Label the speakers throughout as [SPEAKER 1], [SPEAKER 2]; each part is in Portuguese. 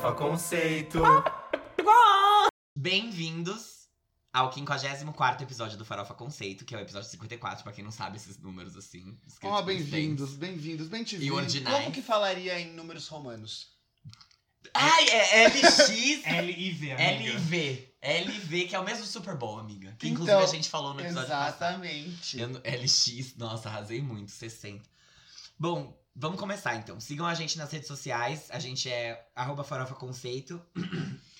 [SPEAKER 1] só conceito.
[SPEAKER 2] Bem-vindos ao 54 episódio do Farofa Conceito, que é o episódio 54, pra quem não sabe esses números assim. escritos
[SPEAKER 3] Ó,
[SPEAKER 2] por
[SPEAKER 3] bem-vindos,
[SPEAKER 2] dentes.
[SPEAKER 3] bem-vindos,
[SPEAKER 2] E
[SPEAKER 3] bem-vindos.
[SPEAKER 2] ordinais.
[SPEAKER 3] Como que falaria em números romanos?
[SPEAKER 2] Ai, é LX.
[SPEAKER 1] L-I-V, É, amiga.
[SPEAKER 2] LV. LV, que é o mesmo Super Bowl, amiga. Que
[SPEAKER 3] Então,
[SPEAKER 2] inclusive a gente falou no episódio passado.
[SPEAKER 3] Exatamente.
[SPEAKER 2] Eu não- LX, nossa, arrasei muito, 60. Bom, vamos começar então. Sigam a gente nas redes sociais. A gente é arroba farofa conceito.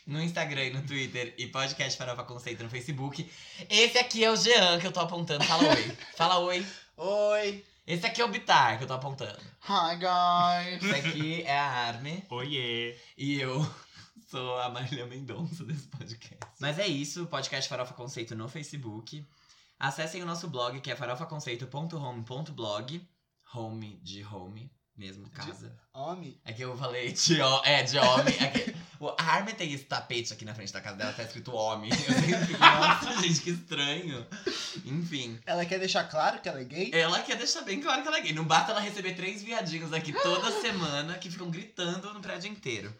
[SPEAKER 2] No Instagram e no Twitter e podcast Farofa Conceito no Facebook. Esse aqui é o Jean que eu tô apontando. Fala oi. Fala oi.
[SPEAKER 3] Oi.
[SPEAKER 2] Esse aqui é o Bitar que eu tô apontando.
[SPEAKER 3] Hi, guys.
[SPEAKER 2] Esse aqui é a Arme.
[SPEAKER 1] Oiê.
[SPEAKER 2] E eu sou a Marília Mendonça desse podcast. Mas é isso, podcast Farofa Conceito no Facebook. Acessem o nosso blog, que é farofaconceito.home.blog. Home de home, mesmo casa.
[SPEAKER 3] Homem.
[SPEAKER 2] É que eu falei de ho- é, de homem. É que- o- a Armin tem esse tapete aqui na frente da casa dela, tá escrito homem. Eu sempre fico, nossa, gente, que estranho. Enfim.
[SPEAKER 3] Ela quer deixar claro que ela é gay?
[SPEAKER 2] Ela quer deixar bem claro que ela é gay. Não basta ela receber três viadinhos aqui toda semana que ficam gritando no prédio inteiro.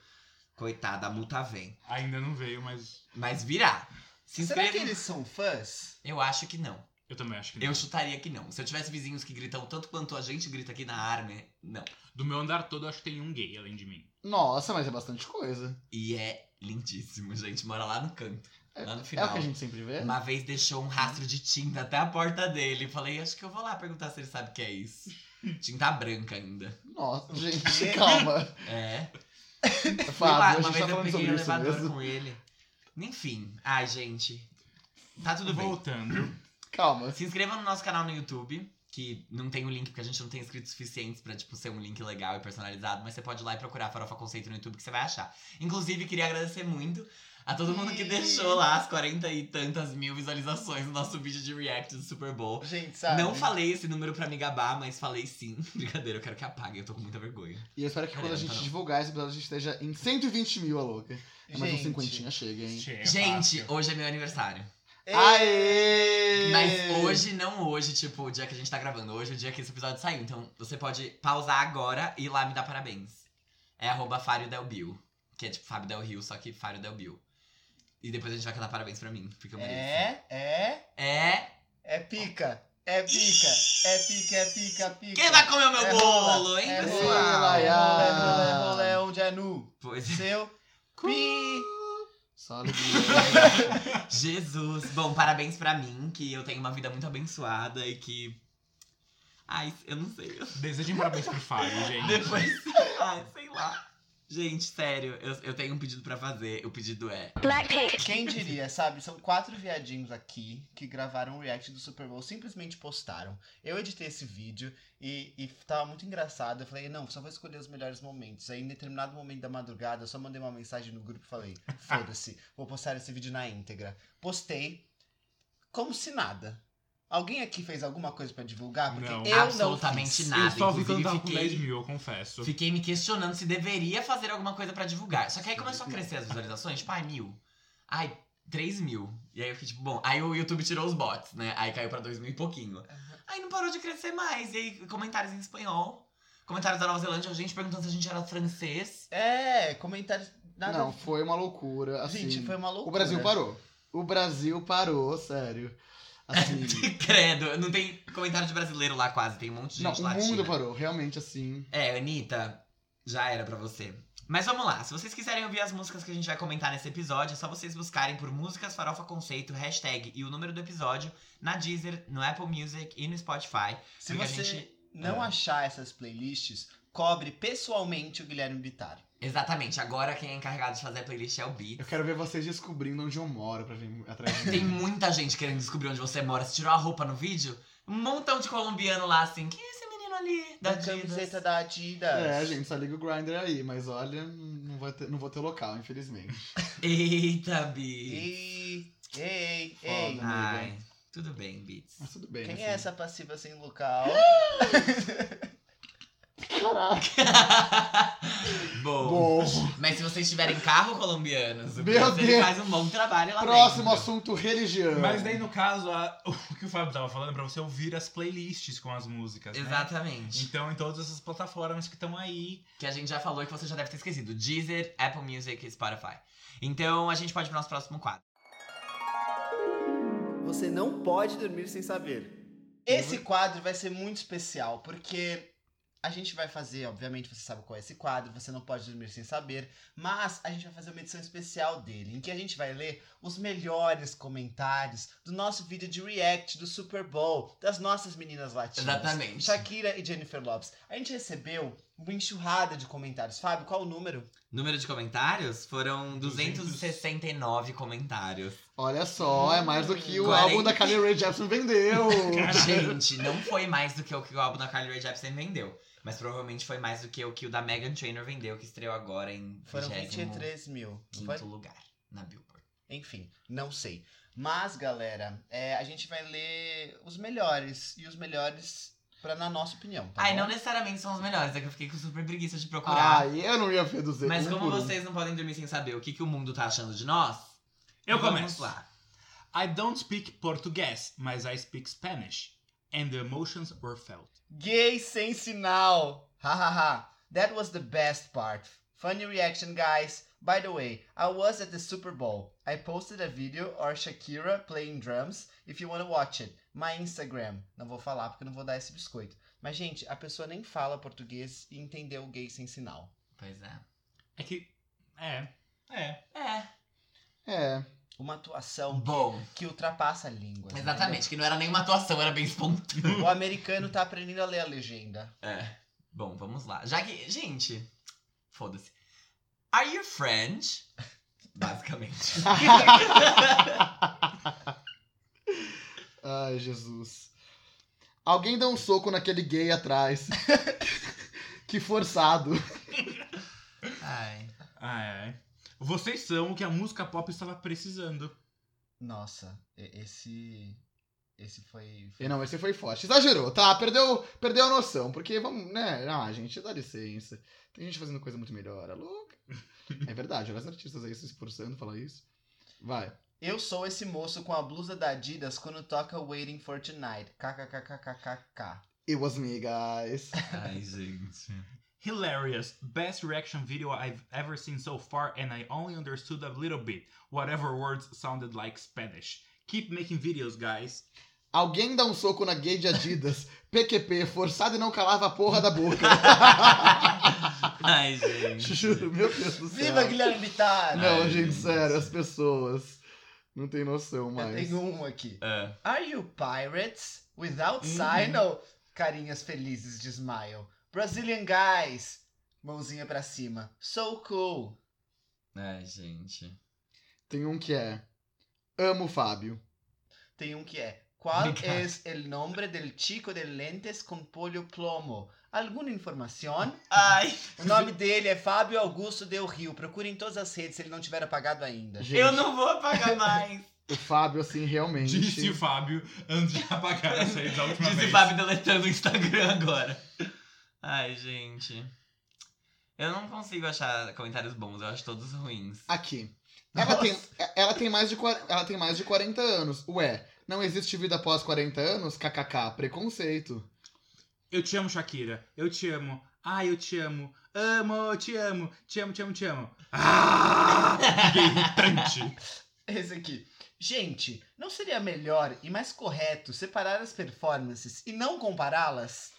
[SPEAKER 2] Coitada, a multa vem.
[SPEAKER 1] Ainda não veio, mas
[SPEAKER 2] Mas virá. Se
[SPEAKER 3] Será
[SPEAKER 2] inscreva.
[SPEAKER 3] que eles são fãs?
[SPEAKER 2] Eu acho que não.
[SPEAKER 1] eu também acho que não.
[SPEAKER 2] Eu chutaria que não. Se eu tivesse vizinhos que gritam tanto quanto a gente grita aqui na Arme, não.
[SPEAKER 1] Do meu andar todo, eu acho que tem um gay além de mim.
[SPEAKER 3] Nossa, mas é bastante coisa.
[SPEAKER 2] E é lindíssimo, gente. Mora lá no canto. Lá no
[SPEAKER 3] É
[SPEAKER 2] final.
[SPEAKER 3] o que a gente sempre vê?
[SPEAKER 2] Uma vez deixou um rastro de tinta até a porta dele. Falei, acho que eu vou lá perguntar se ele sabe o que é isso. Tinta branca ainda.
[SPEAKER 3] Nossa, gente, calma.
[SPEAKER 2] É.
[SPEAKER 3] Fábio,
[SPEAKER 2] uma
[SPEAKER 3] a gente
[SPEAKER 2] vez eu
[SPEAKER 3] tá falando
[SPEAKER 2] peguei
[SPEAKER 3] sobre
[SPEAKER 2] o
[SPEAKER 3] isso
[SPEAKER 2] elevador
[SPEAKER 3] mesmo.
[SPEAKER 2] com ele. Enfim, ai, gente. Tá tudo bem.
[SPEAKER 1] Voltando.
[SPEAKER 3] Calma.
[SPEAKER 2] Se inscreva no nosso canal no YouTube, que não tem o link, porque a gente não tem inscritos suficientes pra, tipo, ser um link legal e personalizado, mas você pode ir lá e procurar Farofa Conceito no YouTube que você vai achar. Inclusive, queria agradecer muito a todo mundo que
[SPEAKER 3] Ih.
[SPEAKER 2] deixou lá as 40 e tantas mil visualizações no nosso vídeo de react do Super Bowl.
[SPEAKER 3] Gente, sabe?
[SPEAKER 2] Não falei esse número pra me gabar, mas falei sim. Brincadeira, eu quero que apague, eu tô com muita vergonha.
[SPEAKER 3] E eu espero que quando a
[SPEAKER 2] Caramba,
[SPEAKER 3] gente
[SPEAKER 2] não.
[SPEAKER 3] divulgar esse episódio, a gente esteja em 120 mil, a louca. É mais um
[SPEAKER 4] Gente.
[SPEAKER 3] cinquentinha chega, hein?
[SPEAKER 1] Chega,
[SPEAKER 2] gente,
[SPEAKER 1] fácil.
[SPEAKER 2] hoje é meu aniversário.
[SPEAKER 3] Aê!
[SPEAKER 2] Mas hoje, não hoje, tipo, o dia que a gente tá gravando. Hoje é o dia que esse episódio saiu. Então, você pode pausar agora e ir lá me dar parabéns. É arroba Fábio Del Bill. Que é tipo Fábio Del Rio, só que Fábio Del Bill. E depois a gente vai cantar parabéns pra mim, porque eu mereço.
[SPEAKER 4] É, é,
[SPEAKER 2] É.
[SPEAKER 4] é pica, é pica, é pica, é pica, pica.
[SPEAKER 2] Quem vai comer o meu
[SPEAKER 4] É
[SPEAKER 2] bolo,
[SPEAKER 4] rola,
[SPEAKER 2] hein,
[SPEAKER 4] é
[SPEAKER 2] pessoal?
[SPEAKER 3] rola, Ai,
[SPEAKER 4] É rola,
[SPEAKER 3] ai.
[SPEAKER 4] é rola, é rola, é onde é nu.
[SPEAKER 2] Pois é.
[SPEAKER 4] Seu pi.
[SPEAKER 3] Só alegria.
[SPEAKER 2] é. Jesus. Bom, parabéns pra mim, que eu tenho uma vida muito abençoada e que. Ai, eu não sei.
[SPEAKER 1] Desejem parabéns pro Fábio, gente.
[SPEAKER 2] Depois, ai, sei lá. Gente, sério, eu, eu tenho um pedido pra fazer. O pedido é.
[SPEAKER 4] Quem diria, sabe? São quatro viadinhos aqui que gravaram o react do Super Bowl, simplesmente postaram. Eu editei esse vídeo e, e tava muito engraçado. Eu falei, não, só vou escolher os melhores momentos. Aí, em determinado momento da madrugada, eu só mandei uma mensagem no grupo e falei, foda-se, vou postar esse vídeo na íntegra. Postei, como se nada. Alguém aqui fez alguma coisa pra divulgar? Porque
[SPEAKER 1] Não.
[SPEAKER 4] eu
[SPEAKER 2] Absolutamente
[SPEAKER 4] não fiz.
[SPEAKER 2] nada,
[SPEAKER 1] Eu só vi quando
[SPEAKER 2] inclusive,
[SPEAKER 1] tava com
[SPEAKER 2] fiquei-
[SPEAKER 1] 10 Ah, mil, eu confesso.
[SPEAKER 2] Fiquei me questionando se deveria fazer alguma coisa pra divulgar. Só que aí começou a crescer as visualizações, tipo, ai, mil. Ai, três mil. E aí eu fiquei tipo, bom. Aí o YouTube tirou os bots, né? Aí caiu pra dois mil e pouquinho. Aí não parou de crescer mais. E aí comentários em espanhol. Comentários da Nova Zelândia, gente perguntando se a gente era francês.
[SPEAKER 4] É, comentários. Nada...
[SPEAKER 3] Não, foi uma loucura. Assim,
[SPEAKER 4] Gente, foi uma loucura.
[SPEAKER 3] O Brasil parou. O Brasil parou, sério. Assim.
[SPEAKER 2] Credo, não tem comentário de brasileiro lá quase, tem um monte de
[SPEAKER 3] não,
[SPEAKER 2] gente
[SPEAKER 3] o
[SPEAKER 2] latina.
[SPEAKER 3] mundo parou, realmente assim.
[SPEAKER 2] É, Anitta, já era pra você. Mas vamos lá, se vocês quiserem ouvir as músicas que a gente vai comentar nesse episódio, é só vocês buscarem por Músicas Farofa Conceito, hashtag e o número do episódio na Deezer, no Apple Music e no Spotify.
[SPEAKER 4] Se
[SPEAKER 2] porque a
[SPEAKER 4] você
[SPEAKER 2] gente-
[SPEAKER 4] não
[SPEAKER 2] É.
[SPEAKER 4] achar essas playlists, cobre pessoalmente o Guilherme Bittar.
[SPEAKER 2] Exatamente, agora quem é encarregado de fazer a playlist é o Beat.
[SPEAKER 3] Eu quero ver vocês descobrindo onde eu moro pra vir atrás de
[SPEAKER 2] Tem
[SPEAKER 3] mim.
[SPEAKER 2] muita gente querendo descobrir onde você mora. Você tirou a roupa no vídeo? Um montão de colombiano lá assim. Quem é esse menino ali?
[SPEAKER 4] Da
[SPEAKER 2] Adidas?"
[SPEAKER 4] camiseta da Adidas.
[SPEAKER 3] É, gente, só liga o grinder aí, mas olha, não vou ter, não vou ter local, infelizmente.
[SPEAKER 2] Eita, Beat.
[SPEAKER 4] Ei, ei,
[SPEAKER 3] Foda.
[SPEAKER 4] ei. é
[SPEAKER 2] Ai, tudo bem, Beats.
[SPEAKER 3] né, assim. Mas tudo bem.
[SPEAKER 4] Quem
[SPEAKER 3] assim.
[SPEAKER 4] é essa passiva sem local?
[SPEAKER 3] Caraca.
[SPEAKER 2] Bom.
[SPEAKER 3] Bom.
[SPEAKER 2] Mas se vocês tiverem carro colombianos, o
[SPEAKER 3] Meu
[SPEAKER 2] Deus, ele
[SPEAKER 3] Deus.
[SPEAKER 2] faz um bom trabalho lá
[SPEAKER 3] Próximo
[SPEAKER 2] dentro.
[SPEAKER 3] assunto, religião.
[SPEAKER 1] Mas daí, no caso, a- o que o Fábio tava falando é pra você ouvir as playlists com as músicas. né?
[SPEAKER 2] Exatamente.
[SPEAKER 1] Então, em todas essas plataformas que estão aí.
[SPEAKER 2] Que a gente já falou e que você já deve ter esquecido. Deezer, Apple Music e Spotify. Então a gente pode ir pro nosso próximo quadro.
[SPEAKER 5] Você não pode dormir sem saber.
[SPEAKER 4] Esse quadro vai ser muito especial, porque a gente vai fazer, obviamente você sabe qual é esse quadro, você não pode dormir sem saber, mas a gente vai fazer uma edição especial dele, em que a gente vai ler os melhores comentários do nosso vídeo de react do Super Bowl, das nossas meninas latinas.
[SPEAKER 2] Exatamente.
[SPEAKER 4] Shakira e Jennifer Lopes. A gente recebeu uma enxurrada de comentários. Fábio, qual o número?
[SPEAKER 2] Número de comentários foram 269 comentários.
[SPEAKER 3] Olha só, é mais do que o
[SPEAKER 2] Quarenta.
[SPEAKER 3] álbum da Kylie Ray Jepsen vendeu.
[SPEAKER 2] Gente, não foi mais do que o que o álbum da Carly Rae Jepsen vendeu. Mas provavelmente foi mais do que o que o da Megan Trainor vendeu, que estreou agora em
[SPEAKER 4] Foram
[SPEAKER 2] 23
[SPEAKER 4] 23 mil. não foi?
[SPEAKER 2] quinto lugar na Billboard.
[SPEAKER 4] Enfim, não sei. Mas, galera, é, a gente vai ler os melhores. E os melhores, pra, na nossa opinião. Tá
[SPEAKER 2] Ai,
[SPEAKER 4] bom?
[SPEAKER 2] não necessariamente são os melhores, é que eu fiquei com super preguiça de procurar.
[SPEAKER 3] Ai, eu não ia reduzir.
[SPEAKER 2] Mas
[SPEAKER 3] um
[SPEAKER 2] como
[SPEAKER 3] por um.
[SPEAKER 2] vocês não podem dormir sem saber o que, que o mundo tá achando de nós,
[SPEAKER 1] Eu
[SPEAKER 2] vamos
[SPEAKER 1] começo.
[SPEAKER 2] lá.
[SPEAKER 1] I don't speak Portuguese, mas I speak Spanish. And the emotions were felt.
[SPEAKER 4] Gay sem sinal! Hahaha. That was the best part. Funny reaction, guys. By the way, I was at the Super Bowl. I posted a video or Shakira playing drums if you want to watch it. My Instagram. Não vou falar porque eu não vou dar esse biscoito. Mas, gente, a pessoa nem fala português e entendeu gay sem sinal.
[SPEAKER 2] Pois é.
[SPEAKER 1] É que. É. É.
[SPEAKER 2] É.
[SPEAKER 3] É.
[SPEAKER 4] Uma atuação
[SPEAKER 2] Bom,
[SPEAKER 4] que ultrapassa a língua. assim, né?
[SPEAKER 2] exatamente, que não era nenhuma atuação, era bem espontâneo.
[SPEAKER 4] O americano tá aprendendo a ler a legenda.
[SPEAKER 2] É. Bom, vamos lá. Já que. Gente, foda-se. Are you French? Basicamente.
[SPEAKER 3] Ai, Jesus. Alguém dá um soco naquele gay atrás. que forçado.
[SPEAKER 2] Ai.
[SPEAKER 1] Ah, é. Vocês são o que a música pop estava precisando.
[SPEAKER 4] Nossa, e- esse. Esse foi.
[SPEAKER 3] E não, esse foi forte. Exagerou, tá? Perdeu, perdeu a noção. Porque vamos, né? Ah, gente, dá licença. Tem gente fazendo coisa muito melhor. É louca. É verdade, olha as artistas aí se esforçando falar isso. Vai.
[SPEAKER 4] Eu sou esse moço com a blusa da Adidas quando toca Waiting for Tonight. KKKKKKK.
[SPEAKER 3] It was me, guys.
[SPEAKER 2] Ai, gente.
[SPEAKER 1] Hilarious. Best reaction video I've ever seen so far, and I only understood a little bit. Whatever words sounded like Spanish. Keep making videos, guys.
[SPEAKER 3] Alguém dá um soco na gay de Adidas. PQP, forçado e não calava a porra da boca.
[SPEAKER 2] Ai, gente.
[SPEAKER 3] Juro, meu Deus do céu.
[SPEAKER 4] Viva Guilherme Bittar!
[SPEAKER 3] Não,
[SPEAKER 2] Ai,
[SPEAKER 3] gente,
[SPEAKER 2] gente.
[SPEAKER 3] sério, as pessoas não tem noção
[SPEAKER 4] Eu
[SPEAKER 3] mais.
[SPEAKER 4] tenho um aqui.
[SPEAKER 2] É.
[SPEAKER 4] Are you pirates? Without
[SPEAKER 2] Uhum.
[SPEAKER 4] signal? Carinhas felizes de smile. Brazilian guys! Mãozinha pra cima. So cool!
[SPEAKER 2] Ai, gente.
[SPEAKER 3] Tem um que é. Amo o Fábio.
[SPEAKER 4] Tem um que é. Qual
[SPEAKER 2] Obrigado.
[SPEAKER 4] es el nombre del chico de lentes com polio plomo? Alguma informação?
[SPEAKER 2] Ai.
[SPEAKER 4] O nome dele é Fábio Augusto Del Rio. Procure em todas as redes se ele não tiver apagado ainda.
[SPEAKER 3] Gente,
[SPEAKER 2] Eu não vou pagar mais.
[SPEAKER 3] o Fábio, assim, realmente.
[SPEAKER 1] Disse o Fábio antes de apagar essa aí da última
[SPEAKER 2] Disse
[SPEAKER 1] vez.
[SPEAKER 2] o Fábio deletando o Instagram agora. Ai, gente. Eu não consigo achar comentários bons, eu acho todos ruins.
[SPEAKER 3] Aqui. Ela tem, ela, tem mais de, quar- ela tem mais de 40 anos. Ué, não existe vida após 40 anos? KKK, preconceito.
[SPEAKER 1] Eu te amo, Shakira. Eu te amo. Ai, eu te amo. Amo, te amo. Te amo, te amo, te amo. Ah! Que irritante.
[SPEAKER 4] É Esse aqui. Gente, não seria melhor e mais correto separar as performances e não compará-las?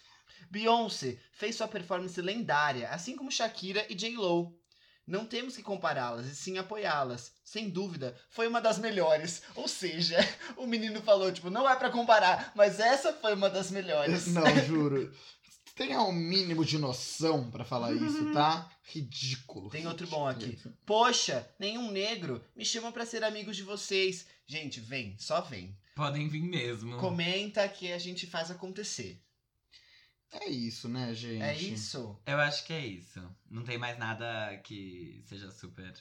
[SPEAKER 4] Beyoncé fez sua performance lendária, assim como Shakira e J.Lo. Não temos que compará-las e sim apoiá-las. Sem dúvida, foi uma das melhores. Ou seja, o menino falou, tipo, não é pra comparar, mas essa foi uma das melhores.
[SPEAKER 3] Não, juro. Tenha o mínimo de noção pra falar isso, tá? Ridículo.
[SPEAKER 4] Tem outro bom aqui. Poxa, nenhum negro me chama pra ser amigos de vocês. Gente, vem, só vem.
[SPEAKER 2] Podem vir mesmo.
[SPEAKER 4] Comenta que a gente faz acontecer.
[SPEAKER 3] É isso, né, gente?
[SPEAKER 4] É isso?
[SPEAKER 2] Eu acho que é isso. Não tem mais nada que seja super.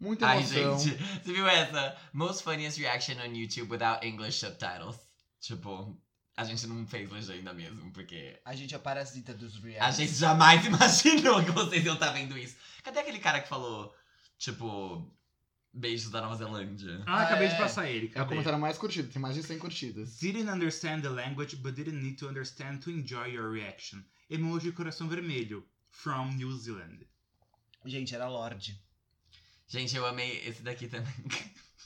[SPEAKER 3] Muita
[SPEAKER 2] Ai,
[SPEAKER 3] emoção.
[SPEAKER 2] gente. Você viu essa? Most funniest reaction on YouTube without English subtitles. Tipo, A gente não fez legenda mesmo, porque
[SPEAKER 4] A gente é parasita dos reacts.
[SPEAKER 2] a gente jamais imaginou que vocês iam estar vendo isso. Cadê aquele cara que falou, tipo, beijos da Nova Zelândia?
[SPEAKER 1] Ah, acabei de
[SPEAKER 4] é.
[SPEAKER 1] passar ele.
[SPEAKER 3] É o
[SPEAKER 1] Cadê?
[SPEAKER 3] comentário mais curtido, tem mais de 100 curtidas.
[SPEAKER 1] Didn't understand the language, but didn't need to understand to enjoy your reaction. Emoji coração vermelho. From New Zealand.
[SPEAKER 4] Gente, era Lorde.
[SPEAKER 2] Gente, eu amei esse daqui também.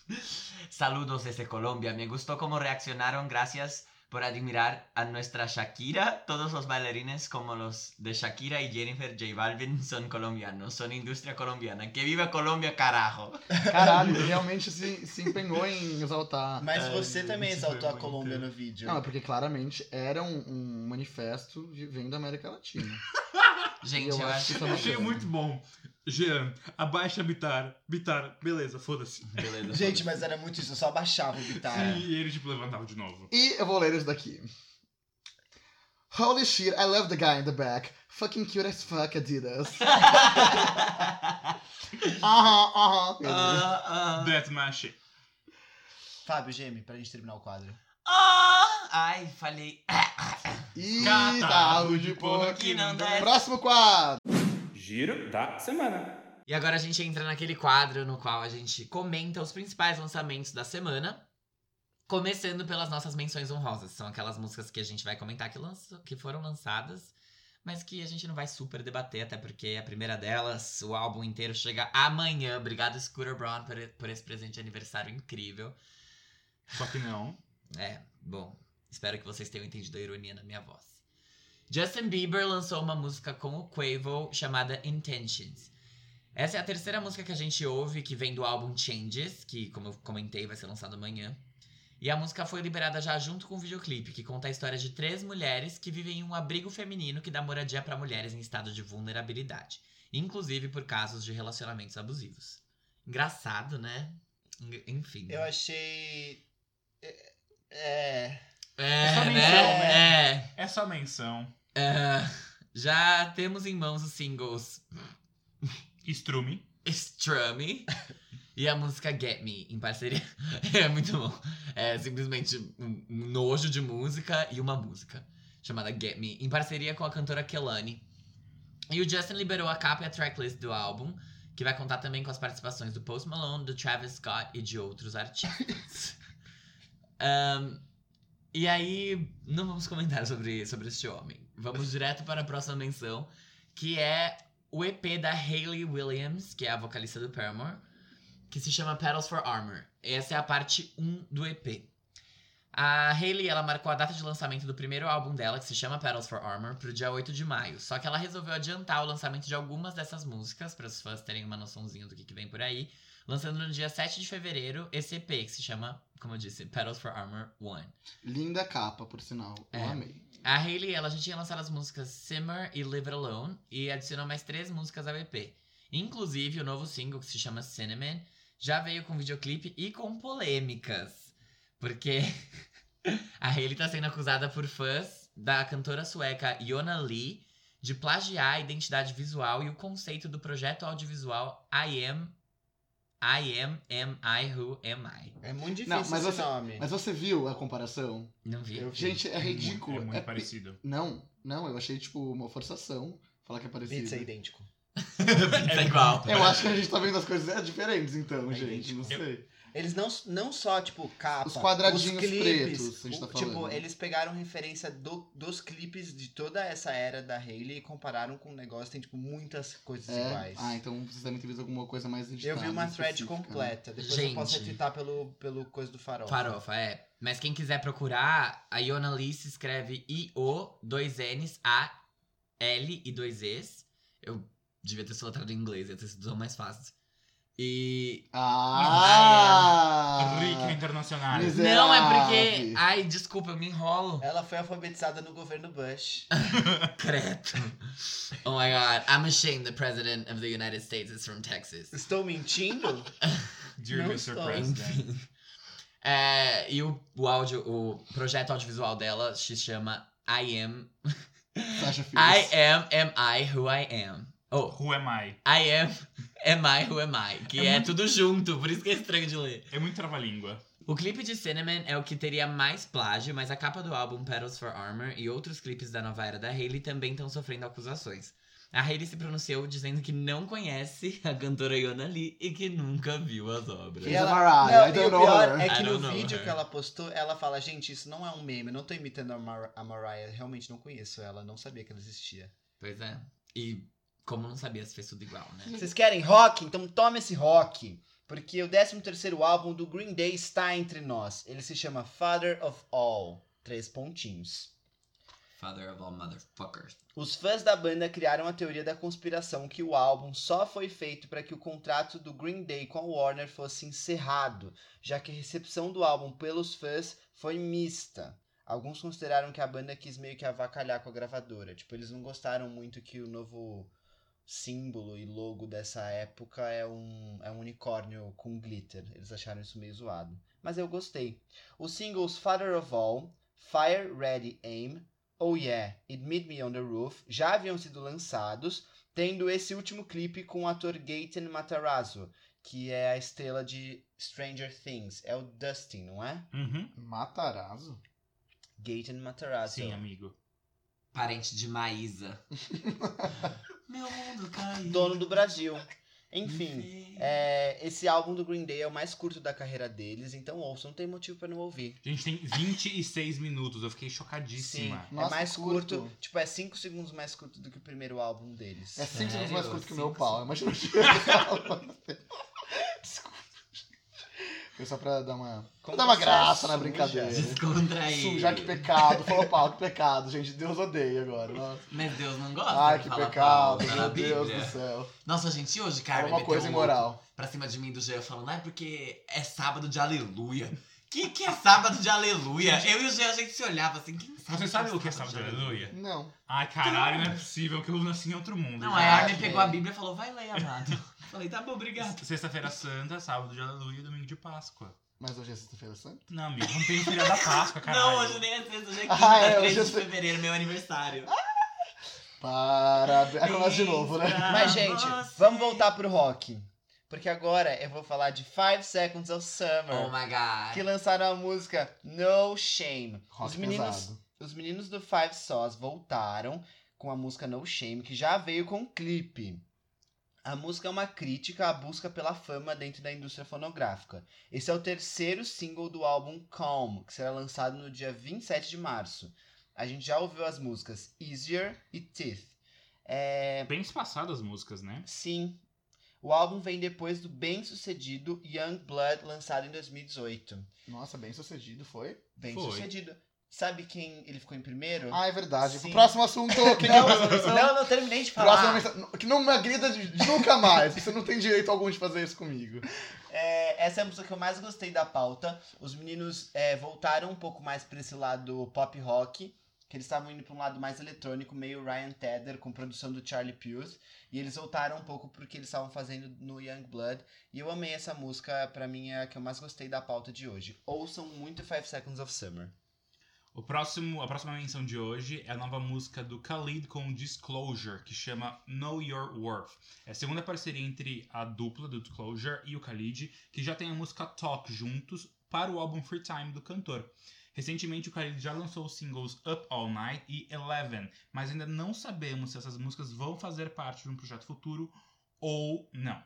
[SPEAKER 2] Saludos desde Colombia. Me gustó como reaccionaron. Gracias por admirar a nuestra Shakira. Todos los bailarines como los de Shakira y Jennifer J Balvin son colombianos. Son industria colombiana. Que viva Colombia, carajo.
[SPEAKER 3] Caralho, ele realmente se, se empenhou em exaltar.
[SPEAKER 4] Mas
[SPEAKER 1] Ai,
[SPEAKER 4] você também
[SPEAKER 1] gente,
[SPEAKER 4] exaltou
[SPEAKER 1] foi
[SPEAKER 4] a Colômbia
[SPEAKER 1] muito.
[SPEAKER 4] no vídeo.
[SPEAKER 3] Não, é porque claramente era um, um manifesto de- vindo da América Latina.
[SPEAKER 2] Gente,
[SPEAKER 3] Eu
[SPEAKER 2] eu,
[SPEAKER 3] acho
[SPEAKER 2] acho
[SPEAKER 3] que
[SPEAKER 2] que
[SPEAKER 3] tá
[SPEAKER 1] Eu
[SPEAKER 3] bom.
[SPEAKER 1] achei muito bom. Jean, abaixa Bitar. Bitar, beleza, foda-se.
[SPEAKER 2] Beleza.
[SPEAKER 4] Gente, mas era muito isso. Eu só abaixava o
[SPEAKER 6] Ah,
[SPEAKER 4] guitarra.
[SPEAKER 6] é.
[SPEAKER 1] E ele, tipo, levantava de novo.
[SPEAKER 3] E eu vou ler isso daqui. Holy shit, I love the guy in the back. Fucking cute as fuck, Adidas. Aham, aham.
[SPEAKER 2] Ah, ah.
[SPEAKER 1] That Deathmatch.
[SPEAKER 4] Fábio, geme, pra gente terminar o quadro.
[SPEAKER 2] Ah, ai, falei.
[SPEAKER 3] E
[SPEAKER 1] Catarro
[SPEAKER 3] carro
[SPEAKER 1] de
[SPEAKER 3] de
[SPEAKER 1] porco
[SPEAKER 3] porco.
[SPEAKER 2] que não desce.
[SPEAKER 3] Próximo quadro.
[SPEAKER 6] Giro da semana.
[SPEAKER 2] E agora a gente entra naquele quadro no qual a gente comenta os principais lançamentos da semana, começando pelas nossas menções honrosas. São aquelas músicas que a gente vai comentar que, lançou, que foram lançadas, mas que a gente não vai super debater, até porque a primeira delas, o álbum inteiro, chega amanhã. Obrigado, Scooter Brown, por, por esse presente de aniversário incrível.
[SPEAKER 1] Só que não.
[SPEAKER 2] É, bom, espero que vocês tenham entendido a ironia na minha voz. Justin Bieber lançou uma música com o Quavo chamada Intentions. Essa é a terceira música que a gente ouve, que vem do álbum Changes, que, como eu comentei, vai ser lançado amanhã. E a música foi liberada já junto com o videoclipe, que conta a história de três mulheres que vivem em um abrigo feminino que dá moradia para mulheres em estado de vulnerabilidade, inclusive por casos de relacionamentos abusivos. Engraçado, né? Eng- Enfim.
[SPEAKER 4] Eu achei. É- É.
[SPEAKER 2] É,
[SPEAKER 1] Só
[SPEAKER 2] né?
[SPEAKER 1] menção,
[SPEAKER 2] É.
[SPEAKER 1] É só menção.
[SPEAKER 2] Ah, já temos em mãos os singles
[SPEAKER 1] Strume.
[SPEAKER 2] Strume e a música Get Me, em parceria. É muito bom. É simplesmente um nojo de música e uma música chamada Get Me, em parceria com a cantora Kelani. E o Justin liberou a capa e a tracklist do álbum, que vai contar também com as participações do Post Malone, do Travis Scott e de outros artistas. Ahn, e aí, não vamos comentar sobre, sobre este homem. Vamos direto para a próxima menção, que é o EP da Hayley Williams, que é a vocalista do Paramore, que se chama Petals for Armor. Essa é a parte 1 do EP. A Hayley, ela marcou a data de lançamento do primeiro álbum dela, que se chama Petals for Armor, pro dia 8 de maio. Só que ela resolveu adiantar o lançamento de algumas dessas músicas, para os fãs terem uma noçãozinha do que, que vem por aí, lançando no dia 7 de fevereiro esse EP, que se chama, como eu disse, Petals for Armor 1.
[SPEAKER 3] Linda capa, por sinal. Eu
[SPEAKER 2] É.
[SPEAKER 3] amei.
[SPEAKER 2] A Hayley, ela já tinha lançado as músicas Simmer e Live It Alone e adicionou mais três músicas ao EP. Inclusive, o novo single, que se chama Cinnamon, já veio com videoclipe e com polêmicas. Porque a Hayley tá sendo acusada por fãs da cantora sueca Yona Lee de plagiar a identidade visual e o conceito do projeto audiovisual I Am, I Am, Am I, Who Am I.
[SPEAKER 4] É muito difícil
[SPEAKER 3] Não, mas
[SPEAKER 4] esse
[SPEAKER 3] você-
[SPEAKER 4] nome.
[SPEAKER 3] Mas você viu a comparação?
[SPEAKER 2] Não vi.
[SPEAKER 4] Eu-
[SPEAKER 3] Gente, é ridículo.
[SPEAKER 1] Muito, é muito
[SPEAKER 3] É pi-
[SPEAKER 1] parecido.
[SPEAKER 3] Não, não, eu achei tipo uma forçação falar que é parecido.
[SPEAKER 4] Pizza é idêntico.
[SPEAKER 2] Tá igual.
[SPEAKER 3] Eu acho que a gente tá vendo as coisas é, diferentes então,
[SPEAKER 4] É
[SPEAKER 3] gente. Não
[SPEAKER 4] idêntico.
[SPEAKER 3] sei.
[SPEAKER 4] Eles não, não só, tipo, capa.
[SPEAKER 3] Os quadradinhos
[SPEAKER 4] os clipes,
[SPEAKER 3] pretos, a gente
[SPEAKER 4] o-
[SPEAKER 3] tá
[SPEAKER 4] Tipo,
[SPEAKER 3] falando.
[SPEAKER 4] eles pegaram referência do- dos clipes de toda essa era da Hayley e compararam com um negócio que tem, tipo, muitas coisas
[SPEAKER 3] É?
[SPEAKER 4] iguais.
[SPEAKER 3] Ah, então vocês devem ter visto alguma coisa mais
[SPEAKER 4] Eu
[SPEAKER 3] editada.
[SPEAKER 4] vi uma thread
[SPEAKER 3] específica, né?
[SPEAKER 4] completa. Depois eu posso
[SPEAKER 2] Gente.
[SPEAKER 4] retweetar pelo, pelo coisa do farol.
[SPEAKER 2] Farofa, é. Mas quem quiser procurar, a Iona Lee se escreve I-O, dois N's, A, L e dois E's. Eu devia ter soletrado em inglês, ia ter sido mais fácil. E.
[SPEAKER 3] Ah!
[SPEAKER 1] Rica é internacional.
[SPEAKER 3] Mas-
[SPEAKER 2] Não, é
[SPEAKER 3] Miserável.
[SPEAKER 2] porque. Ai, desculpa, eu me enrolo.
[SPEAKER 4] Ela foi alfabetizada no governo Bush.
[SPEAKER 2] É Credo. Oh my god, I'm ashamed the president of the United States is from Texas.
[SPEAKER 4] Estou mentindo?
[SPEAKER 1] Dear
[SPEAKER 4] Não
[SPEAKER 1] Mr.
[SPEAKER 4] estou.
[SPEAKER 1] President.
[SPEAKER 2] Enfim. É, e o, o áudio, o projeto audiovisual dela se chama I Am
[SPEAKER 3] Sasha Fierce.
[SPEAKER 2] I am, am I who I am. Oh,
[SPEAKER 1] Who am I?
[SPEAKER 2] I am, am I who am I. Que
[SPEAKER 1] É
[SPEAKER 2] é,
[SPEAKER 1] muito-
[SPEAKER 2] tudo junto, por isso que é estranho de ler.
[SPEAKER 1] É muito trava-língua.
[SPEAKER 2] O clipe de Cinnamon é o que teria mais plágio, mas a capa do álbum Petals for Armor e outros clipes da nova era da Hailey também estão sofrendo acusações. A Hailey se pronunciou dizendo que não conhece a cantora Yona Lee e que nunca viu as obras.
[SPEAKER 4] E
[SPEAKER 3] She's a
[SPEAKER 4] ela-
[SPEAKER 3] Mariah,
[SPEAKER 4] não,
[SPEAKER 3] né? I
[SPEAKER 4] e
[SPEAKER 3] don't
[SPEAKER 4] o
[SPEAKER 3] know
[SPEAKER 4] pior
[SPEAKER 3] her.
[SPEAKER 4] é
[SPEAKER 2] I
[SPEAKER 4] que
[SPEAKER 2] don't
[SPEAKER 4] no
[SPEAKER 2] know
[SPEAKER 4] vídeo
[SPEAKER 2] her.
[SPEAKER 4] que ela postou, ela fala, gente, isso não é um meme, eu não tô imitando a, Mar a Mariah, eu realmente não conheço ela, não sabia que ela existia.
[SPEAKER 2] Pois é. E como não sabia, se fez tudo igual, né?
[SPEAKER 4] Vocês querem rock? Então toma esse rock. Porque o 13º álbum do Green Day está entre nós. Ele se chama Father of All. Três pontinhos.
[SPEAKER 2] Father of all motherfuckers.
[SPEAKER 4] Os fãs da banda criaram a teoria da conspiração que o álbum só foi feito para que o contrato do Green Day com a Warner fosse encerrado, já que a recepção do álbum pelos fãs foi mista. Alguns consideraram que a banda quis meio que avacalhar com a gravadora. Tipo, eles não gostaram muito que o novo símbolo e logo dessa época é um, é um unicórnio com glitter. Eles acharam isso meio zoado. Mas eu gostei. Os singles Father of All, Fire, Ready, Aim Oh Yeah e Meet Me on the Roof já haviam sido lançados, tendo esse último clipe com o ator Gaten Matarazzo, que é a estrela de Stranger Things. É o Dustin, não é?
[SPEAKER 1] Uhum.
[SPEAKER 3] Matarazzo?
[SPEAKER 4] Gaten Matarazzo.
[SPEAKER 3] Assim,
[SPEAKER 1] Sim, é. amigo.
[SPEAKER 2] Parente de Maísa. Meu mundo caiu.
[SPEAKER 4] Dono do Brasil. Enfim, é, esse álbum do Green Day é o mais curto da carreira deles, então ouçam, não tem motivo pra não ouvir.
[SPEAKER 1] A gente tem 26 minutos, eu fiquei chocadíssima.
[SPEAKER 4] Sim,
[SPEAKER 3] Nossa,
[SPEAKER 4] é mais curto.
[SPEAKER 3] curto.
[SPEAKER 4] Tipo, é 5 segundos mais curto do que o primeiro álbum deles.
[SPEAKER 3] É cinco segundos mais curto que o meu
[SPEAKER 2] Cinco
[SPEAKER 3] pau. Imagina o que eu ia Desculpa. Foi só pra dar uma, pra dar uma graça na
[SPEAKER 4] Conversa
[SPEAKER 3] brincadeira.
[SPEAKER 4] suja.
[SPEAKER 2] Descontraí.
[SPEAKER 3] Já que pecado, falou pau, que pecado, gente. Deus odeia agora. Nossa.
[SPEAKER 2] Mas Deus não gosta.
[SPEAKER 3] Ai,
[SPEAKER 2] de
[SPEAKER 3] que
[SPEAKER 2] falar
[SPEAKER 3] pecado,
[SPEAKER 2] pau, tá na
[SPEAKER 3] meu Deus
[SPEAKER 2] Bíblia.
[SPEAKER 3] do céu.
[SPEAKER 2] Nossa, gente, hoje,
[SPEAKER 3] Era
[SPEAKER 2] Carmen
[SPEAKER 3] uma
[SPEAKER 2] meteu
[SPEAKER 3] coisa
[SPEAKER 2] um
[SPEAKER 3] imoral.
[SPEAKER 2] pra cima de mim do Jean falando, ah, é porque é sábado de aleluia. Que que é sábado de aleluia? Eu e o Jean, a gente se olhava assim, quem sabe?
[SPEAKER 1] Você sabe o que é sábado de aleluia?
[SPEAKER 3] Não.
[SPEAKER 1] Ai, caralho, não é possível que eu nasci em outro mundo.
[SPEAKER 2] Não, é.
[SPEAKER 1] gente.
[SPEAKER 2] aí a Armin
[SPEAKER 3] Ai,
[SPEAKER 2] pegou
[SPEAKER 3] velho.
[SPEAKER 2] a Bíblia e falou, vai ler, amado. Falei, tá bom, obrigado.
[SPEAKER 1] Sexta-feira Santa, sábado de Aleluia e domingo de Páscoa.
[SPEAKER 3] Mas hoje é sexta-feira santa?
[SPEAKER 1] Não, amigo, não tem filha da Páscoa, caralho.
[SPEAKER 2] Não, hoje nem é sexta, hoje é quinta,
[SPEAKER 3] Ah, é,
[SPEAKER 2] 3
[SPEAKER 3] hoje é
[SPEAKER 2] de
[SPEAKER 3] sexta.
[SPEAKER 2] fevereiro, meu aniversário.
[SPEAKER 3] Parabéns. Aí começa de novo, né?
[SPEAKER 4] Mas, gente,
[SPEAKER 2] Você.
[SPEAKER 4] vamos voltar pro rock. Porque agora eu vou falar de Five Seconds of
[SPEAKER 2] Oh
[SPEAKER 3] É.
[SPEAKER 4] Summer,
[SPEAKER 2] my god.
[SPEAKER 4] que lançaram a música No Shame.
[SPEAKER 3] Rock
[SPEAKER 4] Os meninos,
[SPEAKER 3] pesado.
[SPEAKER 4] os meninos do Five Sós voltaram com a música No Shame, que já veio com um clipe. A música é uma crítica à busca pela fama dentro da indústria fonográfica. Esse é o terceiro single do álbum Calm, que será lançado no dia 27 de março. A gente já ouviu as músicas Easier e Teeth. É,
[SPEAKER 1] Bem espaçadas as músicas, né?
[SPEAKER 4] Sim. O álbum vem depois do bem-sucedido Young Blood, lançado em 2018.
[SPEAKER 3] Nossa, bem sucedido, foi?
[SPEAKER 4] Bem-sucedido. Sabe quem ele ficou em primeiro?
[SPEAKER 3] Ah, é verdade.
[SPEAKER 4] Sim.
[SPEAKER 3] Próximo assunto. Quem que é a
[SPEAKER 4] não,
[SPEAKER 3] próxima pessoa?
[SPEAKER 4] não, Ah. não, terminei de
[SPEAKER 3] Próxima
[SPEAKER 4] falar.
[SPEAKER 3] mensagem. Que não me agrida de- de nunca mais. Você não tem direito algum de fazer isso comigo.
[SPEAKER 4] É, essa é a música que eu mais gostei da pauta. Os meninos é, voltaram um pouco mais pra esse lado pop rock, que eles estavam indo pra um lado mais eletrônico, meio Ryan Tedder, com produção do Charlie Puth. E eles voltaram um pouco porque eles estavam fazendo no Young Blood. E eu amei essa música, pra mim é a que eu mais gostei da pauta de hoje. Ouçam muito Five Seconds of Summer.
[SPEAKER 1] O próximo, a próxima menção de hoje é a nova música do Khalid com Disclosure, que chama Know Your Worth. É a segunda parceria entre a dupla do Disclosure e o Khalid, que já tem a música Talk juntos para o álbum Free Time do cantor. Recentemente, o Khalid já lançou os singles Up All Night e Eleven, mas ainda não sabemos se essas músicas vão fazer parte de um projeto futuro ou não.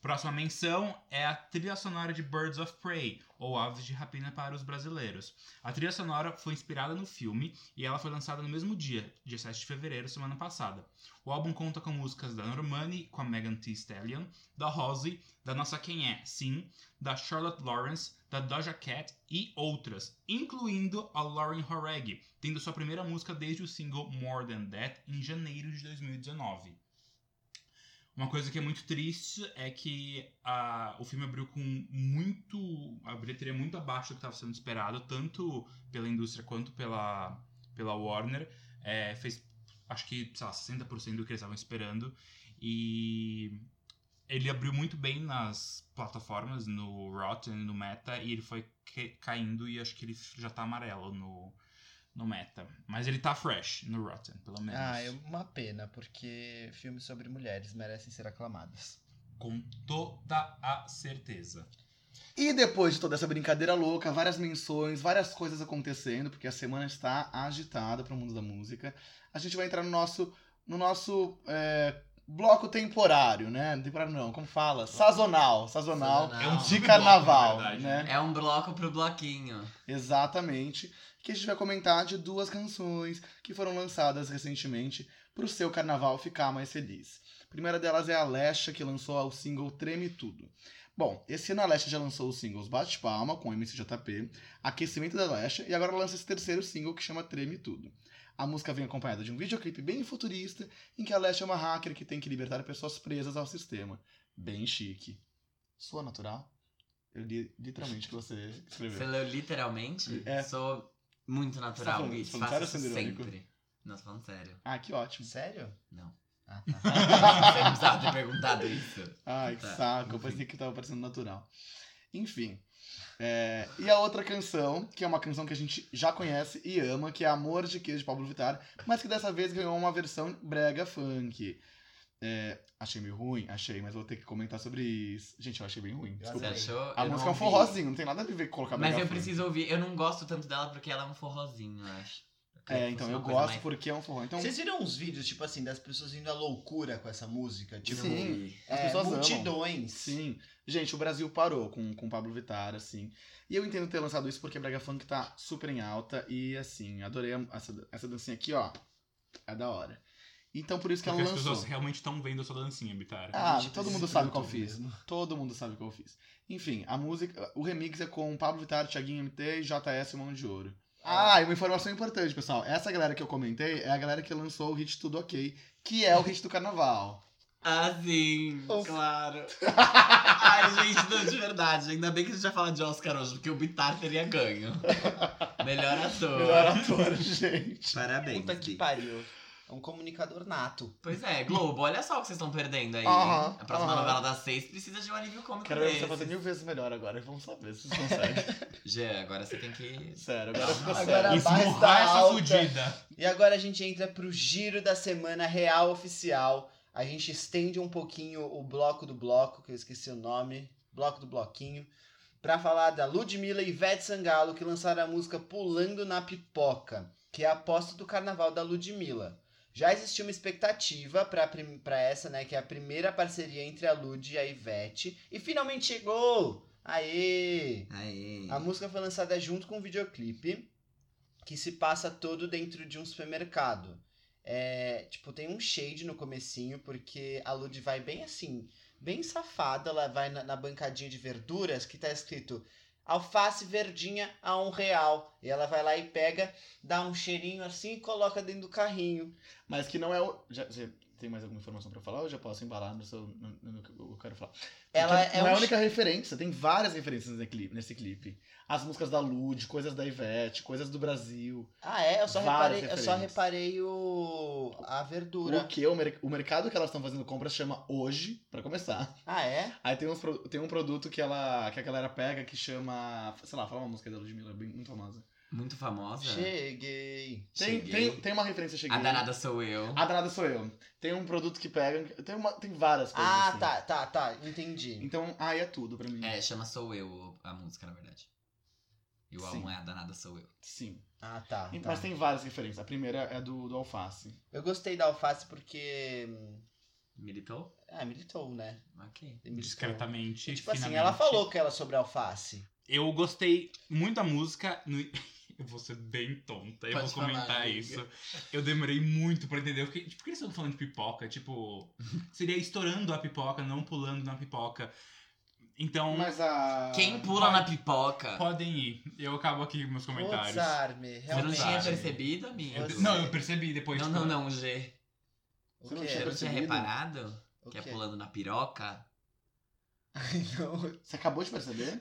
[SPEAKER 1] Próxima menção é a trilha sonora de Birds of Prey, ou Aves de Rapina para os brasileiros. A trilha sonora foi inspirada no filme e ela foi lançada no mesmo dia, dia 7 de fevereiro, semana passada. O álbum conta com músicas da Normani, com a Megan Thee Stallion, da Rose, da Nossa Quem É, sim, da Charlotte Lawrence, da Doja Cat e outras, incluindo a Lauren Horeg, tendo sua primeira música desde o single More Than That em janeiro de 2019. Uma coisa que é muito triste é que ah, o filme abriu com muito. a bilheteria muito abaixo do que estava sendo esperado, tanto pela indústria quanto pela, pela Warner. É, fez acho que, sei lá, 60% do que eles estavam esperando. E ele abriu muito bem nas plataformas, no Rotten, no Meta, e ele foi que- caindo e acho que ele já tá amarelo no, no Meta. Mas ele tá fresh no Rotten, pelo menos.
[SPEAKER 4] Ah, é uma pena, porque filmes sobre mulheres merecem ser aclamados.
[SPEAKER 1] Com toda a certeza.
[SPEAKER 3] E depois de toda essa brincadeira louca, várias menções, várias coisas acontecendo, porque a semana está agitada para o mundo da música, a gente vai entrar no nosso, no nosso é, bloco temporário, né? Temporário não, como fala? Sazonal, sazonal.
[SPEAKER 2] Sazonal.
[SPEAKER 1] É um
[SPEAKER 2] De
[SPEAKER 1] sub-bloco,
[SPEAKER 3] carnaval,
[SPEAKER 1] na verdade,
[SPEAKER 3] né?
[SPEAKER 2] É um bloco pro bloquinho.
[SPEAKER 3] Exatamente. Que a gente vai comentar de duas canções que foram lançadas recentemente para o seu carnaval ficar mais feliz. A primeira delas é a Lesha, que lançou o single Treme Tudo. Bom, esse ano a Lesha já lançou os singles Bate Palma, com MCJP, Aquecimento da Lesha, e agora lança esse terceiro single que chama Treme Tudo. A música vem acompanhada de um videoclipe bem futurista, em que a Lesha é uma hacker que tem que libertar pessoas presas ao sistema. Bem chique. Sua natural? Eu li literalmente o que você escreveu.
[SPEAKER 2] Você leu literalmente?
[SPEAKER 3] É.
[SPEAKER 2] Sou muito natural,
[SPEAKER 3] Você tá falando-
[SPEAKER 2] Gui.
[SPEAKER 3] falando
[SPEAKER 2] Faço
[SPEAKER 3] sério
[SPEAKER 2] isso
[SPEAKER 3] ou sendo irônico?
[SPEAKER 2] sempre. Não, tô falando sério.
[SPEAKER 3] Ah, que ótimo.
[SPEAKER 4] Sério?
[SPEAKER 2] Não.
[SPEAKER 4] Ah,
[SPEAKER 2] Você não precisava ter perguntado isso.
[SPEAKER 3] Ai, que
[SPEAKER 2] Tá,
[SPEAKER 3] saco. Eu
[SPEAKER 2] enfim.
[SPEAKER 3] pensei que tava parecendo natural. Enfim. é, e a outra canção, que é uma canção que a gente já conhece e ama, que é Amor de Queijo de Pablo Vittar, mas que dessa vez ganhou uma versão brega funk. É, achei meio ruim? Achei, mas vou ter que comentar sobre isso. Gente, eu achei bem ruim.
[SPEAKER 4] Eu
[SPEAKER 2] Você
[SPEAKER 3] Desculpa.
[SPEAKER 4] adorei.
[SPEAKER 2] achou?
[SPEAKER 3] A
[SPEAKER 2] Eu
[SPEAKER 3] música é um
[SPEAKER 2] não ouvi.
[SPEAKER 3] forrozinho, não tem nada a ver com colocar brega
[SPEAKER 2] Mas eu
[SPEAKER 3] funk.
[SPEAKER 2] preciso ouvir. Eu não gosto tanto dela porque ela é um forrozinho, eu acho. Eu queria
[SPEAKER 3] É,
[SPEAKER 2] que
[SPEAKER 3] então
[SPEAKER 2] fosse
[SPEAKER 3] eu
[SPEAKER 2] uma coisa
[SPEAKER 3] gosto
[SPEAKER 2] mais-
[SPEAKER 3] porque é um forró. Então,
[SPEAKER 4] Vocês viram uns vídeos, tipo assim, das pessoas indo à loucura com essa música? Tipo,
[SPEAKER 3] Sim. as
[SPEAKER 4] é,
[SPEAKER 3] pessoas amam.
[SPEAKER 4] multidões.
[SPEAKER 3] Sim. Gente, o Brasil parou com com o Pablo Vittar, assim. E eu entendo ter lançado isso porque Brega Funk tá super em alta. E, assim, adorei a- essa, essa dancinha aqui, ó. É da hora. Então, por isso que
[SPEAKER 1] Porque as
[SPEAKER 3] ela lançou.
[SPEAKER 1] pessoas realmente estão vendo a sua dancinha, Bitara.
[SPEAKER 3] Ah,
[SPEAKER 4] Gente,
[SPEAKER 3] todo
[SPEAKER 4] esse
[SPEAKER 3] mundo sabe qual eu
[SPEAKER 4] produtor
[SPEAKER 3] fiz.
[SPEAKER 4] mesmo.
[SPEAKER 3] Todo mundo sabe qual eu fiz. Enfim, a música, o remix é com Pablo Vittar, Thiaguinho MT, JS e Mão de Ouro. Ah, e uma informação importante, pessoal. Essa galera que eu comentei é a galera que lançou o hit Tudo Ok, que é o hit do carnaval.
[SPEAKER 2] Ah, sim,
[SPEAKER 3] Of-
[SPEAKER 2] claro. Ai, gente, não, de verdade. Ainda bem que a gente já fala de Oscar hoje, porque o Bitar teria ganho. Melhor ator.
[SPEAKER 3] Melhor ator, gente.
[SPEAKER 2] Parabéns.
[SPEAKER 4] Puta que pariu. É um comunicador nato.
[SPEAKER 2] Pois é, Globo, olha só o que vocês estão perdendo aí.
[SPEAKER 3] Aham,
[SPEAKER 2] a próxima
[SPEAKER 3] aham.
[SPEAKER 2] novela das seis precisa de um alívio cômico
[SPEAKER 3] Quero ver você
[SPEAKER 2] desse.
[SPEAKER 3] fazer mil vezes melhor agora. Vamos saber se vocês conseguem.
[SPEAKER 2] Jean, agora você tem que...
[SPEAKER 3] Sério, agora ficou
[SPEAKER 4] Agora-
[SPEAKER 3] sério.
[SPEAKER 4] a barra
[SPEAKER 1] Esmurrar
[SPEAKER 4] está
[SPEAKER 1] essa
[SPEAKER 4] alta.
[SPEAKER 1] fudida.
[SPEAKER 4] E agora a gente entra pro giro da semana real oficial. A gente estende um pouquinho o bloco do bloco, que eu esqueci o nome, bloco do bloquinho, pra falar da Ludmilla e Ivete Sangalo, que lançaram a música Pulando na Pipoca, que é a aposta do carnaval da Ludmilla. Já existia uma expectativa pra prim- pra essa, né, que é a primeira parceria entre a Lud e a Ivete, e finalmente chegou! Aê!
[SPEAKER 2] Aí.
[SPEAKER 3] Hum.
[SPEAKER 4] A música foi lançada junto com o videoclipe, que se passa todo dentro de um supermercado. É, tipo, tem um shade no comecinho, porque a Lud vai bem assim, bem safada, ela vai na, na bancadinha de verduras que tá escrito alface verdinha a um real. E ela vai lá e pega, dá um cheirinho assim e coloca dentro do carrinho.
[SPEAKER 3] Mas que não é o. Já, você tem mais alguma informação pra eu falar? Ou eu já posso embalar no seu. No, no que eu quero falar?
[SPEAKER 4] Ela
[SPEAKER 3] Porque
[SPEAKER 4] é
[SPEAKER 3] não
[SPEAKER 4] um
[SPEAKER 3] é a única referência, tem várias referências nesse clipe, nesse clipe. As músicas da Lud, coisas da Ivete, coisas do Brasil.
[SPEAKER 4] Ah, é? Eu só
[SPEAKER 3] Várias
[SPEAKER 4] reparei, eu só
[SPEAKER 3] referências.
[SPEAKER 4] reparei o a verdura.
[SPEAKER 3] Porque o, mer- o mercado que elas estão fazendo compras chama Hoje, pra começar.
[SPEAKER 4] Ah, é?
[SPEAKER 3] Aí tem, uns pro- tem um produto que, ela, que a galera pega que chama. Sei lá, fala uma música da Ludmilla, bem, muito famosa.
[SPEAKER 2] Muito famosa.
[SPEAKER 4] Cheguei.
[SPEAKER 3] Tem,
[SPEAKER 2] Cheguei.
[SPEAKER 3] tem, tem uma referência cheguei.
[SPEAKER 2] A danada sou eu.
[SPEAKER 3] A danada sou eu. Tem um produto que pega. Tem, uma, tem várias coisas.
[SPEAKER 4] Ah,
[SPEAKER 3] assim.
[SPEAKER 4] tá, tá, tá. Entendi.
[SPEAKER 3] Então, aí é tudo pra mim.
[SPEAKER 2] É, chama Sou Eu a música, na verdade. E o
[SPEAKER 3] Sim.
[SPEAKER 2] álbum é A Danada Sou Eu.
[SPEAKER 3] Sim.
[SPEAKER 4] Ah, tá.
[SPEAKER 3] E-
[SPEAKER 4] tá.
[SPEAKER 3] Mas tem várias referências. A primeira é do, do alface.
[SPEAKER 4] Eu gostei da alface porque. hum,
[SPEAKER 2] Militou?
[SPEAKER 4] Ah, militou, né?
[SPEAKER 2] Ok.
[SPEAKER 4] Militou.
[SPEAKER 3] tá
[SPEAKER 1] Discretamente.
[SPEAKER 4] Tipo assim,
[SPEAKER 1] finamente.
[SPEAKER 4] ela falou que ela sobre a alface.
[SPEAKER 1] Eu gostei muito da música. no- Eu vou ser bem tonta, eu
[SPEAKER 2] Pode
[SPEAKER 1] vou comentar
[SPEAKER 2] falar, amiga.
[SPEAKER 1] isso. Eu demorei muito pra entender. Eu fiquei, tipo, por que eles estão falando de pipoca? Tipo, seria estourando a pipoca, não pulando na pipoca. Então,
[SPEAKER 3] Mas a.
[SPEAKER 2] Quem pula na pipoca?
[SPEAKER 1] podem ir. Eu acabo aqui com meus comentários.
[SPEAKER 4] Desarme,
[SPEAKER 2] Você não
[SPEAKER 4] realmente.
[SPEAKER 2] tinha
[SPEAKER 1] Verdade.
[SPEAKER 2] percebido, amigo?
[SPEAKER 1] Eu-
[SPEAKER 4] Você-
[SPEAKER 1] não, eu percebi depois.
[SPEAKER 2] Não,
[SPEAKER 1] tipo,
[SPEAKER 2] não, não, o G.
[SPEAKER 4] O
[SPEAKER 3] Você não
[SPEAKER 4] quê?
[SPEAKER 2] Você não tinha
[SPEAKER 3] percebido?
[SPEAKER 2] reparado?
[SPEAKER 4] O
[SPEAKER 2] Que é
[SPEAKER 4] quê?
[SPEAKER 2] pulando na piroca?
[SPEAKER 4] Não.
[SPEAKER 3] Você acabou de perceber?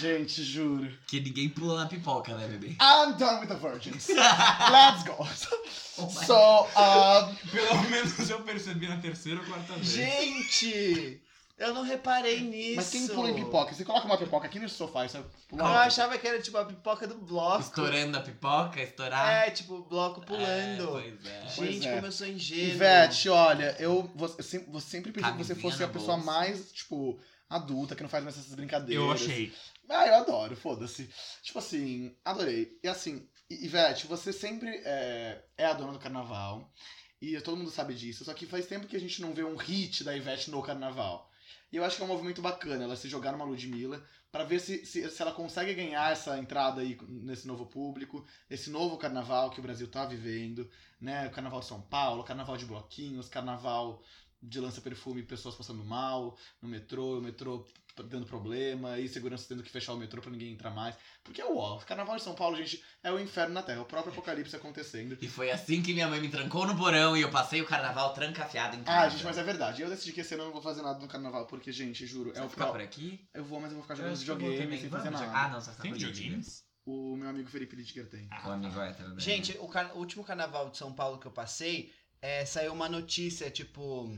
[SPEAKER 3] Gente, juro.
[SPEAKER 2] Que ninguém pula na pipoca, né, bebê?
[SPEAKER 3] I'm done with the virgins. Let's go.
[SPEAKER 2] Oh my
[SPEAKER 3] so, um,
[SPEAKER 1] Pelo menos eu percebi na terceira ou quarta vez.
[SPEAKER 4] Gente! Eu não reparei nisso.
[SPEAKER 3] mas quem pula em pipoca? Você coloca uma pipoca aqui nesse sofá é e você pula.
[SPEAKER 4] Eu achava que era tipo a pipoca do bloco.
[SPEAKER 2] Estourando a pipoca? Estourar?
[SPEAKER 4] É, tipo, o bloco
[SPEAKER 2] É,
[SPEAKER 4] pulando.
[SPEAKER 2] pois é.
[SPEAKER 3] Pois
[SPEAKER 4] Gente,
[SPEAKER 3] é.
[SPEAKER 4] como eu sou ingênuo.
[SPEAKER 3] Ivete, olha, eu, você, eu sempre, eu sempre pensei que você
[SPEAKER 2] Camisinha
[SPEAKER 3] fosse a
[SPEAKER 2] na
[SPEAKER 3] pessoa
[SPEAKER 2] bolsa.
[SPEAKER 3] mais, tipo, adulta, que não faz mais essas brincadeiras.
[SPEAKER 1] Eu achei.
[SPEAKER 3] Ah, eu adoro, foda-se. Tipo assim, adorei. E assim, I- Ivete, você sempre é, é a dona do carnaval. E todo mundo sabe disso. Só que faz tempo que a gente não vê um hit da Ivete no carnaval. E eu acho que é um movimento bacana ela se jogar numa Ludmilla pra ver se, se, se ela consegue ganhar essa entrada aí nesse novo público, esse novo carnaval que o Brasil tá vivendo, né? O carnaval de São Paulo, carnaval de bloquinhos, carnaval de lança-perfume, pessoas passando mal no metrô, o metrô dando problema, e segurança tendo que fechar o metrô pra ninguém entrar mais. Porque é o ó, carnaval de São Paulo, gente, é o inferno na Terra, é o próprio apocalipse acontecendo.
[SPEAKER 2] E foi assim que minha mãe me trancou no porão e eu passei o carnaval trancafiado em casa.
[SPEAKER 3] Ah, gente, mas é verdade. Eu decidi que esse ano eu não vou fazer nada no carnaval, porque, gente, juro,
[SPEAKER 2] Você
[SPEAKER 3] é
[SPEAKER 2] vai
[SPEAKER 3] o
[SPEAKER 2] ficar
[SPEAKER 3] pró.
[SPEAKER 2] por aqui?
[SPEAKER 3] Eu vou, mas eu vou ficar jogando
[SPEAKER 2] acho que eu vou
[SPEAKER 3] videogame
[SPEAKER 2] também.
[SPEAKER 3] sem
[SPEAKER 2] Vamos
[SPEAKER 3] fazer nada.
[SPEAKER 2] jogar- Ah, não, você vai ficar
[SPEAKER 1] Tem
[SPEAKER 2] por aqui,
[SPEAKER 1] videogames?
[SPEAKER 3] O meu amigo Felipe Lidger tem.
[SPEAKER 2] né? Com o amigo hétero dele.
[SPEAKER 4] Gente, o, car- o último carnaval de São Paulo que eu passei, é, saiu uma notícia, tipo...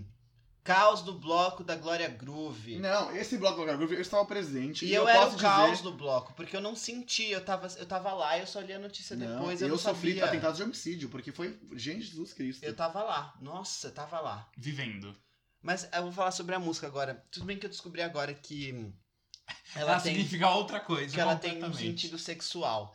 [SPEAKER 4] Caos do bloco da Glória Groove.
[SPEAKER 3] Não, esse bloco do Groove eu estava presente.
[SPEAKER 4] E eu, era
[SPEAKER 3] posso
[SPEAKER 4] o caos
[SPEAKER 3] dizer...
[SPEAKER 4] do bloco, porque eu não senti, eu tava, eu tava lá, eu só li a notícia
[SPEAKER 3] Não,
[SPEAKER 4] depois, eu,
[SPEAKER 3] eu
[SPEAKER 4] não
[SPEAKER 3] sofri
[SPEAKER 4] sabia.
[SPEAKER 3] atentado de homicídio, porque foi. Gente, Jesus Cristo.
[SPEAKER 4] Eu tava lá, nossa, eu tava lá.
[SPEAKER 1] Vivendo.
[SPEAKER 4] Mas eu vou falar sobre a música agora. Tudo bem que eu descobri agora que hum,
[SPEAKER 1] Ela,
[SPEAKER 4] ela tem,
[SPEAKER 1] significa outra coisa.
[SPEAKER 4] que ela tem um
[SPEAKER 1] completamente.
[SPEAKER 4] sentido sexual.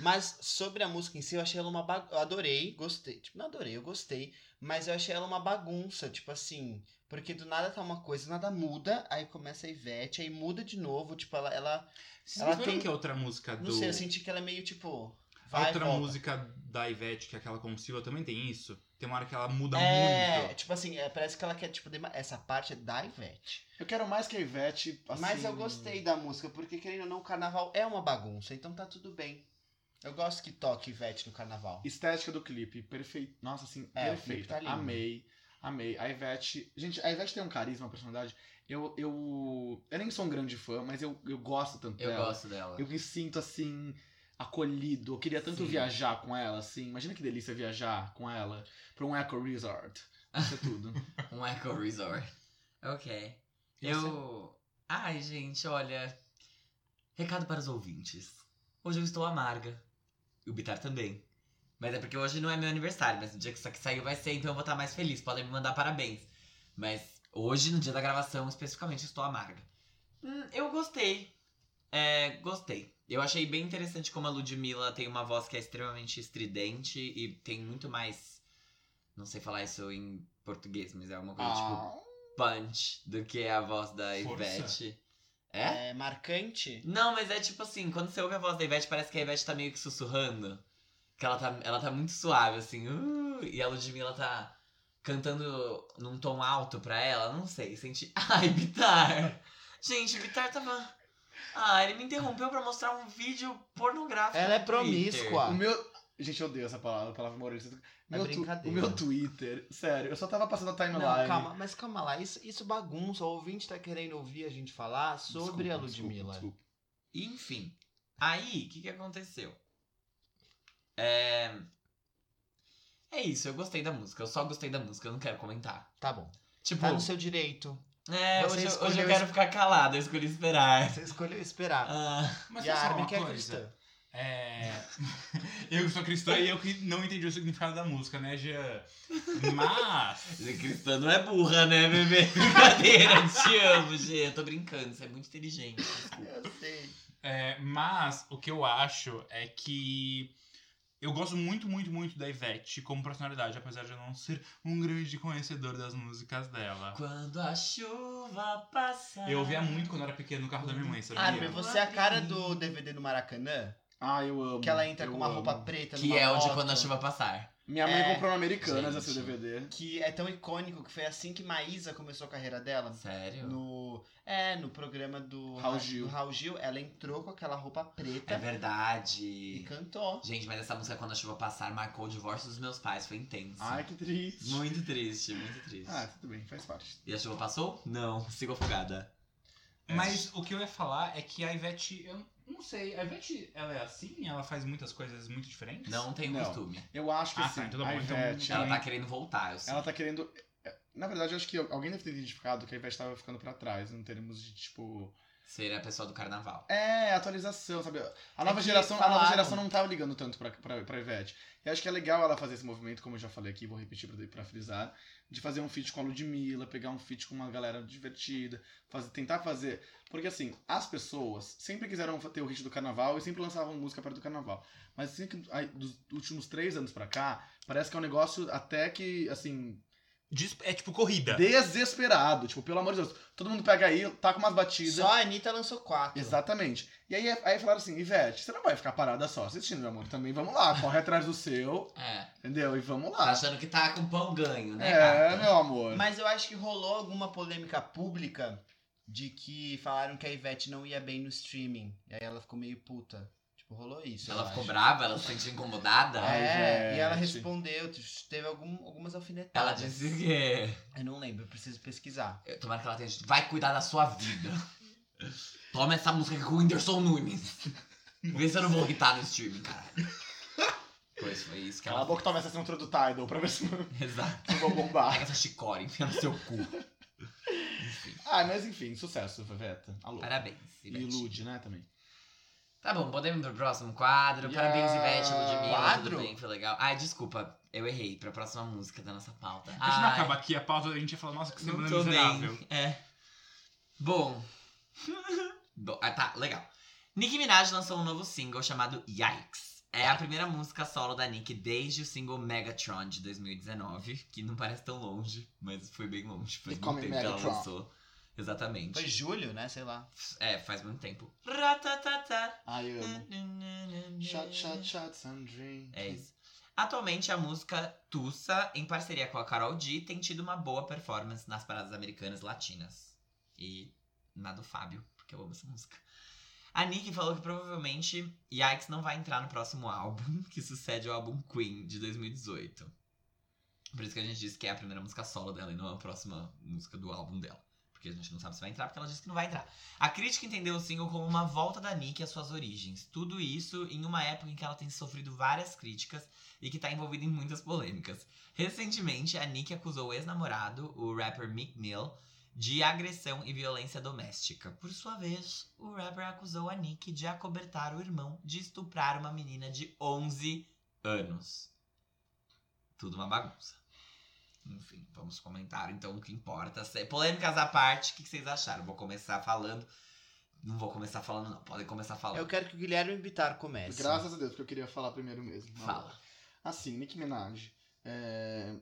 [SPEAKER 4] Mas sobre a música em si, eu achei ela uma bagunça. Eu adorei, gostei. Tipo, não adorei, eu gostei. Mas eu achei ela uma bagunça, tipo assim. Porque do nada tá uma coisa, nada muda, aí começa a Ivete, aí muda de novo. Tipo, ela. ela
[SPEAKER 1] Vocês
[SPEAKER 4] Ela
[SPEAKER 1] ela tem
[SPEAKER 4] tem-
[SPEAKER 1] que é outra música do.
[SPEAKER 4] não sei, eu senti que ela é meio tipo. Vai,
[SPEAKER 1] outra
[SPEAKER 4] volta.
[SPEAKER 1] música da Ivete, que é aquela com Silva, também tem isso. Tem uma hora que ela muda
[SPEAKER 4] É,
[SPEAKER 1] muito.
[SPEAKER 4] tipo assim, é, parece que ela quer, tipo, dema- essa parte é da Ivete.
[SPEAKER 3] Eu quero mais que a Ivete. Assim...
[SPEAKER 4] Mas eu gostei da música, porque querendo ou não, o carnaval é uma bagunça, então tá tudo bem. Eu gosto que toque Ivete no carnaval.
[SPEAKER 3] Estética do clipe, perfeito. Nossa, assim,
[SPEAKER 4] É, o clipe
[SPEAKER 3] perfeita.
[SPEAKER 4] tá lindo.
[SPEAKER 3] amei, amei. A Ivete. Gente, a Ivete tem um carisma, uma personalidade. Eu, eu, eu nem sou um grande fã, mas eu, eu gosto tanto
[SPEAKER 2] Eu
[SPEAKER 3] dela.
[SPEAKER 2] gosto dela.
[SPEAKER 3] Eu me sinto assim, acolhido. Eu queria tanto
[SPEAKER 2] Sim.
[SPEAKER 3] viajar com ela, assim. Imagina que delícia viajar com ela pra um Eco Resort. Isso é tudo.
[SPEAKER 2] Um Echo Resort. Ok. Eu. Ai, gente, olha. Recado para os ouvintes. Hoje eu estou amarga. E o Bitar também. Mas é porque hoje não é meu aniversário, mas no dia que isso aqui saiu vai ser, então eu vou estar mais feliz. Podem me mandar parabéns. Mas hoje, no dia da gravação, especificamente, eu estou amarga. Hum, eu gostei. É, gostei. Eu achei bem interessante como a Ludmilla tem uma voz que é extremamente estridente e tem muito mais. Não sei falar isso em português, mas é alguma coisa tipo
[SPEAKER 3] Ah,
[SPEAKER 2] punch do que a voz da
[SPEAKER 1] Força.
[SPEAKER 2] Ivete. É?
[SPEAKER 4] É marcante?
[SPEAKER 2] Não, mas é tipo assim, quando você ouve a voz da Ivete, parece que a Ivete tá meio que sussurrando. Que ela tá, ela tá muito suave, assim. uh, e a Ludmilla tá cantando num tom alto pra ela. Não sei, senti. Ai, Bitar! Gente, o Bitar tava. Ah, ele me interrompeu pra mostrar um vídeo pornográfico.
[SPEAKER 4] Ela é
[SPEAKER 2] no Twitter.
[SPEAKER 4] promíscoa.
[SPEAKER 3] Ah, o meu. Gente, eu odeio essa palavra, a palavra moralista. Meu tu-
[SPEAKER 4] É brincadeira.
[SPEAKER 3] O meu Twitter, sério, eu só tava passando a timeline.
[SPEAKER 4] Não, calma, mas calma lá. Isso, isso bagunça. O ouvinte tá querendo ouvir a gente falar sobre
[SPEAKER 3] Desculpa,
[SPEAKER 4] a
[SPEAKER 3] desculpa,
[SPEAKER 4] Ludmilla.
[SPEAKER 3] desculpa.
[SPEAKER 2] Enfim. Aí, o que, que aconteceu? É. É isso, eu gostei da música. Eu só gostei da música, eu não quero comentar.
[SPEAKER 4] Tá bom.
[SPEAKER 2] Tipo,
[SPEAKER 4] Tá no seu direito.
[SPEAKER 2] é,
[SPEAKER 4] Você
[SPEAKER 2] hoje, eu- hoje eu
[SPEAKER 4] escolheu
[SPEAKER 2] quero
[SPEAKER 4] es-
[SPEAKER 2] ficar calado, eu escolhi esperar.
[SPEAKER 4] Você escolheu esperar.
[SPEAKER 2] Ah,
[SPEAKER 1] Mas
[SPEAKER 4] e a
[SPEAKER 1] só
[SPEAKER 4] Armin
[SPEAKER 1] uma
[SPEAKER 4] que é
[SPEAKER 1] coisa.
[SPEAKER 4] cristã.
[SPEAKER 1] É. eu que sou cristã e eu que não entendi o significado da música, né, Jean? Mas.
[SPEAKER 2] ser cristã não é burra, né, bebê? Brincadeira, te amo, Gê. Eu tô brincando, você é muito inteligente. desculpa.
[SPEAKER 4] Eu sei.
[SPEAKER 1] É, mas o que eu acho é que eu gosto muito, muito, muito da Ivete como personalidade, apesar de eu não ser um grande conhecedor das músicas dela.
[SPEAKER 2] Quando a chuva passa.
[SPEAKER 1] Eu ouvia muito quando era pequeno no carro da minha mãe, sabia?
[SPEAKER 4] Armin, você é a cara do DVD do Maracanã?
[SPEAKER 3] Ah, eu amo.
[SPEAKER 4] Que ela entra
[SPEAKER 3] eu
[SPEAKER 4] com uma
[SPEAKER 3] amo.
[SPEAKER 4] roupa preta
[SPEAKER 2] Que
[SPEAKER 4] numa
[SPEAKER 2] é onde
[SPEAKER 4] moto,
[SPEAKER 2] quando a chuva passar.
[SPEAKER 3] Minha mãe
[SPEAKER 4] É,
[SPEAKER 3] comprou no Americanas
[SPEAKER 2] gente.
[SPEAKER 3] esse DVD.
[SPEAKER 4] Que é tão icônico que foi assim que Maísa começou a carreira dela.
[SPEAKER 2] Sério?
[SPEAKER 4] No, é, no programa do
[SPEAKER 3] Raul
[SPEAKER 4] do
[SPEAKER 3] Gil.
[SPEAKER 4] Raul Gil, ela entrou com aquela roupa preta
[SPEAKER 2] É
[SPEAKER 4] e
[SPEAKER 2] verdade.
[SPEAKER 4] cantou.
[SPEAKER 2] Gente, mas essa música Quando a Chuva Passar marcou o divórcio dos meus pais, foi intenso.
[SPEAKER 3] Ai, que triste.
[SPEAKER 2] Muito triste, muito triste.
[SPEAKER 3] Ah, tudo bem, faz parte.
[SPEAKER 2] E a chuva passou? Não, sigo afogada.
[SPEAKER 1] Mas o que eu ia falar é que a Ivete, eu não sei, a Ivete, ela é assim? Ela faz muitas coisas muito diferentes?
[SPEAKER 2] Não tenho
[SPEAKER 3] Não.
[SPEAKER 2] costume.
[SPEAKER 3] Eu acho que
[SPEAKER 1] Ah,
[SPEAKER 3] sim.
[SPEAKER 1] tá, tudo
[SPEAKER 3] a
[SPEAKER 1] bom, então-
[SPEAKER 3] Ivete,
[SPEAKER 2] Ela tá querendo voltar, eu sei.
[SPEAKER 3] ela tá querendo. Na verdade, eu acho que alguém deve ter identificado que a Ivete tava ficando pra trás, em termos de, tipo,
[SPEAKER 2] Ser a pessoa do carnaval.
[SPEAKER 3] É, atualização, sabe? A nova,
[SPEAKER 4] É que
[SPEAKER 3] geração, a
[SPEAKER 4] falaram-
[SPEAKER 3] nova geração não tava ligando tanto pra, pra, pra Ivete. E acho que é legal ela fazer esse movimento, como eu já falei aqui, vou repetir pra, pra frisar, de fazer um feat com a Ludmilla, pegar um feat com uma galera divertida, fazer, tentar fazer. Porque assim, as pessoas sempre quiseram fa- ter o hit do carnaval e sempre lançavam música perto do carnaval. Mas assim, que- aí, dos últimos três anos pra cá, parece que é um negócio até que, assim,
[SPEAKER 7] Dis- É tipo corrida.
[SPEAKER 3] desesperado. Tipo, pelo amor de Deus, todo mundo pega aí, taca umas batidas.
[SPEAKER 4] Só a Anitta lançou quatro.
[SPEAKER 3] Exatamente. E aí, aí falaram assim, Ivete, você não vai ficar parada só assistindo, meu amor. Também vamos lá, corre atrás do seu,
[SPEAKER 2] É.
[SPEAKER 3] entendeu? E vamos
[SPEAKER 2] Tá
[SPEAKER 3] lá.
[SPEAKER 2] achando que tá com pão ganho, né,
[SPEAKER 3] Ah. É,
[SPEAKER 2] gata?
[SPEAKER 3] meu amor.
[SPEAKER 4] Mas eu acho que rolou alguma polêmica pública de que falaram que a Ivete não ia bem no streaming. E aí ela ficou meio puta. Tipo, rolou isso. eu
[SPEAKER 2] Ela ficou
[SPEAKER 4] acho.
[SPEAKER 2] brava, ela se sentiu incomodada.
[SPEAKER 3] Ai,
[SPEAKER 4] É,
[SPEAKER 3] gente.
[SPEAKER 4] e ela respondeu, teve algum- algumas alfinetadas.
[SPEAKER 2] Ela disse que.
[SPEAKER 4] Eu não lembro, eu preciso pesquisar.
[SPEAKER 2] Tomara que ela tenha. dito, Vai cuidar da sua vida. Toma essa música aqui com o Whindersson Nunes. Vê se eu não vou irritar no streaming, caralho. Pois foi isso que
[SPEAKER 3] Cala
[SPEAKER 2] ela.
[SPEAKER 3] a boca e toma essa assinatura do Tidal pra ver se não
[SPEAKER 2] fez. Exato.
[SPEAKER 3] não vou bombar.
[SPEAKER 2] Pega essa chicória, enfia no seu cu.
[SPEAKER 3] Ah, mas enfim, sucesso, Iveta. Alô.
[SPEAKER 2] Parabéns,
[SPEAKER 3] E
[SPEAKER 2] Ivete.
[SPEAKER 3] Lud, né, também.
[SPEAKER 2] Tá bom, podemos ir pro próximo quadro.
[SPEAKER 3] Yeah.
[SPEAKER 2] Parabéns, Ivete, Ludmilla.
[SPEAKER 4] Quadro?
[SPEAKER 2] Tudo bem, foi legal. Ai, desculpa, eu errei pra próxima música da nossa pauta.
[SPEAKER 1] A gente não
[SPEAKER 2] Ai,
[SPEAKER 1] acaba aqui a pauta, a gente ia falar, nossa, que semana
[SPEAKER 2] não tô
[SPEAKER 1] miserável.
[SPEAKER 2] bem. É. Bom. Bom, ah, tá, legal. Nicki Minaj lançou um novo single chamado Yikes. É a primeira música solo da Nicki desde o single Megatron de 2019, que não parece tão longe, mas foi bem longe. Faz
[SPEAKER 3] Me
[SPEAKER 2] muito
[SPEAKER 3] come
[SPEAKER 2] tempo que ela
[SPEAKER 3] Megatron.
[SPEAKER 2] lançou. Exatamente.
[SPEAKER 4] Foi julho, né? Sei lá.
[SPEAKER 2] É, faz muito tempo. Ratatatá.
[SPEAKER 3] Ai, eu amo. Shot, shot, shot, some drink.
[SPEAKER 2] É isso. Atualmente, a música Tussa, em parceria com a Carol D, tem tido uma boa performance nas paradas americanas latinas. E na do Fábio, porque eu amo essa música. A Nick falou que provavelmente Yikes não vai entrar no próximo álbum, que sucede ao álbum Queen de 2018. Por isso que a gente disse que é a primeira música solo dela e não a próxima música do álbum dela. Porque a gente não sabe se vai entrar, porque ela disse que não vai entrar. A crítica entendeu o single como uma volta da Nick às suas origens. Tudo isso em uma época em que ela tem sofrido várias críticas e que tá envolvida em muitas polêmicas. Recentemente, a Nick acusou o ex-namorado, o rapper Meek Mill, de agressão e violência doméstica. Por sua vez, o rapper acusou a Nick de acobertar o irmão de estuprar uma menina de 11 anos. Tudo uma bagunça. Enfim, vamos comentar então o que importa. Se- Polêmicas à parte, o que que vocês acharam? Vou começar falando. Não vou começar falando, não. Podem começar falando.
[SPEAKER 4] Eu quero que o Guilherme Bittar comece.
[SPEAKER 3] Graças a Deus, porque eu queria falar primeiro mesmo.
[SPEAKER 2] Fala.
[SPEAKER 3] Assim, Nicki Minaj. É...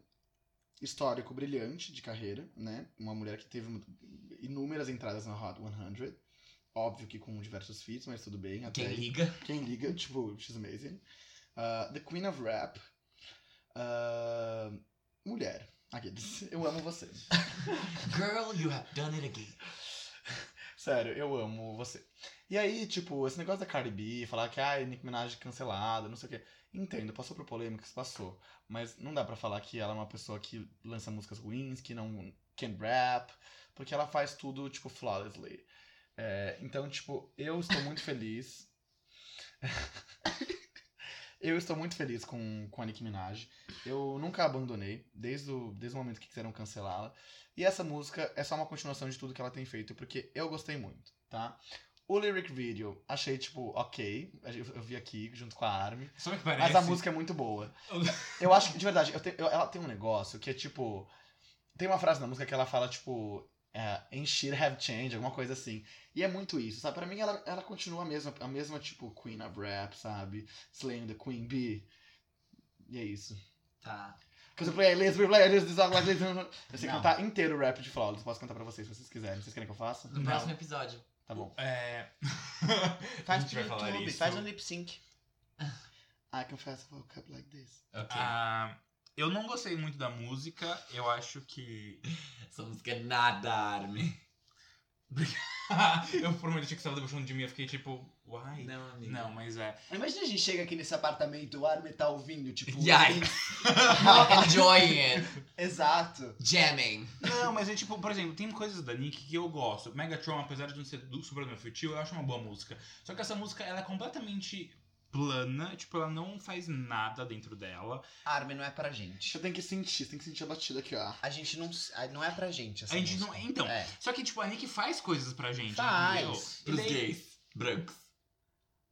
[SPEAKER 3] Histórico brilhante de carreira, né? Uma mulher que teve mu- inúmeras entradas na Hot 100. Óbvio que com diversos feats, mas tudo bem. Até
[SPEAKER 2] Quem
[SPEAKER 3] aí-
[SPEAKER 2] liga?
[SPEAKER 3] Quem liga, tipo, she's amazing. Ah, the Queen of Rap. Ah, mulher. Aqueles. Eu amo você.
[SPEAKER 2] Girl, you have done it again.
[SPEAKER 3] Sério, eu amo você. E aí, tipo, esse negócio da Cardi B, falar que, ai, Nick Minaj cancelada, não sei o quê. Entendo, passou por polêmicas, passou. Mas não dá pra falar que ela é uma pessoa que lança músicas ruins, que não can rap, porque ela faz tudo, tipo, flawlessly. É, então, tipo, eu estou muito feliz. eu estou muito feliz com, com a Nicki Minaj. Eu nunca abandonei, desde o, desde o momento que quiseram cancelá-la. E essa música é só uma continuação de tudo que ela tem feito, porque eu gostei muito, tá? O lyric video, achei, tipo, ok. Eu eu vi aqui junto com a Army.
[SPEAKER 1] Sabe o que parece?
[SPEAKER 3] Mas a música é muito boa. Eu acho que, de verdade, eu te- eu- ela tem um negócio que é tipo. Tem uma frase na música que ela fala, tipo. É, "And shit have changed, alguma coisa assim. E é muito isso, sabe? Pra mim, ela, ela continua a mesma, a mesma, tipo, Queen of Rap, sabe? Slaying the Queen Bee. E é isso.
[SPEAKER 2] Tá.
[SPEAKER 3] Cause we play let's we play let's this like this. Eu sei
[SPEAKER 4] Não.
[SPEAKER 3] cantar inteiro o rap de Flawless. Posso cantar pra vocês se vocês quiserem. Vocês querem que eu faça?
[SPEAKER 2] No próximo episódio.
[SPEAKER 3] Tá bom.
[SPEAKER 1] É. a
[SPEAKER 4] Faz
[SPEAKER 1] gente
[SPEAKER 4] pro
[SPEAKER 1] vai falar
[SPEAKER 4] YouTube,
[SPEAKER 1] isso.
[SPEAKER 4] faz um lip sync.
[SPEAKER 3] I confess I woke up like this.
[SPEAKER 2] Ok.
[SPEAKER 1] Ah, eu não gostei muito da música, eu acho que.
[SPEAKER 2] Essa música é nada, Armin.
[SPEAKER 1] eu por um momento achei que você tava debochando de mim, eu fiquei tipo, uai.
[SPEAKER 2] Não, amigo.
[SPEAKER 1] Não, mas é.
[SPEAKER 4] Imagina a gente chega aqui nesse apartamento, o Armin tá ouvindo, tipo...
[SPEAKER 2] Yikes. Like enjoying it.
[SPEAKER 4] Exato.
[SPEAKER 2] Jamming.
[SPEAKER 1] Não, mas é tipo, por exemplo, tem coisas da Nick que eu gosto. Megatron, apesar de não ser do super do meu feitio, eu acho uma boa música. Só que essa música, ela é completamente plana, tipo, ela não faz nada dentro dela.
[SPEAKER 4] Armin não é pra gente.
[SPEAKER 3] Você tem que sentir, você tem que sentir a batida aqui, ó.
[SPEAKER 4] A gente não. s- a- Não é pra gente essa
[SPEAKER 1] A gente não-
[SPEAKER 4] música.
[SPEAKER 1] então,
[SPEAKER 4] É.
[SPEAKER 1] Só que, tipo, a Nick faz coisas pra gente,
[SPEAKER 4] Faz. é
[SPEAKER 1] entendeu?
[SPEAKER 2] Pros
[SPEAKER 1] E daí-
[SPEAKER 2] gays brancos.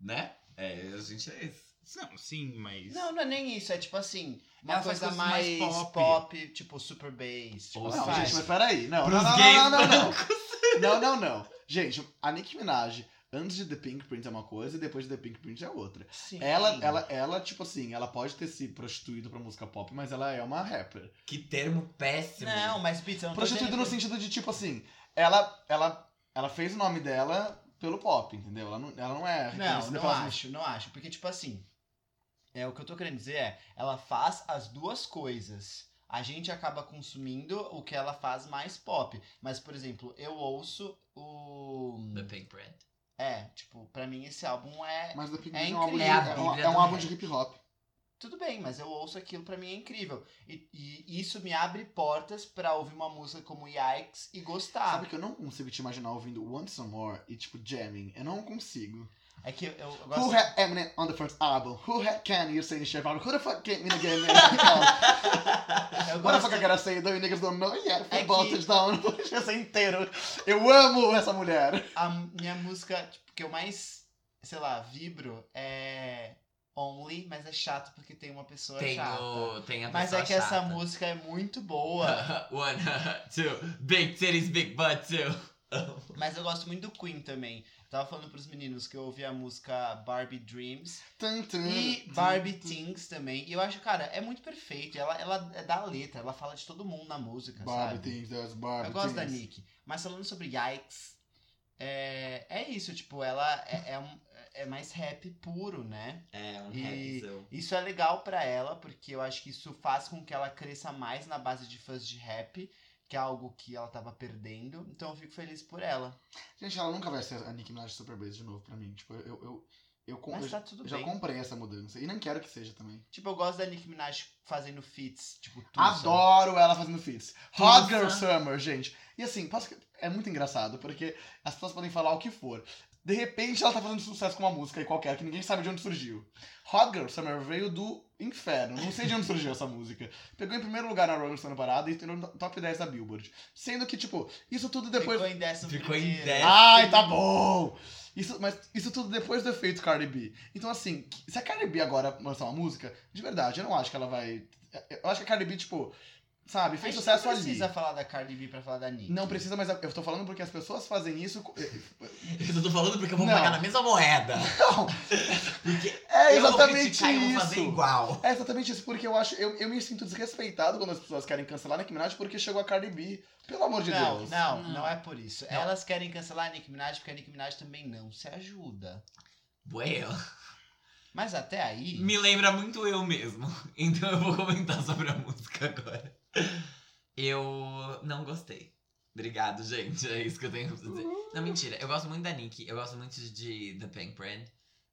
[SPEAKER 2] Né? É, a gente é esse.
[SPEAKER 1] Não, sim, mas...
[SPEAKER 4] Não, não é nem isso. É tipo assim, uma
[SPEAKER 1] Ela faz
[SPEAKER 4] coisa
[SPEAKER 1] coisas
[SPEAKER 4] mais,
[SPEAKER 1] mais
[SPEAKER 4] pop.
[SPEAKER 1] pop.
[SPEAKER 4] tipo super bass. Tipo,
[SPEAKER 2] Ou
[SPEAKER 4] ela
[SPEAKER 3] Não,
[SPEAKER 2] seja,
[SPEAKER 4] faz.
[SPEAKER 3] gente, mas peraí. Não,
[SPEAKER 2] Pros
[SPEAKER 3] não, não,
[SPEAKER 2] gays
[SPEAKER 3] não, não, não, não. Não, não, não. Gente, a Nicki Minaj, antes de The Pink Print é uma coisa e depois de The Pink Print é outra.
[SPEAKER 4] Sim.
[SPEAKER 3] Ela, ela, ela, tipo assim, ela pode ter se prostituído pra música pop, mas ela é uma rapper.
[SPEAKER 2] Que termo péssimo.
[SPEAKER 4] Não, mas Pizza, eu não tô
[SPEAKER 3] Prostituído no
[SPEAKER 4] dizendo...
[SPEAKER 3] sentido de, tipo assim, ela, ela, ela fez o nome dela pelo pop, entendeu? Ela não, ela não é
[SPEAKER 4] Não,
[SPEAKER 3] reconhecida
[SPEAKER 4] não
[SPEAKER 3] pelas
[SPEAKER 4] acho, não acho. Porque, tipo assim, é, o que eu tô querendo dizer é, ela faz as duas coisas. A gente acaba consumindo o que ela faz mais pop. Mas, por exemplo, eu ouço o.
[SPEAKER 2] The Pink Red.
[SPEAKER 4] É, tipo, pra mim esse álbum é.
[SPEAKER 3] Mas The Pink
[SPEAKER 4] É
[SPEAKER 3] Print é, um álbum de,
[SPEAKER 4] incrível.
[SPEAKER 2] É a
[SPEAKER 3] é um-
[SPEAKER 2] Bíblia
[SPEAKER 3] é um
[SPEAKER 2] do
[SPEAKER 3] álbum
[SPEAKER 2] rap.
[SPEAKER 3] de hip hop.
[SPEAKER 4] Tudo bem, mas eu ouço aquilo, pra mim é incrível. E, e isso me abre portas pra ouvir uma música como Yikes e gostar.
[SPEAKER 3] Sabe que eu não consigo te imaginar ouvindo Want Some More e, tipo, jamming. Eu não consigo.
[SPEAKER 4] É que eu, eu gosto.
[SPEAKER 3] Who had Eminem on the first album? Who had Kanye saying shit about it? Who the fuck came in the game? What
[SPEAKER 4] eu
[SPEAKER 3] the
[SPEAKER 4] gosto
[SPEAKER 3] fuck I gotta say though? You niggas don't know yet.
[SPEAKER 4] É
[SPEAKER 3] Football
[SPEAKER 4] que-
[SPEAKER 3] touchdown. Essa inteiro. Eu amo essa mulher.
[SPEAKER 4] a minha música tipo, que eu mais, sei lá, vibro é Only, mas é chato porque tem uma pessoa
[SPEAKER 2] Tem,
[SPEAKER 4] chata.
[SPEAKER 2] o, tem a
[SPEAKER 4] Mas é
[SPEAKER 2] pessoa
[SPEAKER 4] que essa
[SPEAKER 2] chata.
[SPEAKER 4] música é muito boa.
[SPEAKER 2] One, two, big titties, big butt, two.
[SPEAKER 4] mas eu gosto muito do Queen também. Tava falando pros meninos que eu ouvi a música Barbie Dreams
[SPEAKER 3] Tum, tum,
[SPEAKER 4] e
[SPEAKER 3] tum,
[SPEAKER 4] Barbie
[SPEAKER 3] tum.
[SPEAKER 4] Things também. E eu acho, cara, é muito perfeito. Ela, ela é da letra, ela fala de todo mundo na música,
[SPEAKER 3] Barbie
[SPEAKER 4] sabe?
[SPEAKER 3] things, there's Barbie
[SPEAKER 4] Eu gosto da
[SPEAKER 3] things.
[SPEAKER 4] Nick. Mas falando sobre Yikes, é, é isso, tipo, ela é, é, um- é mais rap puro, né?
[SPEAKER 2] É, um
[SPEAKER 4] E-
[SPEAKER 2] rapzão.
[SPEAKER 4] Isso é legal pra ela, porque eu acho que isso faz com que ela cresça mais na base de fãs de rap, que é algo que ela tava perdendo. Então eu fico feliz por ela.
[SPEAKER 3] Gente, ela nunca vai ser a Nicki Minaj Super Bass de novo pra mim. Tipo, eu, eu, eu, eu, com-
[SPEAKER 4] Mas
[SPEAKER 3] eu
[SPEAKER 4] tá
[SPEAKER 3] já-
[SPEAKER 4] tudo
[SPEAKER 3] eu já
[SPEAKER 4] bem.
[SPEAKER 3] comprei essa mudança. E não quero que seja também.
[SPEAKER 4] Tipo, eu gosto da Nicki Minaj fazendo feats, tipo, tudo.
[SPEAKER 3] Adoro ela fazendo feats. Hot
[SPEAKER 2] Tussa.
[SPEAKER 3] Girl Summer, gente. E assim, posso que- é muito engraçado, porque as pessoas podem falar o que for. De repente ela tá fazendo sucesso com uma música aí qualquer, que ninguém sabe de onde surgiu. Hot Girl Summer veio do inferno. Não sei de onde surgiu essa música. Pegou em primeiro lugar na Rolling Stone Parada e entrou no top 10 da Billboard. Sendo que, tipo, isso tudo depois.
[SPEAKER 4] Ficou em décimo
[SPEAKER 2] Ficou em
[SPEAKER 4] primeiro.
[SPEAKER 2] décimo.
[SPEAKER 3] Ai, tá bom! Isso, mas isso tudo depois do efeito Cardi B. Então, assim, se a Cardi B agora lançar uma música, de verdade, eu não acho que ela vai. Eu acho que a Cardi B, tipo, sabe,
[SPEAKER 4] A gente
[SPEAKER 3] fez sucesso
[SPEAKER 4] não
[SPEAKER 3] ali.
[SPEAKER 4] precisa falar da Cardi B pra falar da Nicki.
[SPEAKER 3] Não precisa, mas eu tô falando porque as pessoas fazem isso. co- eh,
[SPEAKER 2] Eu tô falando porque eu vou
[SPEAKER 3] Não.
[SPEAKER 2] pagar na mesma moeda.
[SPEAKER 3] Não!
[SPEAKER 2] Porque
[SPEAKER 3] É
[SPEAKER 2] eu vou
[SPEAKER 3] exatamente
[SPEAKER 2] criticar e vou fazer
[SPEAKER 3] isso!
[SPEAKER 2] igual.
[SPEAKER 3] É exatamente isso, porque eu acho. Eu, eu me sinto desrespeitado quando as pessoas querem cancelar a Nicki Minaj porque chegou a Cardi B. Pelo amor de
[SPEAKER 4] não,
[SPEAKER 3] Deus.
[SPEAKER 4] não,
[SPEAKER 2] Não.
[SPEAKER 4] não é por isso. Elas querem cancelar a Nicki Minaj porque a Nicki Minaj também não se ajuda.
[SPEAKER 2] Well,
[SPEAKER 4] Mas até aí.
[SPEAKER 2] me lembra muito eu mesmo. Então eu vou comentar sobre a música agora. Eu não gostei. Obrigado, gente. É isso que eu tenho pra dizer. Não, mentira. Eu gosto muito da Nick. Eu gosto muito de The Pink Brand.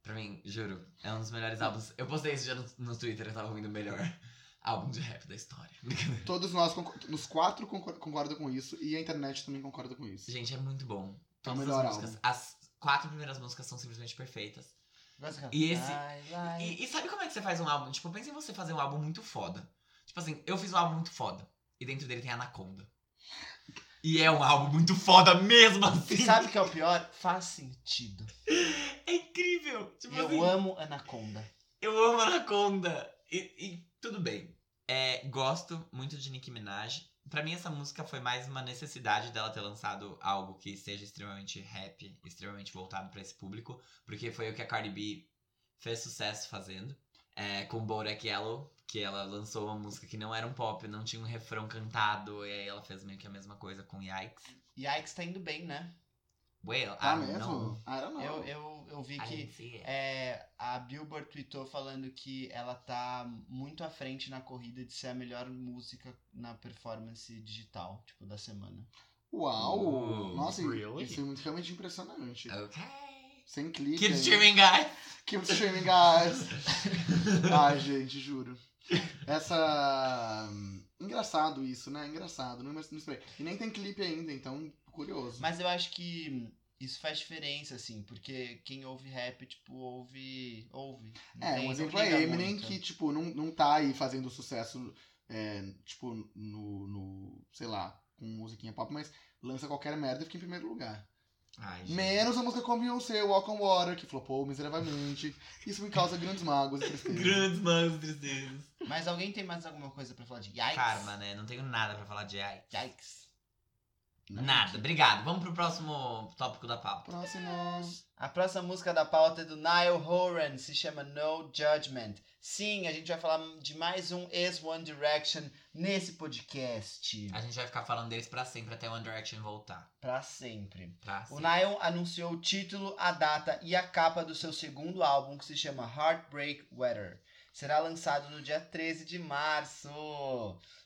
[SPEAKER 2] Pra mim, juro, é um dos melhores álbuns. Eu postei esse dia no, no Twitter, eu tava ouvindo o melhor álbum de rap da história. Brincadeira.
[SPEAKER 3] Todos nós, concor- nos quatro, concor- concordam com isso e a internet também concorda com isso.
[SPEAKER 2] Gente, é muito bom.
[SPEAKER 3] É o
[SPEAKER 2] Todas
[SPEAKER 3] melhor
[SPEAKER 2] as músicas. As quatro primeiras músicas são simplesmente perfeitas.
[SPEAKER 4] Gosta daquela-
[SPEAKER 2] E esse-
[SPEAKER 4] Ai, ai.
[SPEAKER 2] E, e sabe como é que você faz um álbum? Tipo, pensa em você fazer um álbum muito foda. Tipo assim, eu fiz um álbum muito foda. E dentro dele tem Anaconda. E é um álbum muito foda mesmo assim.
[SPEAKER 4] E sabe o que é o pior? Faz sentido.
[SPEAKER 2] É incrível. Tipo
[SPEAKER 4] eu
[SPEAKER 2] assim,
[SPEAKER 4] amo Anaconda.
[SPEAKER 2] eu amo Anaconda. E, e tudo bem. É, gosto muito de Nicki Minaj. Pra mim, essa música foi mais uma necessidade dela ter lançado algo que seja extremamente rap, extremamente voltado pra esse público. Porque foi o que a Cardi B fez sucesso fazendo. É, com Bodak Yellow, que ela lançou uma música que não era um pop, não tinha um refrão cantado. E aí ela fez meio que a mesma coisa com Yikes.
[SPEAKER 4] Yikes tá indo bem, né?
[SPEAKER 2] Well,
[SPEAKER 3] Tá
[SPEAKER 2] I don't know.
[SPEAKER 3] mesmo? I don't know.
[SPEAKER 4] Ah, Eu, eu, eu vi
[SPEAKER 2] I
[SPEAKER 4] que
[SPEAKER 2] didn't see it.
[SPEAKER 4] é, a Billboard tweetou falando que ela tá muito à frente na corrida de ser a melhor música na performance digital, tipo, da semana.
[SPEAKER 3] Uau!
[SPEAKER 4] Hum,
[SPEAKER 2] Uh,
[SPEAKER 3] Nossa,
[SPEAKER 1] really?
[SPEAKER 3] isso é muito, realmente
[SPEAKER 4] Ah.
[SPEAKER 3] impressionante.
[SPEAKER 2] Ok.
[SPEAKER 3] Sem clique.
[SPEAKER 2] Keep
[SPEAKER 3] hein?
[SPEAKER 2] streaming, guys!
[SPEAKER 3] Keep streaming, guys! Ai, gente, juro. Essa. hum, Engraçado isso, né? Engraçado. Não, mas não sei. E nem tem clipe ainda, então curioso.
[SPEAKER 4] Mas eu acho que Isso faz diferença, assim, porque quem ouve rap, tipo, ouve. ouve. Não
[SPEAKER 3] É,
[SPEAKER 4] tem-
[SPEAKER 3] um
[SPEAKER 4] não
[SPEAKER 3] exemplo é
[SPEAKER 4] liga
[SPEAKER 3] Eminem
[SPEAKER 4] muito.
[SPEAKER 3] que, tipo, não, não tá aí fazendo sucesso, é, tipo, no, no, sei lá, com musiquinha pop, mas lança qualquer merda e fica em primeiro lugar.
[SPEAKER 2] Ai, gente.
[SPEAKER 3] Menos a música com a Beyoncé, Walk on Water, que flopou miseravelmente. Isso me causa grandes magos e tristeza.
[SPEAKER 2] Grandes manos tristezas.
[SPEAKER 4] Mas alguém tem mais alguma coisa pra falar de Yikes?
[SPEAKER 2] Karma, né? Não tenho nada pra falar de ai.
[SPEAKER 4] Yikes.
[SPEAKER 2] Nada. Obrigado. Vamos pro próximo tópico da pauta.
[SPEAKER 3] Próximo.
[SPEAKER 4] A próxima música da pauta é do Niall Horan, se chama No Judgment. Sim, a gente vai falar de mais um ex One Direction nesse podcast.
[SPEAKER 2] A gente vai ficar falando deles pra sempre até One Direction voltar.
[SPEAKER 4] Pra sempre.
[SPEAKER 2] Pra
[SPEAKER 4] O
[SPEAKER 2] sempre.
[SPEAKER 4] Niall anunciou o título, a data e a capa do seu segundo álbum, que se chama Heartbreak Weather. Será lançado no dia 13 de março.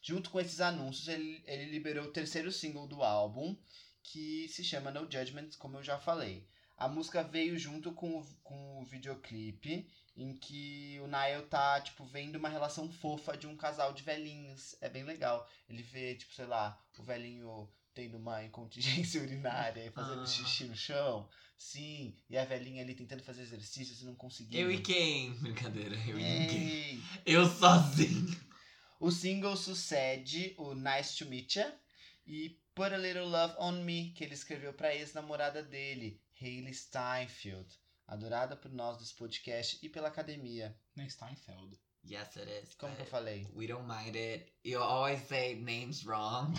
[SPEAKER 4] Junto com esses anúncios, ele, ele liberou o terceiro single do álbum, que se chama No Judgment, como eu já falei. A música veio junto com o, com o videoclipe, em que o Niall tá, tipo, vendo uma relação fofa de um casal de velhinhos. É bem legal. Ele vê, tipo, sei lá, o velhinho tendo uma incontinência urinária e fazendo
[SPEAKER 2] Ah.
[SPEAKER 4] xixi no chão. Sim, e a velhinha ali tentando fazer exercícios e não conseguindo.
[SPEAKER 2] Eu e quem? Brincadeira. Eu
[SPEAKER 4] É.
[SPEAKER 2] e ninguém.
[SPEAKER 4] Ei.
[SPEAKER 2] Eu sozinho.
[SPEAKER 4] O single sucede o Nice to Meet Ya e Put a Little Love on Me, que ele escreveu para ex-namorada dele, Hailey Steinfeld, adorada por nós desse podcast e pela academia.
[SPEAKER 1] Na é Steinfeld.
[SPEAKER 2] Yes, it is.
[SPEAKER 4] Como que eu
[SPEAKER 2] but
[SPEAKER 4] falei?
[SPEAKER 2] We don't mind it. You always say names wrong.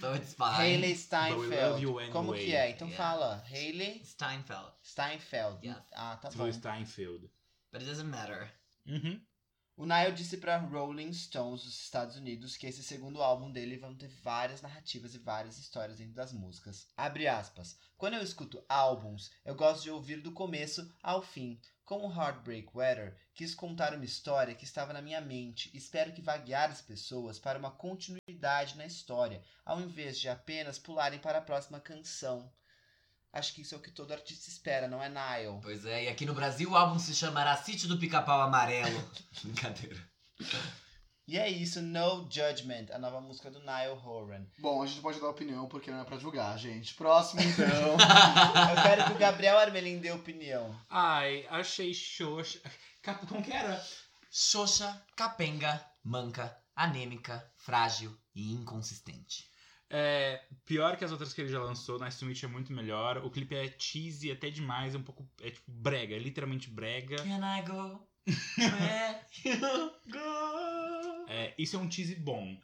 [SPEAKER 2] so it's fine.
[SPEAKER 4] Hailey
[SPEAKER 1] But we love
[SPEAKER 4] Steinfeld.
[SPEAKER 1] you
[SPEAKER 4] Como
[SPEAKER 1] anyway.
[SPEAKER 4] que é? Então
[SPEAKER 2] Yeah.
[SPEAKER 4] fala. Hailey
[SPEAKER 2] Steinfeld.
[SPEAKER 4] Steinfeld.
[SPEAKER 2] Yes.
[SPEAKER 4] Ah, tá
[SPEAKER 1] Você falou
[SPEAKER 4] bom.
[SPEAKER 1] Steinfeld.
[SPEAKER 2] But it doesn't matter.
[SPEAKER 1] Uhum.
[SPEAKER 4] O Niall disse para Rolling Stones dos Estados Unidos que esse segundo álbum dele vão ter várias narrativas e várias histórias dentro das músicas. Abre aspas. Quando eu escuto álbuns, eu gosto de ouvir do começo ao fim. Com o Heartbreak Weather, quis contar uma história que estava na minha mente. Espero que vá guiar as pessoas para uma continuidade na história, ao invés de apenas pularem para a próxima canção. Acho que isso é o que todo artista espera, não é, Niall?
[SPEAKER 2] Pois é, e aqui no Brasil o álbum se chamará Sítio do Pica-Pau Amarelo. Brincadeira.
[SPEAKER 4] E é isso, No Judgment, a nova música do Niall Horan.
[SPEAKER 3] Bom, a gente pode dar opinião porque não é pra julgar, gente. Próximo, então.
[SPEAKER 4] Eu quero que o Gabriel Armelin dê opinião.
[SPEAKER 1] Ai, achei xoxa. Cap- Como que era?
[SPEAKER 2] Xoxa, capenga, manca, anêmica, frágil e inconsistente.
[SPEAKER 1] É, pior que as outras que ele já lançou, Nice to Meet You é muito melhor. O clipe é cheesy até demais, é um pouco. É tipo brega, é literalmente brega.
[SPEAKER 2] Can I go? Where you go?
[SPEAKER 1] É, isso é um cheesy bom.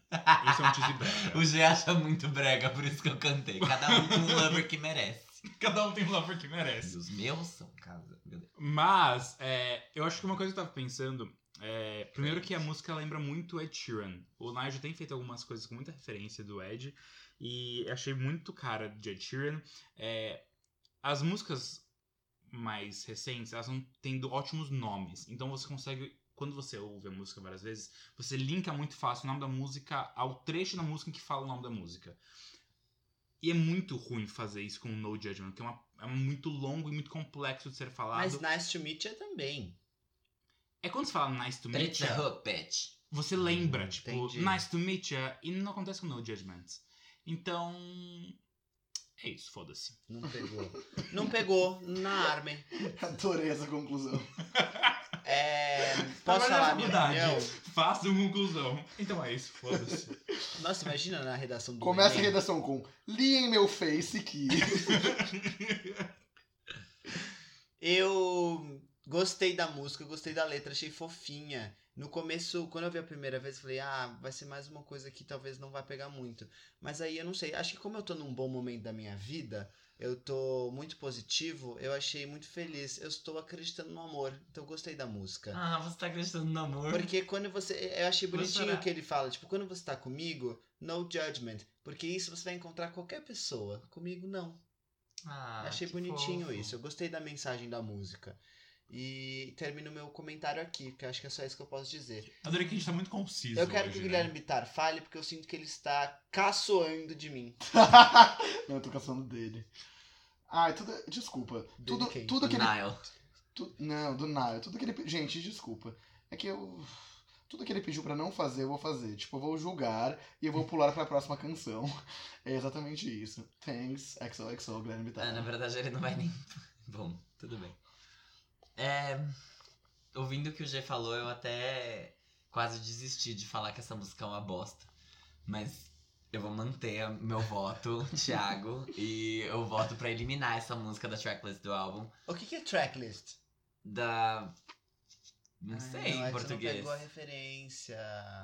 [SPEAKER 1] Isso é um cheesy brega.
[SPEAKER 2] O G acha muito brega, por isso que eu cantei. Cada um tem um lover que merece.
[SPEAKER 1] Cada um tem o lover que
[SPEAKER 2] E
[SPEAKER 1] merece.
[SPEAKER 2] os meus são casa. Meu Deus.
[SPEAKER 1] Mas, é, eu acho que uma coisa que eu tava pensando. é, primeiro que a música lembra muito Ed Sheeran. O Nigel já tem feito algumas coisas com muita referência do Ed. E achei muito cara de Ed Sheeran. É, as músicas mais recentes, elas estão tendo ótimos nomes. Então você consegue, quando você ouve a música várias vezes, você linka muito fácil o nome da música ao trecho da música em que fala o nome da música. E é muito ruim fazer isso com No Judgment, que é, uma- é muito longo e muito complexo de ser falado.
[SPEAKER 4] Mas Nice to Meet You também.
[SPEAKER 1] É quando você fala nice to meet
[SPEAKER 2] Pretty
[SPEAKER 1] ya,
[SPEAKER 2] hook, bitch.
[SPEAKER 1] você lembra, tipo,
[SPEAKER 4] Hum, entendi.
[SPEAKER 1] nice to meet ya, e não acontece com no judgments. Então. É isso, foda-se.
[SPEAKER 4] Não pegou. Não pegou na Armin.
[SPEAKER 3] Adorei essa conclusão.
[SPEAKER 4] É, posso falar a minha opinião?
[SPEAKER 1] Faça uma conclusão. Então é isso, foda-se.
[SPEAKER 4] Nossa, imagina na redação do
[SPEAKER 3] Começa a
[SPEAKER 4] Enem.
[SPEAKER 3] redação com Li em meu face que.
[SPEAKER 4] Eu gostei da música, gostei da letra, achei fofinha. No começo, quando eu vi a primeira vez, eu falei, ah, vai ser mais uma coisa que talvez não vai pegar muito. Mas aí eu não sei, acho que como eu tô num bom momento da minha vida, eu tô muito positivo, eu achei muito feliz, eu estou acreditando no amor, então eu gostei da música.
[SPEAKER 2] Ah, você tá acreditando no amor?
[SPEAKER 4] Porque quando você. Eu achei
[SPEAKER 2] Vou
[SPEAKER 4] bonitinho
[SPEAKER 2] chorar.
[SPEAKER 4] o que ele fala, tipo, quando você tá comigo, no judgment. Porque isso você vai encontrar qualquer pessoa. Comigo, não.
[SPEAKER 2] Ah,
[SPEAKER 4] achei
[SPEAKER 2] que
[SPEAKER 4] bonitinho
[SPEAKER 2] fofo.
[SPEAKER 4] isso. Eu gostei da mensagem da música. E termino meu comentário aqui, porque eu acho que é só isso que eu posso dizer.
[SPEAKER 1] Adorei que a gente tá muito conciso.
[SPEAKER 4] eu quero
[SPEAKER 1] hoje,
[SPEAKER 4] que o
[SPEAKER 1] né?
[SPEAKER 4] Guilherme Bittar fale, porque eu sinto que ele está caçoando de mim.
[SPEAKER 3] não, eu tô caçando dele. Ai, tudo. Desculpa. Tudo,
[SPEAKER 4] quem?
[SPEAKER 3] tudo que ele
[SPEAKER 2] Nile.
[SPEAKER 3] Tu- Não, do nada. Tudo que ele. Gente, desculpa. É que eu. Tudo que ele pediu pra não fazer, eu vou fazer. Tipo, eu vou julgar e eu vou pular pra próxima canção. É exatamente isso. Thanks, XOXO, Guilherme
[SPEAKER 2] Ah, na
[SPEAKER 3] Bittar.
[SPEAKER 2] verdade ele não vai nem. Bom, tudo bem. É, Ouvindo o que o G falou, eu até quase desisti de falar que essa música é uma bosta. Mas eu vou manter a- meu voto, Thiago, e eu voto pra eliminar essa música da tracklist do álbum.
[SPEAKER 4] O que, que é tracklist?
[SPEAKER 2] Da. Não sei
[SPEAKER 4] Ai, não, é
[SPEAKER 2] em
[SPEAKER 4] que Você não
[SPEAKER 2] português.
[SPEAKER 4] pegou a referência.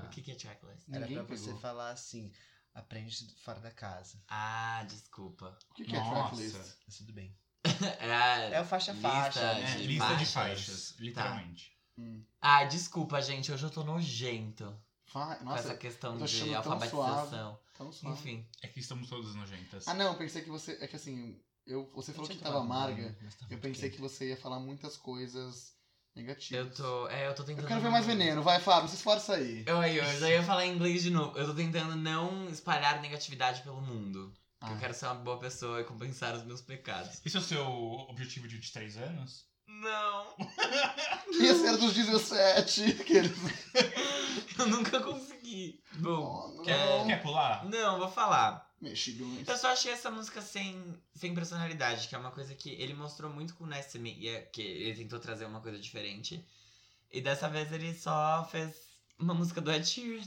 [SPEAKER 2] O que que é tracklist?
[SPEAKER 4] Era
[SPEAKER 3] Ninguém
[SPEAKER 4] pra você
[SPEAKER 3] pegou.
[SPEAKER 4] falar assim: aprende fora da casa.
[SPEAKER 2] Ah, desculpa.
[SPEAKER 3] O que, que é
[SPEAKER 1] Nossa.
[SPEAKER 3] tracklist?
[SPEAKER 4] Mas tudo bem.
[SPEAKER 2] É
[SPEAKER 4] É o
[SPEAKER 2] Lista
[SPEAKER 4] faixa-faixa.
[SPEAKER 1] É,
[SPEAKER 4] né?
[SPEAKER 2] de
[SPEAKER 1] lista de
[SPEAKER 2] faixas.
[SPEAKER 1] faixas,
[SPEAKER 2] Tá.
[SPEAKER 1] literalmente.
[SPEAKER 3] Hum.
[SPEAKER 2] Ah, desculpa, gente. Hoje eu tô nojento
[SPEAKER 3] Fa-
[SPEAKER 2] com essa
[SPEAKER 3] Nossa,
[SPEAKER 2] questão
[SPEAKER 3] eu tô achando
[SPEAKER 2] de
[SPEAKER 3] tão
[SPEAKER 2] alfabetização.
[SPEAKER 3] tão suave.
[SPEAKER 2] Enfim.
[SPEAKER 1] É que estamos todas nojentas.
[SPEAKER 3] Ah, não, pensei que você. É que assim, eu, você falou que
[SPEAKER 4] Tinha
[SPEAKER 3] tava
[SPEAKER 4] tomado um
[SPEAKER 3] amarga.
[SPEAKER 2] né?
[SPEAKER 4] banho, mas tá
[SPEAKER 3] Eu
[SPEAKER 4] muito
[SPEAKER 3] pensei
[SPEAKER 4] quente.
[SPEAKER 3] que você ia falar muitas coisas negativas.
[SPEAKER 2] Eu tô. É, eu tô tentando.
[SPEAKER 3] Eu quero ver mais veneno, vai, Fábio, se esforça aí.
[SPEAKER 2] Eu, aí, eu já ia falar em inglês de novo. Eu tô tentando não espalhar negatividade pelo mundo. Porque
[SPEAKER 3] Ah.
[SPEAKER 2] Eu quero ser uma boa pessoa e compensar os meus pecados.
[SPEAKER 1] Esse é o seu objetivo de 23 anos?
[SPEAKER 2] Não!
[SPEAKER 3] Ia ser dos 17. Aqueles...
[SPEAKER 2] Eu nunca consegui. Bom.
[SPEAKER 3] Oh, não.
[SPEAKER 2] Quer-
[SPEAKER 1] Quer pular?
[SPEAKER 2] Não, vou falar.
[SPEAKER 3] Mexilhões.
[SPEAKER 2] Eu só achei essa música sem, sem personalidade, que é uma coisa que ele mostrou muito com o Nest Me, e é que ele tentou trazer uma coisa diferente. E dessa vez ele só fez uma música do Ed Sheeran.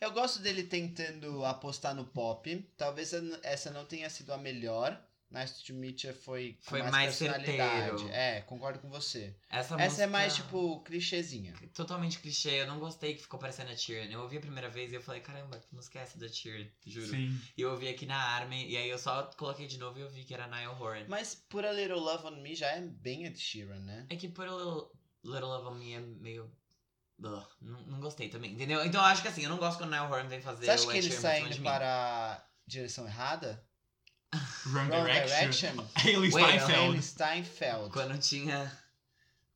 [SPEAKER 4] Eu gosto dele tentando apostar no pop. Talvez eu n- essa não tenha sido a melhor. Nice to meet you foi com
[SPEAKER 2] Foi
[SPEAKER 4] mais,
[SPEAKER 2] mais
[SPEAKER 4] personalidade.
[SPEAKER 2] certeiro.
[SPEAKER 4] É, concordo com você.
[SPEAKER 2] Essa,
[SPEAKER 4] essa é
[SPEAKER 2] música-
[SPEAKER 4] mais, tipo, clichêzinha.
[SPEAKER 2] Totalmente clichê, eu não gostei que ficou parecendo a Sheeran. Eu ouvi a primeira vez e eu falei, caramba, que música é essa da Sheeran? Juro.
[SPEAKER 1] Sim.
[SPEAKER 2] E eu ouvi aqui na Armin, e aí eu só coloquei de novo e eu vi que era Niall Horan.
[SPEAKER 4] Mas por A Little Love on Me já é bem Ed Sheeran, né?
[SPEAKER 2] É que por Little, Little Love on Me é meio... Ugh, não, não gostei também, entendeu? Então eu acho que assim, eu não gosto quando o Niall Horan vem fazer
[SPEAKER 4] Você acha
[SPEAKER 2] o
[SPEAKER 4] que
[SPEAKER 2] Ed
[SPEAKER 4] ele
[SPEAKER 2] Sheeran
[SPEAKER 4] está
[SPEAKER 2] pra cima de
[SPEAKER 4] indo
[SPEAKER 2] mim.
[SPEAKER 4] para a direção errada?
[SPEAKER 1] Wrong
[SPEAKER 4] Wrong
[SPEAKER 1] Direction.
[SPEAKER 4] direction?
[SPEAKER 1] Hayley
[SPEAKER 2] Wait,
[SPEAKER 1] Steinfeld.
[SPEAKER 4] Ele Steinfeld.
[SPEAKER 2] Quando tinha.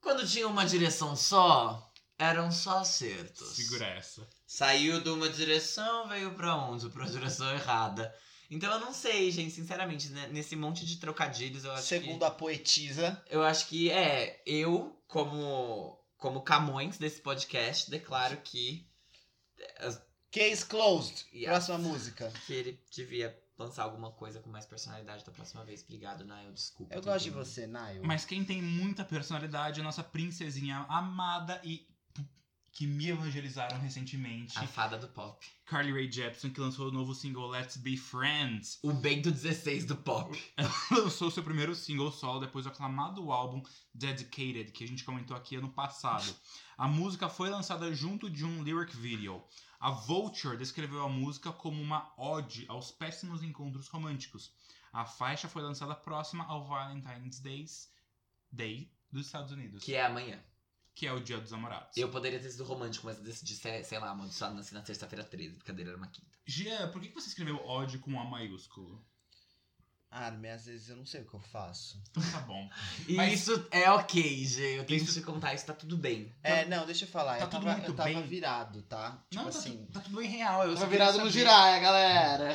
[SPEAKER 2] Quando tinha uma direção só, eram só acertos.
[SPEAKER 1] Segura essa.
[SPEAKER 2] Saiu de uma direção, veio pra onde? Pra direção errada. Então eu não sei, gente, sinceramente, né, nesse monte de trocadilhos, eu acho
[SPEAKER 4] Segundo
[SPEAKER 2] que.
[SPEAKER 4] a poetisa.
[SPEAKER 2] Eu acho que é, eu, como. como Camões desse podcast, declaro que,
[SPEAKER 4] Case closed.
[SPEAKER 2] Yes.
[SPEAKER 4] Próxima música.
[SPEAKER 2] que ele devia lançar alguma coisa com mais personalidade da próxima vez. Obrigado, Nael. Desculpa.
[SPEAKER 4] Eu
[SPEAKER 2] tô
[SPEAKER 4] gosto de
[SPEAKER 2] entendendo.
[SPEAKER 4] você, Nayo.
[SPEAKER 1] Mas quem tem muita personalidade é a nossa princesinha amada e que me evangelizaram recentemente.
[SPEAKER 2] A fada do pop.
[SPEAKER 1] Carly Rae Jepsen, que lançou o novo single Let's Be Friends.
[SPEAKER 2] O bento 16 do pop.
[SPEAKER 1] lançou seu primeiro single solo depois do aclamado álbum Dedicated, que a gente comentou aqui ano passado. A música foi lançada junto de um lyric video. A Vulture descreveu a música como uma ode aos péssimos encontros românticos. A faixa foi lançada próxima ao Valentine's Days, Day dos Estados Unidos,
[SPEAKER 2] Que é amanhã.
[SPEAKER 1] que é o Dia dos Namorados.
[SPEAKER 2] Eu poderia ter sido romântico, mas eu decidi ser, sei lá, amaldiçoado nasci na terça-feira 13. Brincadeira, era uma quinta.
[SPEAKER 1] Gia, por que você escreveu ode com A maiúsculo?
[SPEAKER 4] Ah, mas às vezes eu não sei o que eu faço.
[SPEAKER 1] Então tá bom.
[SPEAKER 2] E
[SPEAKER 1] Mas-
[SPEAKER 2] isso é ok, G. Eu tenho
[SPEAKER 1] Isso-
[SPEAKER 2] que te contar, isso tá tudo bem.
[SPEAKER 4] É, não, deixa eu falar.
[SPEAKER 1] tá
[SPEAKER 4] eu
[SPEAKER 1] tudo
[SPEAKER 4] tava,
[SPEAKER 1] muito
[SPEAKER 4] eu tava
[SPEAKER 1] bem.
[SPEAKER 4] virado, tá? Tipo
[SPEAKER 1] Não, tá,
[SPEAKER 4] assim.
[SPEAKER 1] tu- tá tudo bem real. Eu só
[SPEAKER 3] Tava
[SPEAKER 1] queria
[SPEAKER 3] virado no
[SPEAKER 1] saber-
[SPEAKER 3] giraia, galera.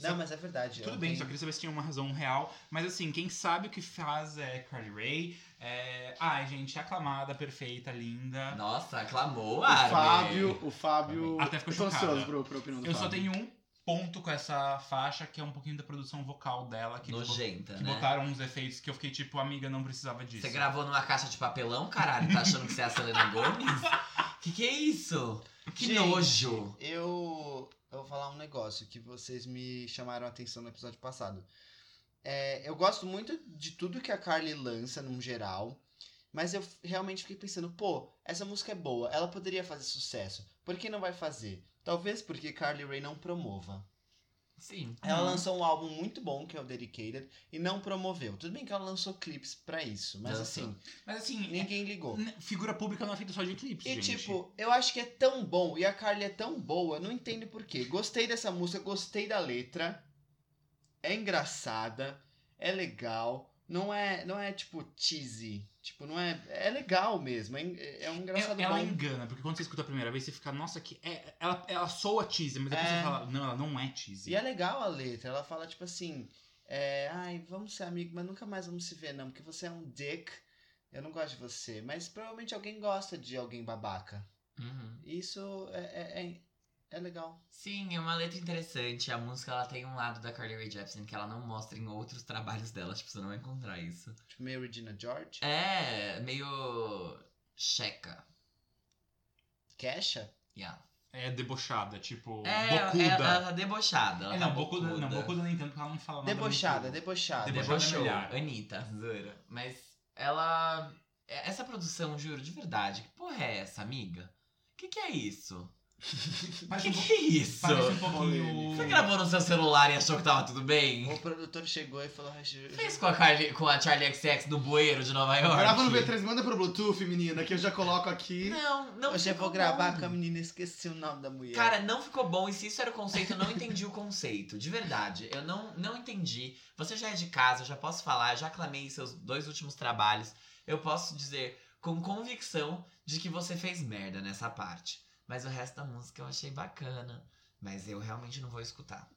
[SPEAKER 4] Não, mas é verdade.
[SPEAKER 1] Tudo
[SPEAKER 4] eu
[SPEAKER 1] bem,
[SPEAKER 4] tenho-
[SPEAKER 1] só queria saber se tinha uma razão real. Mas assim, quem sabe o que faz é Carly Rae. É... Ai, gente, aclamada, perfeita,
[SPEAKER 2] Né?
[SPEAKER 1] linda.
[SPEAKER 2] Nossa, aclamou,
[SPEAKER 3] O
[SPEAKER 2] Armin.
[SPEAKER 3] Fábio, o Fábio.
[SPEAKER 1] é. Até ficou
[SPEAKER 3] eu tô
[SPEAKER 1] chocada.
[SPEAKER 3] ansioso pro, pro opinião do
[SPEAKER 1] Eu só
[SPEAKER 3] Fábio.
[SPEAKER 1] tenho um ponto com essa faixa, que é um pouquinho da produção vocal dela. Que,
[SPEAKER 2] Nojenta,
[SPEAKER 1] que
[SPEAKER 2] né?
[SPEAKER 1] botaram uns efeitos que eu fiquei tipo, amiga, não precisava disso.
[SPEAKER 2] Você gravou numa caixa de papelão, caralho? Tá achando que você é a Selena Gomes? Que que é isso? Que
[SPEAKER 4] Gente,
[SPEAKER 2] nojo.
[SPEAKER 4] Eu, eu vou falar um negócio que vocês me chamaram a atenção no episódio passado. É, eu gosto muito de tudo que a Carly lança, num geral. Mas eu f- realmente fiquei pensando, pô, essa música é boa, ela poderia fazer sucesso. Por que não vai fazer? Talvez porque Carly Rae não promova.
[SPEAKER 2] Sim.
[SPEAKER 1] Uhum.
[SPEAKER 4] Ela lançou um álbum muito bom, que é o Dedicated, e não promoveu. Tudo bem que ela lançou clipes pra isso, mas
[SPEAKER 2] Dançou.
[SPEAKER 4] assim,
[SPEAKER 1] Mas assim, é-
[SPEAKER 4] ninguém ligou.
[SPEAKER 1] n- figura pública não é feita só de clipes,
[SPEAKER 4] E
[SPEAKER 1] gente.
[SPEAKER 4] tipo, eu acho que é tão bom e a Carly é tão boa, eu não entendo porquê. Gostei dessa música, gostei da letra. É engraçada, é legal. Não é, não é tipo cheesy. Tipo, não é. É legal mesmo. É, en- é um engraçado
[SPEAKER 1] É- ela
[SPEAKER 4] bom.
[SPEAKER 1] engana, porque quando você escuta a primeira vez, você fica, nossa, que é, ela, ela soa cheesy, mas depois
[SPEAKER 4] É.
[SPEAKER 1] você fala, não, ela não é cheesy.
[SPEAKER 4] E é legal a letra. Ela fala, tipo assim. é, Ai, vamos ser amigos, mas nunca mais vamos se ver, não. Porque você é um dick. Eu não gosto de você. Mas provavelmente alguém gosta de alguém babaca.
[SPEAKER 2] Uhum.
[SPEAKER 4] Isso é, é, é, é legal.
[SPEAKER 2] Sim, é uma letra interessante. A música ela tem um lado da Carly Rae Jepsen que ela não mostra em outros trabalhos dela. Tipo, você não vai encontrar isso.
[SPEAKER 4] Tipo, meio Regina George.
[SPEAKER 2] É meio checa.
[SPEAKER 4] Kesha.
[SPEAKER 2] Yeah.
[SPEAKER 1] É debochada, tipo,
[SPEAKER 2] É, ela-
[SPEAKER 1] bocuda.
[SPEAKER 2] ela, ela tá debochada. Ela
[SPEAKER 1] É,
[SPEAKER 2] tá
[SPEAKER 1] não, bocuda, não, bocuda nem tanto, porque ela não fala nada.
[SPEAKER 4] Debochada,
[SPEAKER 1] muito-
[SPEAKER 4] debochada.
[SPEAKER 1] Debochada.
[SPEAKER 2] Debochou,
[SPEAKER 1] melhor.
[SPEAKER 2] Anitta, zoeira. Mas ela. é- Essa produção, juro, de verdade, que porra é essa, amiga? Que que é isso?
[SPEAKER 1] Parece
[SPEAKER 2] que
[SPEAKER 1] um
[SPEAKER 2] que é isso?
[SPEAKER 1] Parece um
[SPEAKER 2] Você
[SPEAKER 1] pouquinho...
[SPEAKER 2] gravou no seu celular e achou que tava tudo bem?
[SPEAKER 4] O produtor chegou e falou... "Ai, Ju-
[SPEAKER 2] Fez com a, Carly, com a Charlie XX no bueiro de Nova York?
[SPEAKER 3] Grava no V3, manda pro Bluetooth, menina, que eu já coloco aqui.
[SPEAKER 2] Não, não
[SPEAKER 4] Hoje eu
[SPEAKER 2] ficou
[SPEAKER 4] vou gravar
[SPEAKER 2] bom.
[SPEAKER 4] com a menina, esqueci o nome da mulher.
[SPEAKER 2] Cara, não ficou bom. E se isso era o conceito, eu não entendi o conceito. De verdade. Eu não, não entendi. Você já é de casa, eu já posso falar, eu já aclamei seus dois últimos trabalhos. Eu posso dizer com convicção de que você fez merda nessa parte. Mas o resto da música eu achei bacana. Mas eu realmente não vou escutar.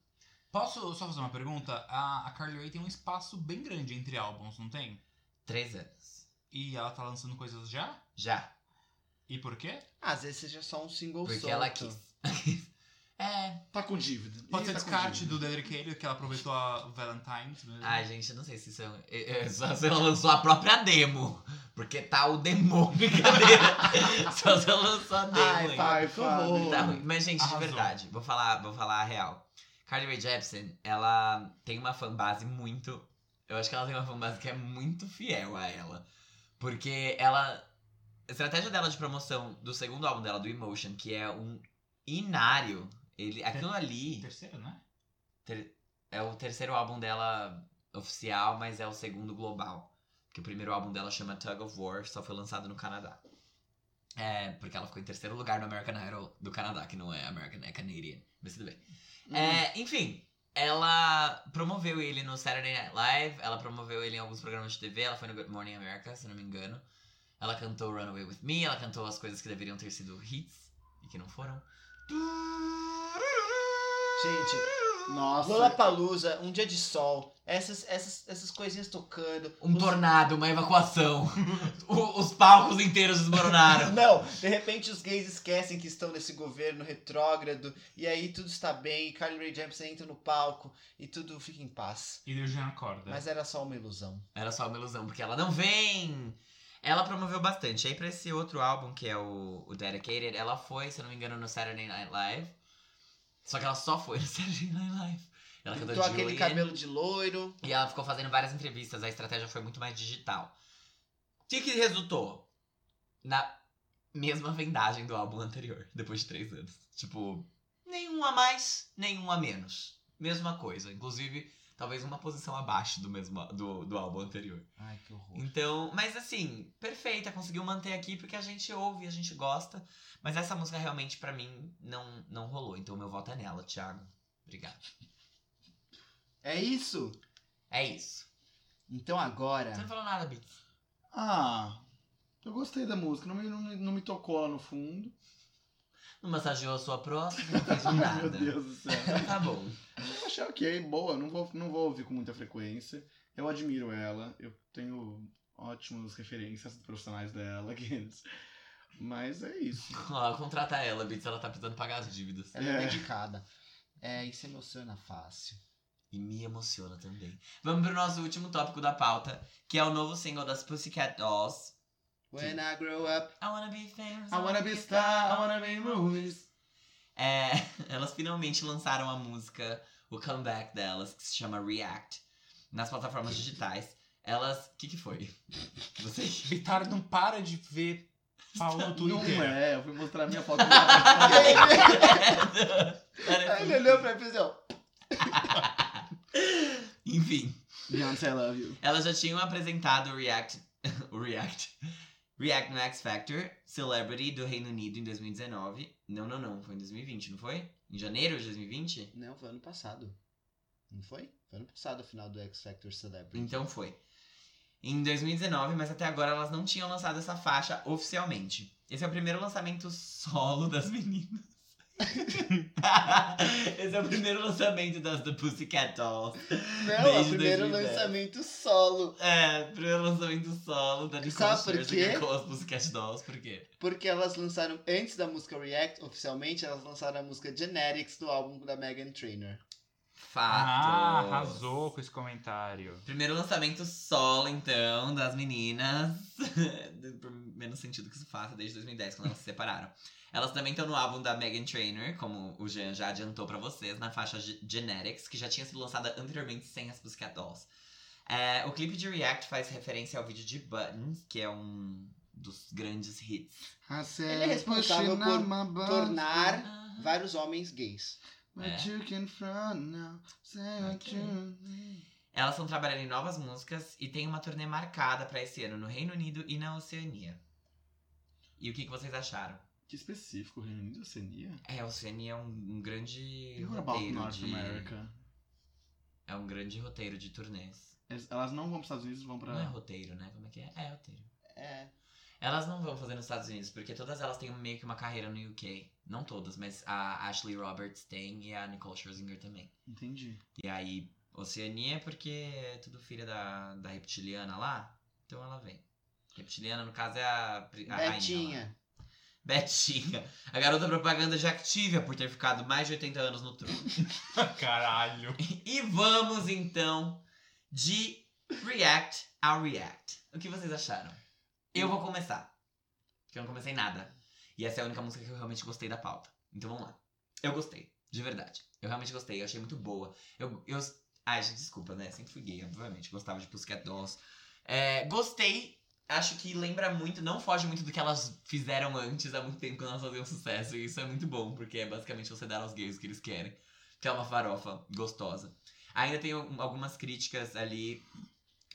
[SPEAKER 1] Posso só fazer uma pergunta? A, a Carly Rae tem um espaço bem grande entre álbuns, não tem?
[SPEAKER 2] Três anos.
[SPEAKER 1] E ela tá lançando coisas já?
[SPEAKER 2] Já.
[SPEAKER 1] E por quê?
[SPEAKER 3] Ah,
[SPEAKER 4] Às vezes seja só um single
[SPEAKER 2] Porque
[SPEAKER 4] solto.
[SPEAKER 2] ela quis. é.
[SPEAKER 3] então. Tá com dívida.
[SPEAKER 1] Pode ser
[SPEAKER 3] Ih, tá com
[SPEAKER 1] descarte
[SPEAKER 3] dívida.
[SPEAKER 1] do Derek Haley, que ela aproveitou a Valentine's. Né?
[SPEAKER 2] Ai, gente, eu não sei se isso é. um- é- é- Só se ela lançou a própria demo. Porque tá o demônio. Brincadeira. Só se ela lançou a demo.
[SPEAKER 4] Ai,
[SPEAKER 2] hein?
[SPEAKER 4] pai,
[SPEAKER 3] Tá
[SPEAKER 4] por favor.
[SPEAKER 2] Tá ruim. Mas, gente,
[SPEAKER 1] Arrasou.
[SPEAKER 2] de verdade, vou falar, vou falar a real. Carly Rae Jepsen, ela tem uma fanbase muito. Eu acho que ela tem uma fanbase que é muito fiel a ela. Porque ela. A estratégia dela de promoção do segundo álbum dela, do Emotion, que é um inário. Ele, aquilo ali
[SPEAKER 1] Terceiro, né?
[SPEAKER 2] ter- é o terceiro álbum dela oficial, mas é o segundo global. Porque o primeiro álbum dela chama Tug of War, só foi lançado no Canadá. É, porque ela ficou em terceiro lugar no American Idol do Canadá, que não é American, é Canadian. Mas tudo bem.
[SPEAKER 3] Hum,
[SPEAKER 4] Hum.
[SPEAKER 2] É, enfim, ela promoveu ele no Saturday Night Live, ela promoveu ele em alguns programas de TV, ela foi no Good Morning America, se não me engano. Ela cantou Runaway With Me, ela cantou as coisas que deveriam ter sido hits e que não foram.
[SPEAKER 4] Gente,
[SPEAKER 3] Nossa.
[SPEAKER 4] Lollapalooza, um dia de sol, essas, essas, essas coisinhas tocando.
[SPEAKER 2] Um
[SPEAKER 4] os-
[SPEAKER 2] tornado, uma evacuação. O- os palcos inteiros desmoronaram.
[SPEAKER 4] Não, de repente os gays esquecem que estão nesse governo retrógrado, e aí tudo está bem, e Carly Rae Jepsen entra no palco, e tudo fica em paz.
[SPEAKER 1] E deu já acorda.
[SPEAKER 4] Mas era só uma ilusão.
[SPEAKER 2] Era só uma ilusão, porque ela não vem! Ela promoveu bastante. Aí pra esse outro álbum, que é o, o Dedicated, ela foi, se eu não me engano, no Saturday Night Live. Só que ela só foi no Saturday Night Live. Ela cantou
[SPEAKER 4] Pintou aquele
[SPEAKER 2] Julian.
[SPEAKER 4] cabelo tá de loiro.
[SPEAKER 2] E ela ficou fazendo várias entrevistas, a estratégia foi muito mais digital. O que, que resultou? Na mesma vendagem do álbum anterior, depois de três anos. Tipo, nenhum a mais, nenhum a menos. Mesma coisa. Inclusive, talvez uma posição abaixo do, mesmo, do, do álbum anterior.
[SPEAKER 4] Ai, que horror.
[SPEAKER 2] Então, mas assim, perfeita, conseguiu manter aqui porque a gente ouve, a gente gosta. Mas essa música realmente, pra mim, não, não rolou. Então, meu voto é nela, Thiago. Obrigado.
[SPEAKER 4] É isso?
[SPEAKER 2] É isso.
[SPEAKER 4] Então
[SPEAKER 2] Você não
[SPEAKER 4] agora.
[SPEAKER 2] falou nada, Bits.
[SPEAKER 3] Ah, eu gostei da música, não me, não, me- não me tocou lá no fundo.
[SPEAKER 2] Não massageou a sua próstata, não fez um
[SPEAKER 3] Meu
[SPEAKER 2] nada.
[SPEAKER 3] Deus do céu.
[SPEAKER 2] tá bom.
[SPEAKER 3] Eu achei ok, boa, não vou, não vou ouvir com muita frequência. Eu admiro ela, eu tenho ótimas referências profissionais dela, Guinness. Mas é isso.
[SPEAKER 2] Ó, contrata ela, Bits, ela tá precisando pagar as dívidas.
[SPEAKER 4] Ela é
[SPEAKER 3] É.
[SPEAKER 4] medicada. É, e se emociona fácil.
[SPEAKER 2] E me emociona também. Vamos pro nosso último tópico da pauta, que é o novo single das Pussycat Dolls.
[SPEAKER 4] When I grow up.
[SPEAKER 2] I wanna be famous.
[SPEAKER 3] I wanna be star, I wanna be movies.
[SPEAKER 2] É, elas finalmente lançaram a música, o comeback delas, que se chama React, nas plataformas digitais. Elas. O que, que foi? Você.
[SPEAKER 1] Bitar não para de ver Paulo no
[SPEAKER 3] Não
[SPEAKER 1] Twitter.
[SPEAKER 3] é, eu fui mostrar minha foto dela.
[SPEAKER 4] Aí ele olhou pra mim e fez, assim, ó.
[SPEAKER 2] Enfim.
[SPEAKER 3] Beyoncé, I love you.
[SPEAKER 2] Elas já tinham apresentado o React. o React. React no X Factor Celebrity do Reino Unido em 2019. Não, não, não. Foi em 2020, não foi? Em janeiro de 2020?
[SPEAKER 4] Não, foi ano passado. Não foi? Foi ano passado o final do X Factor Celebrity.
[SPEAKER 2] Então foi. Em 2019, mas até agora elas não tinham lançado essa faixa oficialmente. Esse é o primeiro lançamento solo das meninas. Esse é o primeiro lançamento das The Pussycat Dolls.
[SPEAKER 4] Não, é o
[SPEAKER 2] Desde
[SPEAKER 4] primeiro
[SPEAKER 2] 2010.
[SPEAKER 4] lançamento solo.
[SPEAKER 2] É, primeiro lançamento solo da Nicole
[SPEAKER 4] Sabe por
[SPEAKER 2] Scherzinger
[SPEAKER 4] quê?
[SPEAKER 2] com as Pussycat Dolls, por quê?
[SPEAKER 4] Porque elas lançaram, antes da música React, oficialmente, elas lançaram a música Genetics do álbum da Megan Trainor.
[SPEAKER 2] Fato.
[SPEAKER 1] Ah, arrasou com esse comentário.
[SPEAKER 2] Primeiro lançamento solo, então, das meninas. Por menos sentido que isso faça, desde 2010, quando elas se separaram. Elas também estão no álbum da Megan Trainor, como o Jean já adiantou pra vocês, na faixa Ge- Genetics, que já tinha sido lançada anteriormente sem as Pussycat Dolls. É, o clipe de React faz referência ao vídeo de Buttons, que é um dos grandes hits.
[SPEAKER 4] Ele é responsável por Tornar
[SPEAKER 2] Ah.
[SPEAKER 4] vários homens gays.
[SPEAKER 3] But you can front now, say what you need.
[SPEAKER 2] Elas estão trabalhando em novas músicas e tem uma turnê marcada pra esse ano no Reino Unido e na Oceania. E o que, que vocês acharam?
[SPEAKER 3] Que específico, Reino Unido e Oceania?
[SPEAKER 2] É, a Oceania é um, um grande
[SPEAKER 3] E what about
[SPEAKER 2] roteiro
[SPEAKER 3] North
[SPEAKER 2] de...
[SPEAKER 3] America?
[SPEAKER 2] É um grande roteiro de turnês.
[SPEAKER 3] Elas- Elas não vão pros Estados Unidos, vão
[SPEAKER 2] Não é
[SPEAKER 3] pra...
[SPEAKER 2] roteiro, né? Como é que é? É roteiro.
[SPEAKER 4] É.
[SPEAKER 2] Elas não vão fazer nos Estados Unidos, porque todas elas têm meio que uma carreira no UK. Não todas, mas a Ashley Roberts tem e a Nicole Scherzinger também.
[SPEAKER 3] Entendi.
[SPEAKER 2] E aí, Oceania é porque é tudo filha da, da reptiliana lá, então ela vem. Reptiliana, no caso, é a, pri- a rainha. lá.
[SPEAKER 4] Betinha.
[SPEAKER 2] Betinha. A garota propaganda de Activia por ter ficado mais de 80 anos no trono.
[SPEAKER 1] Caralho.
[SPEAKER 2] E vamos então de React ao React. O que vocês acharam? Eu vou começar. Porque eu não comecei nada. E essa é a única música que eu realmente gostei da pauta. Então vamos lá. Eu gostei, de verdade. Eu realmente gostei, eu achei muito boa. Eu. eu... Ai, gente, desculpa, né? Sempre fui gay, obviamente. Gostava de Pussycat Dolls. É, gostei. Acho que lembra muito, não foge muito do que elas fizeram antes há muito tempo quando elas faziam sucesso. E isso é muito bom, porque é basicamente você dar aos gays o que eles querem que é uma farofa gostosa. Ainda tem al- algumas críticas ali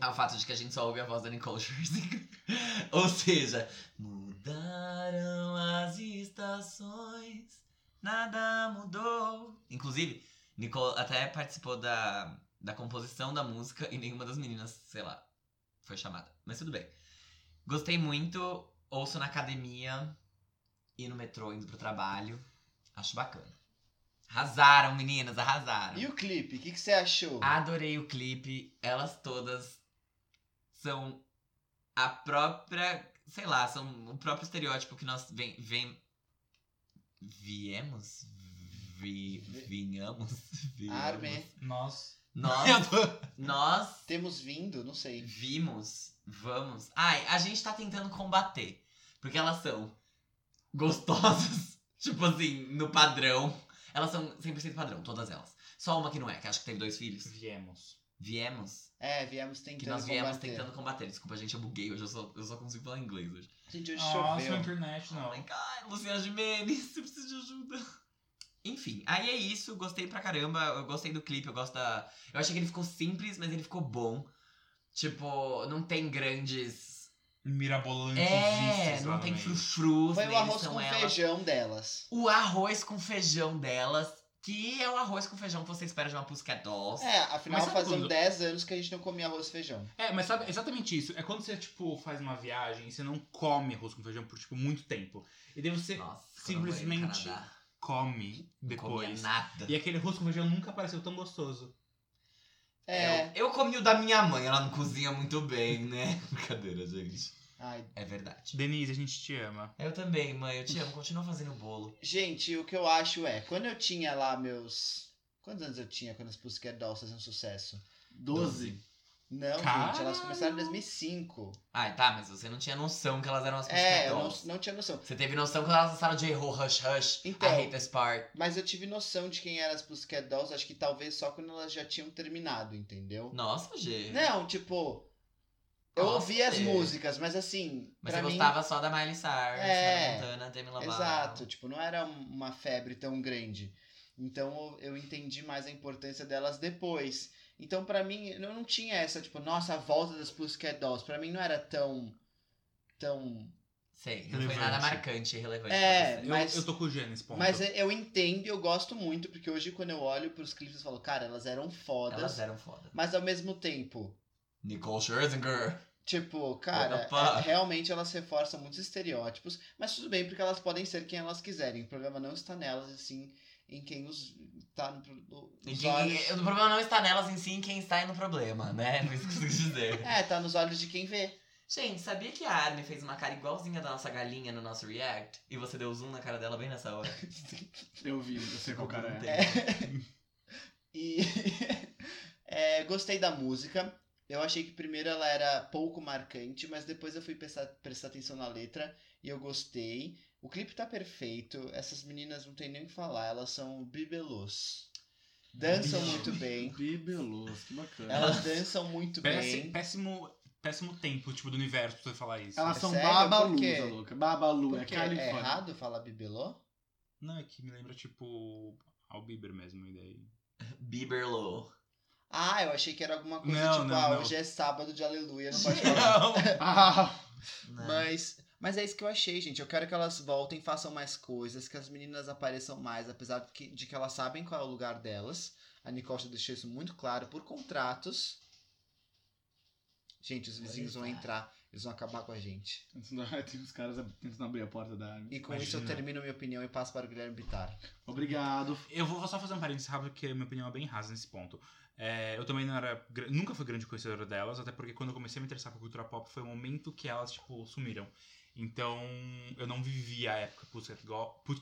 [SPEAKER 2] ao fato de que a gente só ouve a voz da Nicole Scherzinger. Ou seja, mudaram as estações, nada mudou. Inclusive, Nicole até participou da, da composição da música e nenhuma das meninas, sei lá, foi chamada. Mas tudo bem. Gostei muito, ouço na academia e no metrô indo pro trabalho. Acho bacana. Arrasaram, meninas, arrasaram.
[SPEAKER 4] E o clipe, o que, que você achou?
[SPEAKER 2] Ah. Adorei o clipe. Elas todas são a própria. Sei lá, são o próprio estereótipo que nós vem. vem viemos? Vi, vinhamos? Viemos.
[SPEAKER 4] Arme.
[SPEAKER 1] Nós.
[SPEAKER 2] Nós, nós
[SPEAKER 4] Temos vindo, não sei.
[SPEAKER 2] vimos, vamos. Ai, a gente tá tentando combater. Porque elas são gostosas. tipo assim, no padrão. Elas são 100% padrão, todas elas. Só uma que não é, que acho que teve dois filhos.
[SPEAKER 1] Viemos.
[SPEAKER 2] Viemos.
[SPEAKER 4] É, viemos tentando
[SPEAKER 2] Que nós viemos
[SPEAKER 4] combater.
[SPEAKER 2] tentando combater. Desculpa, gente, eu buguei hoje. Eu só, eu só consigo falar inglês hoje.
[SPEAKER 4] Gente, hoje
[SPEAKER 1] Nossa,
[SPEAKER 4] choveu.
[SPEAKER 1] international.
[SPEAKER 2] Oh my God, Luciana Gimenez, eu preciso de ajuda. Enfim, aí é isso. Gostei pra caramba. Eu gostei do clipe, eu gosto da. Eu achei que ele ficou simples, mas ele ficou bom. Tipo, não tem grandes.
[SPEAKER 1] Mirabolantes.
[SPEAKER 2] É, não tem frufrus.
[SPEAKER 4] Foi o
[SPEAKER 2] neles,
[SPEAKER 4] arroz
[SPEAKER 2] são
[SPEAKER 4] com
[SPEAKER 2] elas.
[SPEAKER 4] feijão delas.
[SPEAKER 2] O arroz com feijão delas, que é o arroz com feijão que você espera de uma Pussycat Dolls.
[SPEAKER 4] É, afinal
[SPEAKER 1] Mas sabe
[SPEAKER 4] faziam
[SPEAKER 1] quando-
[SPEAKER 4] 10 anos que a gente não comia arroz e feijão.
[SPEAKER 1] É, mas sabe, é exatamente isso. É quando você, tipo, faz uma viagem e você não come arroz com feijão por, tipo, muito tempo. E daí você
[SPEAKER 2] Nossa, quando eu morei no
[SPEAKER 1] simplesmente
[SPEAKER 2] Canadá,
[SPEAKER 1] come
[SPEAKER 2] não comia
[SPEAKER 1] depois.
[SPEAKER 2] nada.
[SPEAKER 1] E aquele arroz com feijão nunca pareceu tão gostoso.
[SPEAKER 4] É.
[SPEAKER 2] Eu, eu comi o da minha mãe, ela não cozinha muito bem, né? Brincadeira, gente.
[SPEAKER 4] Ai,
[SPEAKER 2] É verdade.
[SPEAKER 1] Denise, a gente te ama.
[SPEAKER 2] Eu também, mãe, eu te amo, continua fazendo bolo.
[SPEAKER 4] Gente, o que eu acho é, quando eu tinha lá meus. Quantos anos eu tinha quando as Pussycat Dolls faziam um sucesso?
[SPEAKER 3] Doze.
[SPEAKER 4] Não, gente, elas
[SPEAKER 1] Caralho!
[SPEAKER 4] começaram em 2005.
[SPEAKER 2] Ai, tá, mas você não tinha noção que elas eram as
[SPEAKER 4] é,
[SPEAKER 2] Pussycat
[SPEAKER 4] eu não,
[SPEAKER 2] Dolls.
[SPEAKER 4] não tinha noção.
[SPEAKER 2] Você teve noção que elas lançaram J-Ho Hush Hush,
[SPEAKER 4] Então.
[SPEAKER 2] I Hate This Part.
[SPEAKER 4] Mas eu tive noção de quem eram as Pussycat Dolls, acho que talvez só quando elas já tinham terminado, entendeu?
[SPEAKER 2] Nossa, G.
[SPEAKER 4] Não, tipo. Eu
[SPEAKER 2] Hum. Nossa,
[SPEAKER 4] ouvia as
[SPEAKER 2] é.
[SPEAKER 4] músicas, mas assim.
[SPEAKER 2] Mas
[SPEAKER 4] pra
[SPEAKER 2] você
[SPEAKER 4] mim,
[SPEAKER 2] gostava só da Miley Cyrus,
[SPEAKER 4] É.
[SPEAKER 2] da Montana, Demi Lovato.
[SPEAKER 4] Exato, tipo, não era um- uma febre tão grande. Então eu eu entendi mais a importância delas depois. Então pra mim, eu não tinha essa, tipo, nossa, a volta das Pussycat Dolls. Pra mim não era tão... tão...
[SPEAKER 2] Sei, não foi
[SPEAKER 1] Relevante.
[SPEAKER 2] nada marcante e relevante
[SPEAKER 4] É,
[SPEAKER 2] pra
[SPEAKER 1] Eu,
[SPEAKER 2] você.
[SPEAKER 4] Mas-
[SPEAKER 1] eu tô com o Gê nesse ponto.
[SPEAKER 4] Mas é, eu entendo e eu gosto muito, porque hoje quando eu olho pros clipes, eu falo, cara, elas eram fodas.
[SPEAKER 2] Elas eram foda.
[SPEAKER 4] Mas ao mesmo tempo,
[SPEAKER 2] Nicole Scherzinger.
[SPEAKER 4] Tipo, cara,
[SPEAKER 2] Opa.
[SPEAKER 4] é- realmente elas reforçam muitos estereótipos, mas tudo bem, porque elas podem ser quem elas quiserem. O problema não está nelas, assim, em quem os. tá no, no-
[SPEAKER 2] E
[SPEAKER 4] nos
[SPEAKER 2] quem-
[SPEAKER 4] olhos.
[SPEAKER 2] o problema não está nelas em si, em quem está aí no problema, né? Foi isso que eu quis dizer.
[SPEAKER 4] É, tá nos olhos de quem vê.
[SPEAKER 2] Gente, sabia que a Armin fez uma cara igualzinha da nossa galinha no nosso react? E você deu zoom na cara dela bem nessa hora.
[SPEAKER 3] Eu vi, eu sei qual cara é.
[SPEAKER 4] E. é, gostei da música. Eu achei que primeiro ela era pouco marcante, mas depois eu fui prestar, prestar atenção na letra e eu gostei. O clipe tá perfeito, essas meninas não tem nem o que falar, elas são bibelôs. Dançam muito bem,
[SPEAKER 3] Bibelos, que bacana.
[SPEAKER 4] elas dançam muito
[SPEAKER 1] Péssimo,
[SPEAKER 4] bem.
[SPEAKER 1] péssimo, péssimo tempo, tipo, do universo pra você falar isso.
[SPEAKER 3] Elas
[SPEAKER 4] É
[SPEAKER 3] são
[SPEAKER 4] sério? Por quê?
[SPEAKER 3] babalusa, louca. Babalu, é
[SPEAKER 4] Porque é
[SPEAKER 3] Califórnia.
[SPEAKER 4] errado falar bibelô?
[SPEAKER 1] Não, é que me lembra, tipo, ao Bieber mesmo, e daí.
[SPEAKER 2] Bieberlo.
[SPEAKER 4] Ah, eu achei que era alguma coisa
[SPEAKER 1] Não,
[SPEAKER 4] tipo,
[SPEAKER 1] não,
[SPEAKER 4] ah,
[SPEAKER 1] não.
[SPEAKER 4] hoje é sábado de aleluia, não pode falar.
[SPEAKER 2] Não.
[SPEAKER 3] Ah,
[SPEAKER 4] né?
[SPEAKER 2] Não.
[SPEAKER 4] Mas, mas é isso que eu achei, gente. Eu quero que elas voltem, façam mais coisas, que as meninas apareçam mais, apesar de que, de que elas sabem qual é o lugar delas. A Nicole já deixou isso muito claro por contratos. Gente, os vizinhos vão entrar, eles vão acabar com a gente.
[SPEAKER 3] tem uns caras tentando abrir a porta da arma.
[SPEAKER 4] E com isso eu
[SPEAKER 1] Imagina.
[SPEAKER 4] termino minha opinião e passo para o Guilherme Bittar.
[SPEAKER 3] Obrigado.
[SPEAKER 1] Eu vou só fazer um parênteses rápido, porque minha opinião é bem rasa nesse ponto. É, eu também não era. gra- Nunca fui grande conhecedora delas, até porque quando eu comecei a me interessar por cultura pop foi o momento que elas, tipo, sumiram. Então, eu não vivi a época Pussycat Doll. Pus-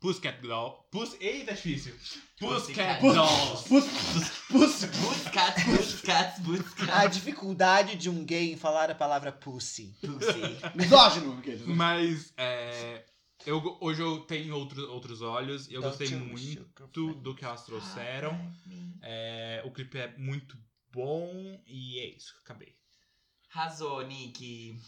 [SPEAKER 1] Pussycat Doll. Pus... Eita, é difícil! Pussycat
[SPEAKER 2] Pussycat
[SPEAKER 1] Dolls!
[SPEAKER 2] Boots, cats, boots, cats, boots,
[SPEAKER 4] A
[SPEAKER 2] cats.
[SPEAKER 4] dificuldade de um gay em falar a palavra pussy.
[SPEAKER 2] Pussy.
[SPEAKER 3] Misógino, aqueles.
[SPEAKER 1] Mas, é, eu, go- hoje eu tenho outro, outros olhos e eu
[SPEAKER 4] Don't
[SPEAKER 1] gostei
[SPEAKER 4] you wish
[SPEAKER 1] muito
[SPEAKER 4] your girlfriend-
[SPEAKER 1] do que elas trouxeram.
[SPEAKER 4] Ah,
[SPEAKER 1] É, o clipe é muito bom e é isso, acabei.
[SPEAKER 2] Arrasou, Nick. Hum,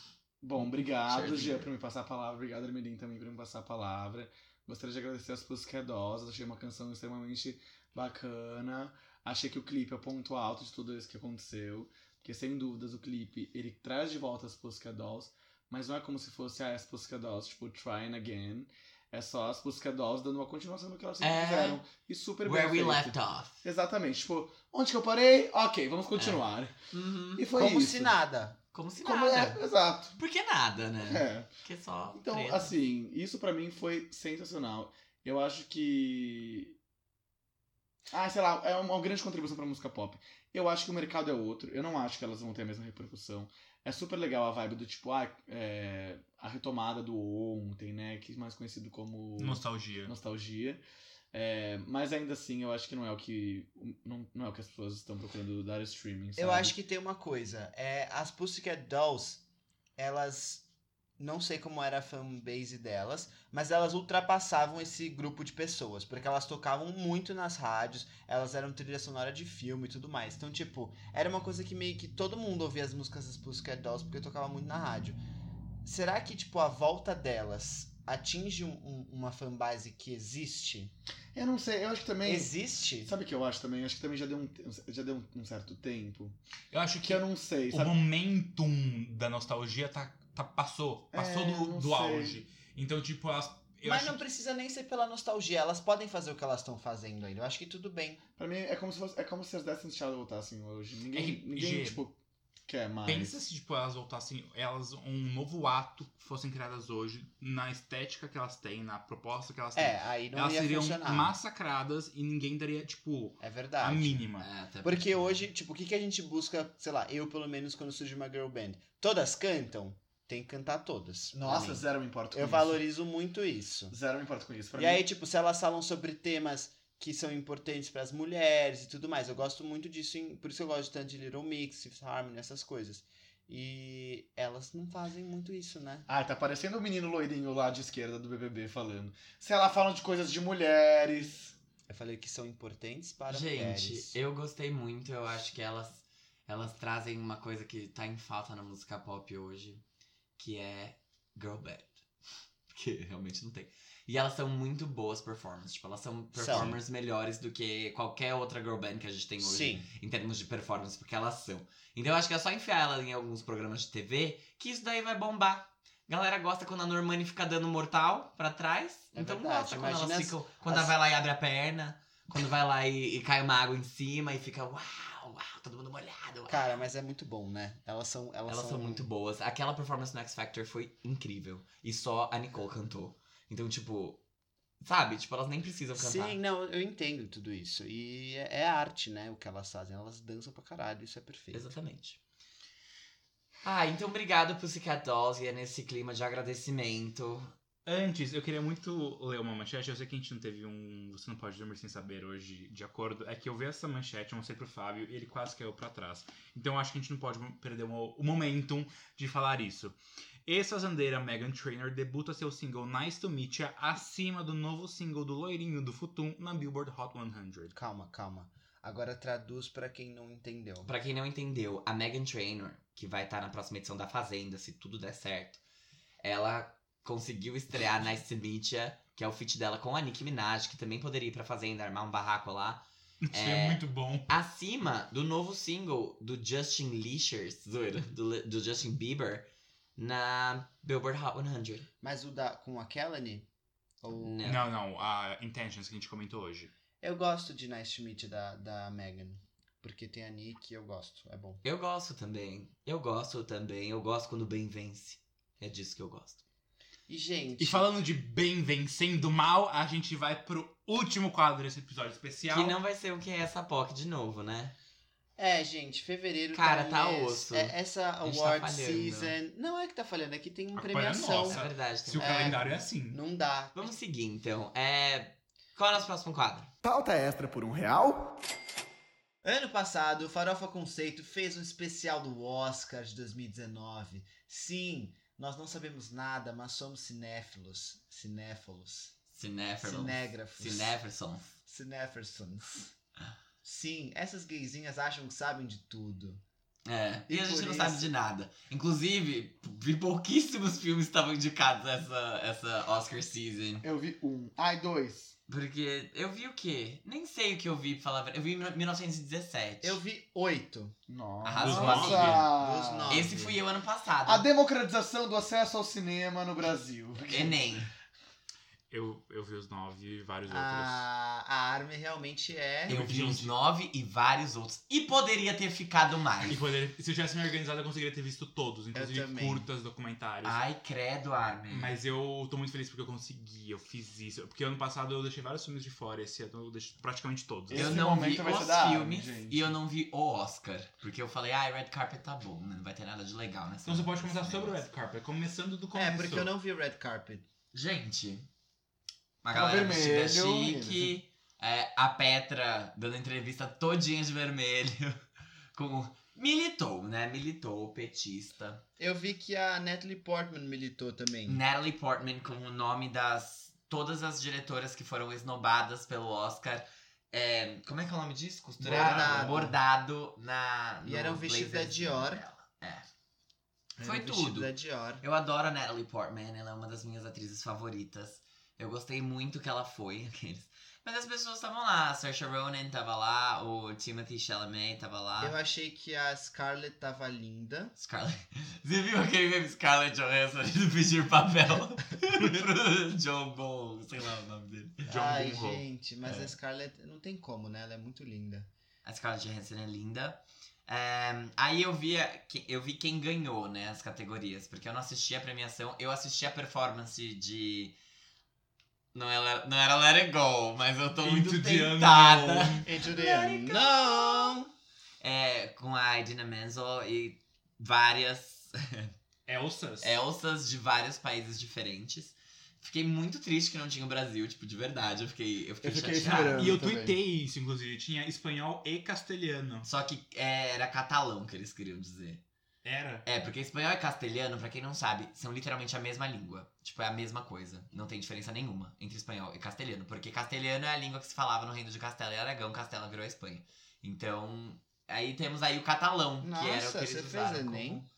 [SPEAKER 3] Bom, obrigado,
[SPEAKER 2] Certo.
[SPEAKER 3] Gia, por me passar a palavra. Obrigado, Armelim, também por me passar a palavra. Gostaria de agradecer às Pussycat Dolls. é Achei uma canção extremamente bacana. Achei que o clipe é o ponto alto de tudo isso que aconteceu. Porque, sem dúvidas, o clipe, ele traz de volta as Pussycat Dolls. Mas não é como se fosse ah, as Pussycat Dolls, tipo, trying again. É só as Pussycat Dolls dando uma continuação do que elas sempre
[SPEAKER 2] É.
[SPEAKER 3] fizeram. E super
[SPEAKER 2] Where we
[SPEAKER 3] bem feito.
[SPEAKER 2] left off.
[SPEAKER 3] Exatamente. Tipo, onde que eu parei? Ok, vamos continuar.
[SPEAKER 2] Uhum.
[SPEAKER 3] E foi
[SPEAKER 4] Como
[SPEAKER 3] isso.
[SPEAKER 4] se nada.
[SPEAKER 2] Como se
[SPEAKER 3] Como
[SPEAKER 2] nada.
[SPEAKER 3] é, exato.
[SPEAKER 2] Por que nada, né?
[SPEAKER 3] É.
[SPEAKER 2] Porque só.
[SPEAKER 3] Então,
[SPEAKER 4] né?
[SPEAKER 2] treta.
[SPEAKER 3] assim, isso pra mim foi sensacional. Eu acho que. Ah, sei lá, é uma grande contribuição pra música pop. Eu acho que o mercado é outro. Eu não acho que elas vão ter a mesma repercussão. É super legal a vibe do tipo, ah, é, a retomada do ontem, né? Que é mais conhecido como
[SPEAKER 1] Nostalgia.
[SPEAKER 3] nostalgia. É, mas ainda assim, eu acho que não é o que. Não, não é o que as pessoas estão procurando dar streaming.
[SPEAKER 4] Eu acho que tem uma coisa. É, as Pussycat Dolls, elas. Não sei como era a fanbase delas, mas elas ultrapassavam esse grupo de pessoas, porque elas tocavam muito nas rádios, elas eram trilha sonora de filme e tudo mais. Então, tipo, era uma coisa que meio que todo mundo ouvia as músicas das Pussycat Dolls, porque tocava muito na rádio. Será que, tipo, a volta delas atinge um- um- uma fanbase que existe?
[SPEAKER 3] Eu não sei, eu acho que também.
[SPEAKER 4] Existe?
[SPEAKER 3] Sabe o que eu acho também? Eu Acho que também já deu um, já deu um- um certo tempo.
[SPEAKER 1] Eu acho que
[SPEAKER 3] Que eu não sei,
[SPEAKER 1] o
[SPEAKER 3] sabe?
[SPEAKER 1] momentum da nostalgia tá, tá- passou. Passou
[SPEAKER 3] É,
[SPEAKER 1] do,
[SPEAKER 3] não
[SPEAKER 1] do
[SPEAKER 3] sei.
[SPEAKER 1] auge. Então, tipo, elas. Eu
[SPEAKER 4] Mas
[SPEAKER 1] acho
[SPEAKER 4] não precisa nem ser pela nostalgia, elas podem fazer o que elas estão fazendo ainda. Eu acho que tudo bem.
[SPEAKER 3] Pra mim é como se fosse, é como se as Destiny's Child voltassem assim, hoje.
[SPEAKER 1] É
[SPEAKER 3] Ninguém,
[SPEAKER 1] que,
[SPEAKER 3] ninguém
[SPEAKER 1] Gê,
[SPEAKER 3] tipo, quer mais.
[SPEAKER 1] Pensa se tipo, elas voltassem, elas um novo ato fossem criadas hoje, na estética que elas têm, na proposta que elas têm.
[SPEAKER 4] É, aí não
[SPEAKER 1] elas
[SPEAKER 4] ia
[SPEAKER 1] seriam
[SPEAKER 4] funcionar.
[SPEAKER 1] massacradas e ninguém daria, tipo,
[SPEAKER 4] É
[SPEAKER 1] a
[SPEAKER 4] verdade.
[SPEAKER 1] mínima.
[SPEAKER 2] É, até
[SPEAKER 4] Porque hoje, tipo, o que, que a gente busca, sei lá, eu pelo menos quando surge uma girl band? Todas cantam? Tem que cantar todas. pra
[SPEAKER 3] Nossa,
[SPEAKER 1] é
[SPEAKER 4] mim.
[SPEAKER 3] zero me importa com
[SPEAKER 4] Eu
[SPEAKER 3] isso.
[SPEAKER 4] valorizo muito isso.
[SPEAKER 3] Zero me importa com isso. Pra
[SPEAKER 4] e
[SPEAKER 3] mim,
[SPEAKER 4] aí, tipo, se elas falam sobre temas que são importantes para as mulheres e tudo mais, eu gosto muito disso, em- por isso eu gosto tanto de Little Mix, Fifth Harmony, essas coisas. E elas não fazem muito isso, né?
[SPEAKER 3] Ai, tá parecendo o menino loirinho lá de esquerda do BBB falando. Se ela fala de coisas de mulheres.
[SPEAKER 4] Eu falei que são importantes para
[SPEAKER 2] Gente,
[SPEAKER 4] mulheres.
[SPEAKER 2] eu gostei muito. Eu acho que elas, elas trazem uma coisa que tá em falta na música pop hoje, que é girl band. Porque realmente não tem. E elas são muito boas performers. Tipo, elas são performers melhores do que qualquer outra girl band que a gente tem hoje.
[SPEAKER 4] Sim.
[SPEAKER 2] Em termos de performance, porque elas são. Então eu acho que é só enfiar ela em alguns programas de TV que isso daí vai bombar. Galera gosta quando a Normani fica dando mortal pra trás.
[SPEAKER 4] É
[SPEAKER 2] então
[SPEAKER 4] verdade,
[SPEAKER 2] gosta quando
[SPEAKER 4] imagina
[SPEAKER 2] elas
[SPEAKER 4] as-
[SPEAKER 2] ficam. Quando
[SPEAKER 4] as-
[SPEAKER 2] ela vai lá e abre a perna. Quando vai lá e, e cai uma água em cima e fica uau! uau, todo mundo molhado. uau.
[SPEAKER 4] Cara, mas é muito bom, né? Elas são. Elas,
[SPEAKER 2] Elas são muito boas. Aquela performance no X Factor foi incrível. E só a Nicole cantou. Então, tipo, sabe? Tipo, elas nem precisam cantar.
[SPEAKER 4] Sim, não, eu entendo tudo isso. E é, é arte, né? O que elas fazem. Elas dançam pra caralho, isso é perfeito.
[SPEAKER 2] Exatamente. Ah, então obrigado Pussycat Dolls e é nesse clima de agradecimento.
[SPEAKER 1] Antes, eu queria muito ler uma manchete. Eu sei que a gente não teve um. Você não pode dormir sem saber hoje, de acordo. É que eu vi essa manchete, eu mostrei pro Fábio e ele quase caiu pra trás. Então eu acho que a gente não pode perder o o momentum de falar isso. Ex-fazendeira Megan Trainor debuta seu single Nice to Meet Ya acima do novo single do Loirinho do Futum na Billboard Hot 100.
[SPEAKER 4] Calma, calma. Agora traduz pra quem não entendeu.
[SPEAKER 2] Pra quem não entendeu, a Megan Trainor, que vai estar na próxima edição da Fazenda, se tudo der certo, ela conseguiu estrear Nice to Meet Ya, que é o feat dela com a Nicki Minaj, que também poderia ir pra Fazenda, armar um barraco lá.
[SPEAKER 1] Isso é,
[SPEAKER 2] É.
[SPEAKER 1] muito bom.
[SPEAKER 2] acima do novo single do Justin Leashers, zoeira, do, do Justin Bieber, na Billboard Hot 100.
[SPEAKER 4] Mas o da. com a Kellany? Ou...
[SPEAKER 2] Não.
[SPEAKER 1] Não, não, a Intentions que a gente comentou hoje.
[SPEAKER 4] Eu gosto de Nice to Meet You da, da Megan. Porque tem a Nick e eu gosto. É bom.
[SPEAKER 2] Eu gosto também. Eu gosto também. Eu gosto quando o bem vence. É disso que eu gosto.
[SPEAKER 4] E, gente.
[SPEAKER 1] E falando de bem vencendo mal, a gente vai pro último quadro desse episódio especial.
[SPEAKER 2] Que não vai ser o que é essa POC de novo, né?
[SPEAKER 4] É, gente, fevereiro.
[SPEAKER 2] Cara,
[SPEAKER 4] um
[SPEAKER 2] tá
[SPEAKER 4] mês-
[SPEAKER 2] osso.
[SPEAKER 4] é- essa
[SPEAKER 2] A gente tá
[SPEAKER 4] award
[SPEAKER 2] falhando.
[SPEAKER 4] season. Não é que tá falhando, é que tem uma
[SPEAKER 1] A culpa é
[SPEAKER 4] premiação.
[SPEAKER 1] nossa.
[SPEAKER 2] É verdade.
[SPEAKER 1] Se o
[SPEAKER 2] também.
[SPEAKER 4] É.
[SPEAKER 1] calendário é assim.
[SPEAKER 4] Não dá.
[SPEAKER 2] Vamos seguir, então. É... Qual é o nosso próximo quadro?
[SPEAKER 5] Pauta extra por um real?
[SPEAKER 4] Ano passado, o Farofa Conceito fez um especial do Oscar de 2019. Sim, nós não sabemos nada, mas somos cinéfilos. Cinéfilos.
[SPEAKER 2] Cinéferson.
[SPEAKER 4] Cinégrafos.
[SPEAKER 2] Cinéferson.
[SPEAKER 4] Cinéfersons. Sim, essas gaysinhas acham que sabem de tudo.
[SPEAKER 2] É. E,
[SPEAKER 4] E
[SPEAKER 2] a gente
[SPEAKER 4] por
[SPEAKER 2] não
[SPEAKER 4] isso-
[SPEAKER 2] sabe de nada. Inclusive, vi pouquíssimos filmes que estavam indicados essa, essa Oscar season.
[SPEAKER 8] Eu vi um. Ai, dois.
[SPEAKER 2] Porque eu vi o quê? Nem sei o que eu vi, pra falar. a verdade. Eu vi em 1917.
[SPEAKER 4] Eu vi oito.
[SPEAKER 8] Nossa.
[SPEAKER 2] Arrasou,
[SPEAKER 1] Nossa!
[SPEAKER 2] amiga.
[SPEAKER 4] Dos nove.
[SPEAKER 2] Esse fui eu ano passado.
[SPEAKER 8] A democratização do acesso ao cinema no Brasil.
[SPEAKER 2] Enem.
[SPEAKER 1] Eu, eu vi os nove e vários outros.
[SPEAKER 4] A, a Armin realmente é.
[SPEAKER 2] Eu
[SPEAKER 1] muito
[SPEAKER 2] vi uns
[SPEAKER 1] gente.
[SPEAKER 2] nove e vários outros. E poderia ter ficado
[SPEAKER 1] E
[SPEAKER 2] mais.
[SPEAKER 1] poderia, se eu tivesse me organizado, eu conseguiria ter visto todos, inclusive
[SPEAKER 4] também.
[SPEAKER 1] curtas, documentários.
[SPEAKER 2] Ai, credo, Armin.
[SPEAKER 1] Mas eu tô muito feliz porque eu consegui, eu fiz isso. Porque ano passado eu deixei vários filmes de fora, esse ano eu deixo praticamente todos.
[SPEAKER 8] Esse
[SPEAKER 2] Eu não vi
[SPEAKER 8] momento vai ser
[SPEAKER 2] os
[SPEAKER 8] da Armin,
[SPEAKER 2] filmes
[SPEAKER 8] gente.
[SPEAKER 2] e eu não vi o Oscar. Porque eu falei, ai, Red Carpet tá bom, né? não vai ter nada de legal nessa.
[SPEAKER 1] Então você pode
[SPEAKER 2] nesse
[SPEAKER 1] comentar sobre o
[SPEAKER 2] negócio.
[SPEAKER 1] Red Carpet, começando do
[SPEAKER 4] É,
[SPEAKER 1] começo.
[SPEAKER 4] porque eu não vi o Red Carpet.
[SPEAKER 2] Gente, a
[SPEAKER 8] Tava
[SPEAKER 2] galera vestida
[SPEAKER 8] vermelho,
[SPEAKER 2] chique, é, a Petra dando entrevista todinha de vermelho, com... Militou, né? Militou, petista.
[SPEAKER 4] Eu vi que a Natalie Portman militou também.
[SPEAKER 2] Natalie Portman, com o nome das... Todas as diretoras que foram esnobadas pelo Oscar. É, como é que é o nome disso? Costurada?
[SPEAKER 4] Bordado.
[SPEAKER 2] Bordado na...
[SPEAKER 4] E
[SPEAKER 2] no
[SPEAKER 4] era um vestido da
[SPEAKER 2] blazerzinho
[SPEAKER 4] Dior.
[SPEAKER 2] dela. É.
[SPEAKER 4] Era
[SPEAKER 2] Foi
[SPEAKER 4] o vestido
[SPEAKER 2] tudo.
[SPEAKER 4] Da Dior.
[SPEAKER 2] Eu adoro a Natalie Portman, ela é uma das minhas atrizes favoritas. Eu gostei muito que ela foi, aqueles. Mas as pessoas estavam lá, a Saoirse Ronan tava lá, o Timothy Chalamet tava lá.
[SPEAKER 4] Eu achei que a Scarlett tava linda.
[SPEAKER 2] Scarlett. Você viu aquele meme Scarlett Johansson indo pedir papel pro John Bon, sei lá o nome dele.
[SPEAKER 1] John
[SPEAKER 4] Ai,
[SPEAKER 1] Boonho.
[SPEAKER 4] gente, mas
[SPEAKER 2] É.
[SPEAKER 4] a Scarlett não tem como, né? Ela é muito linda.
[SPEAKER 2] A Scarlett Johansson é linda. É, aí eu vi, eu vi quem ganhou, né, as categorias. Porque eu não assisti a premiação, eu assisti a performance de... Não era, não era Let It Go, mas eu tô muito
[SPEAKER 1] Into the
[SPEAKER 2] tentada.
[SPEAKER 1] Unknown.
[SPEAKER 4] E Juliana, não!
[SPEAKER 2] É, com a Idina Menzel e várias
[SPEAKER 1] Elsas.
[SPEAKER 2] É Elsas de vários países diferentes. Fiquei muito triste que não tinha o Brasil, tipo, de verdade. Eu fiquei, eu fiquei,
[SPEAKER 8] Eu fiquei
[SPEAKER 2] chateada.
[SPEAKER 8] esperando.
[SPEAKER 1] E eu
[SPEAKER 8] também.
[SPEAKER 1] tuitei isso, inclusive. Tinha espanhol e castelhano.
[SPEAKER 2] Só que é, era catalão que eles queriam dizer.
[SPEAKER 1] Era.
[SPEAKER 2] É, porque espanhol e castelhano, pra quem não sabe, são literalmente a mesma língua. Tipo, é a mesma coisa. Não tem diferença nenhuma entre espanhol e castelhano. Porque castelhano é a língua que se falava no reino de Castela e Aragão, Castela virou a Espanha. Então, aí temos aí o catalão, que era o que
[SPEAKER 4] Nossa,
[SPEAKER 2] eles
[SPEAKER 4] você fez
[SPEAKER 2] usaram como-
[SPEAKER 4] Enem?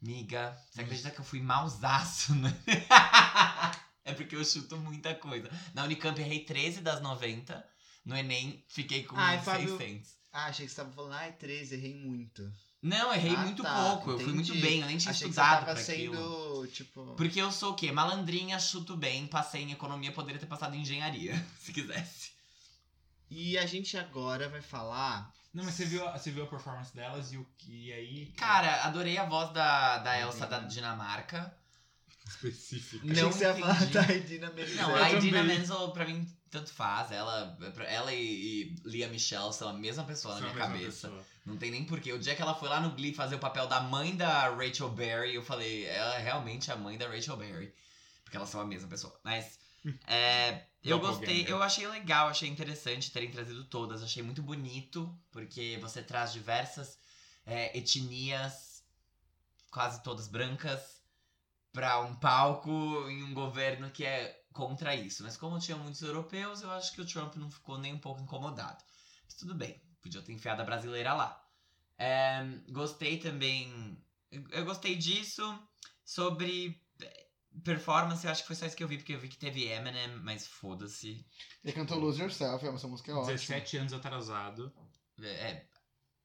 [SPEAKER 2] Miga, você acredita que eu fui mausaço, né? é porque eu chuto muita coisa. Na Unicamp errei 13 das 90. No Enem, fiquei com
[SPEAKER 4] Ai, Fábio,
[SPEAKER 2] 600.
[SPEAKER 4] Ah, achei que você tava falando, ai, 13, errei muito.
[SPEAKER 2] Não, errei
[SPEAKER 4] Ah,
[SPEAKER 2] muito
[SPEAKER 4] tá,
[SPEAKER 2] pouco. Eu fui muito
[SPEAKER 4] entendi.
[SPEAKER 2] bem, eu nem tinha
[SPEAKER 4] achei que você
[SPEAKER 2] estudado
[SPEAKER 4] tava
[SPEAKER 2] pra
[SPEAKER 4] sendo,
[SPEAKER 2] aquilo.
[SPEAKER 4] tipo.
[SPEAKER 2] Porque eu sou o quê? Malandrinha, chuto bem, passei em economia, poderia ter passado em engenharia, se quisesse.
[SPEAKER 4] E a gente agora vai falar
[SPEAKER 1] Não, mas você viu, a- você viu a performance delas e, o, e aí.
[SPEAKER 2] Cara, adorei a voz da, da Elsa da Dinamarca.
[SPEAKER 1] Específico.
[SPEAKER 4] Achei
[SPEAKER 2] Não
[SPEAKER 4] que você ia falar
[SPEAKER 2] entendi.
[SPEAKER 4] da Idina Menzel.
[SPEAKER 2] Não,
[SPEAKER 1] Eu
[SPEAKER 2] a Idina
[SPEAKER 1] também.
[SPEAKER 2] Menzel, pra mim, tanto faz. Ela, pra- ela e, e Lia Michelle são a mesma pessoa na
[SPEAKER 1] São a
[SPEAKER 2] minha
[SPEAKER 1] mesma
[SPEAKER 2] cabeça.
[SPEAKER 1] pessoa.
[SPEAKER 2] Não tem nem porquê. O dia que ela foi lá no Glee fazer o papel da mãe da Rachel Berry, eu falei, ela é realmente a mãe da Rachel Berry. Porque elas são a mesma pessoa. Mas. é, eu gostei,
[SPEAKER 1] Doppelganger.
[SPEAKER 2] eu achei legal, achei interessante terem trazido todas, achei muito bonito, porque você traz diversas é, etnias, quase todas brancas, pra um palco em um governo que é contra isso. Mas como tinha muitos europeus, eu acho que o Trump não ficou nem um pouco incomodado. Mas tudo bem, podia ter enfiado a brasileira lá. É, gostei também. Eu gostei disso. Sobre eh, performance, eu acho que foi só isso que eu vi, porque eu vi que teve Eminem, mas foda-se.
[SPEAKER 3] Ele cantou Lose Yourself, é, essa música é ótima.
[SPEAKER 1] 17 anos atrasado.
[SPEAKER 2] É, é,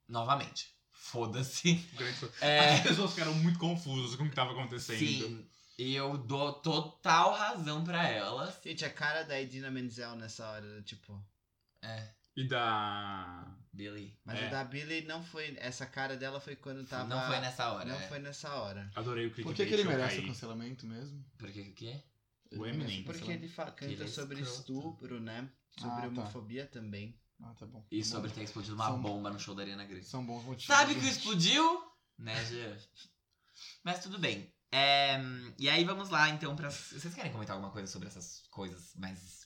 [SPEAKER 2] novamente, foda-se.
[SPEAKER 1] Grande coisa.
[SPEAKER 2] É,
[SPEAKER 1] Então, tipo, As pessoas ficaram muito confusas com o que tava acontecendo.
[SPEAKER 2] sim, eu dou total razão pra elas.
[SPEAKER 4] Gente, a cara da Idina Menzel nessa hora, tipo.
[SPEAKER 2] É,
[SPEAKER 1] E da.
[SPEAKER 2] Billy.
[SPEAKER 4] Mas
[SPEAKER 1] É.
[SPEAKER 4] a da Billie não foi. Essa cara dela foi quando tava.
[SPEAKER 2] Não foi nessa hora.
[SPEAKER 4] Não
[SPEAKER 2] é.
[SPEAKER 4] foi nessa hora.
[SPEAKER 1] Adorei o clickbait.
[SPEAKER 3] Por que, que ele
[SPEAKER 1] eu
[SPEAKER 3] merece
[SPEAKER 1] caí.
[SPEAKER 3] o cancelamento mesmo?
[SPEAKER 2] Porque o quê?
[SPEAKER 1] O
[SPEAKER 3] Ele merece
[SPEAKER 1] Eminem.
[SPEAKER 3] o
[SPEAKER 4] Porque
[SPEAKER 3] cancelamento.
[SPEAKER 4] ele fa-
[SPEAKER 2] ele é
[SPEAKER 4] canta sobre
[SPEAKER 2] escroto.
[SPEAKER 4] estupro, né? Sobre
[SPEAKER 3] Ah, tá.
[SPEAKER 4] homofobia também.
[SPEAKER 3] Ah, tá bom.
[SPEAKER 2] E
[SPEAKER 3] Tá
[SPEAKER 2] sobre
[SPEAKER 3] bom.
[SPEAKER 2] ter explodido uma
[SPEAKER 3] São-
[SPEAKER 2] bomba no show da Arena Grande.
[SPEAKER 3] São bons motivos.
[SPEAKER 2] Sabe que explodiu? Né, Jean? Mas tudo bem. É, e aí vamos lá, então, pra. Vocês querem comentar alguma coisa sobre essas coisas mais.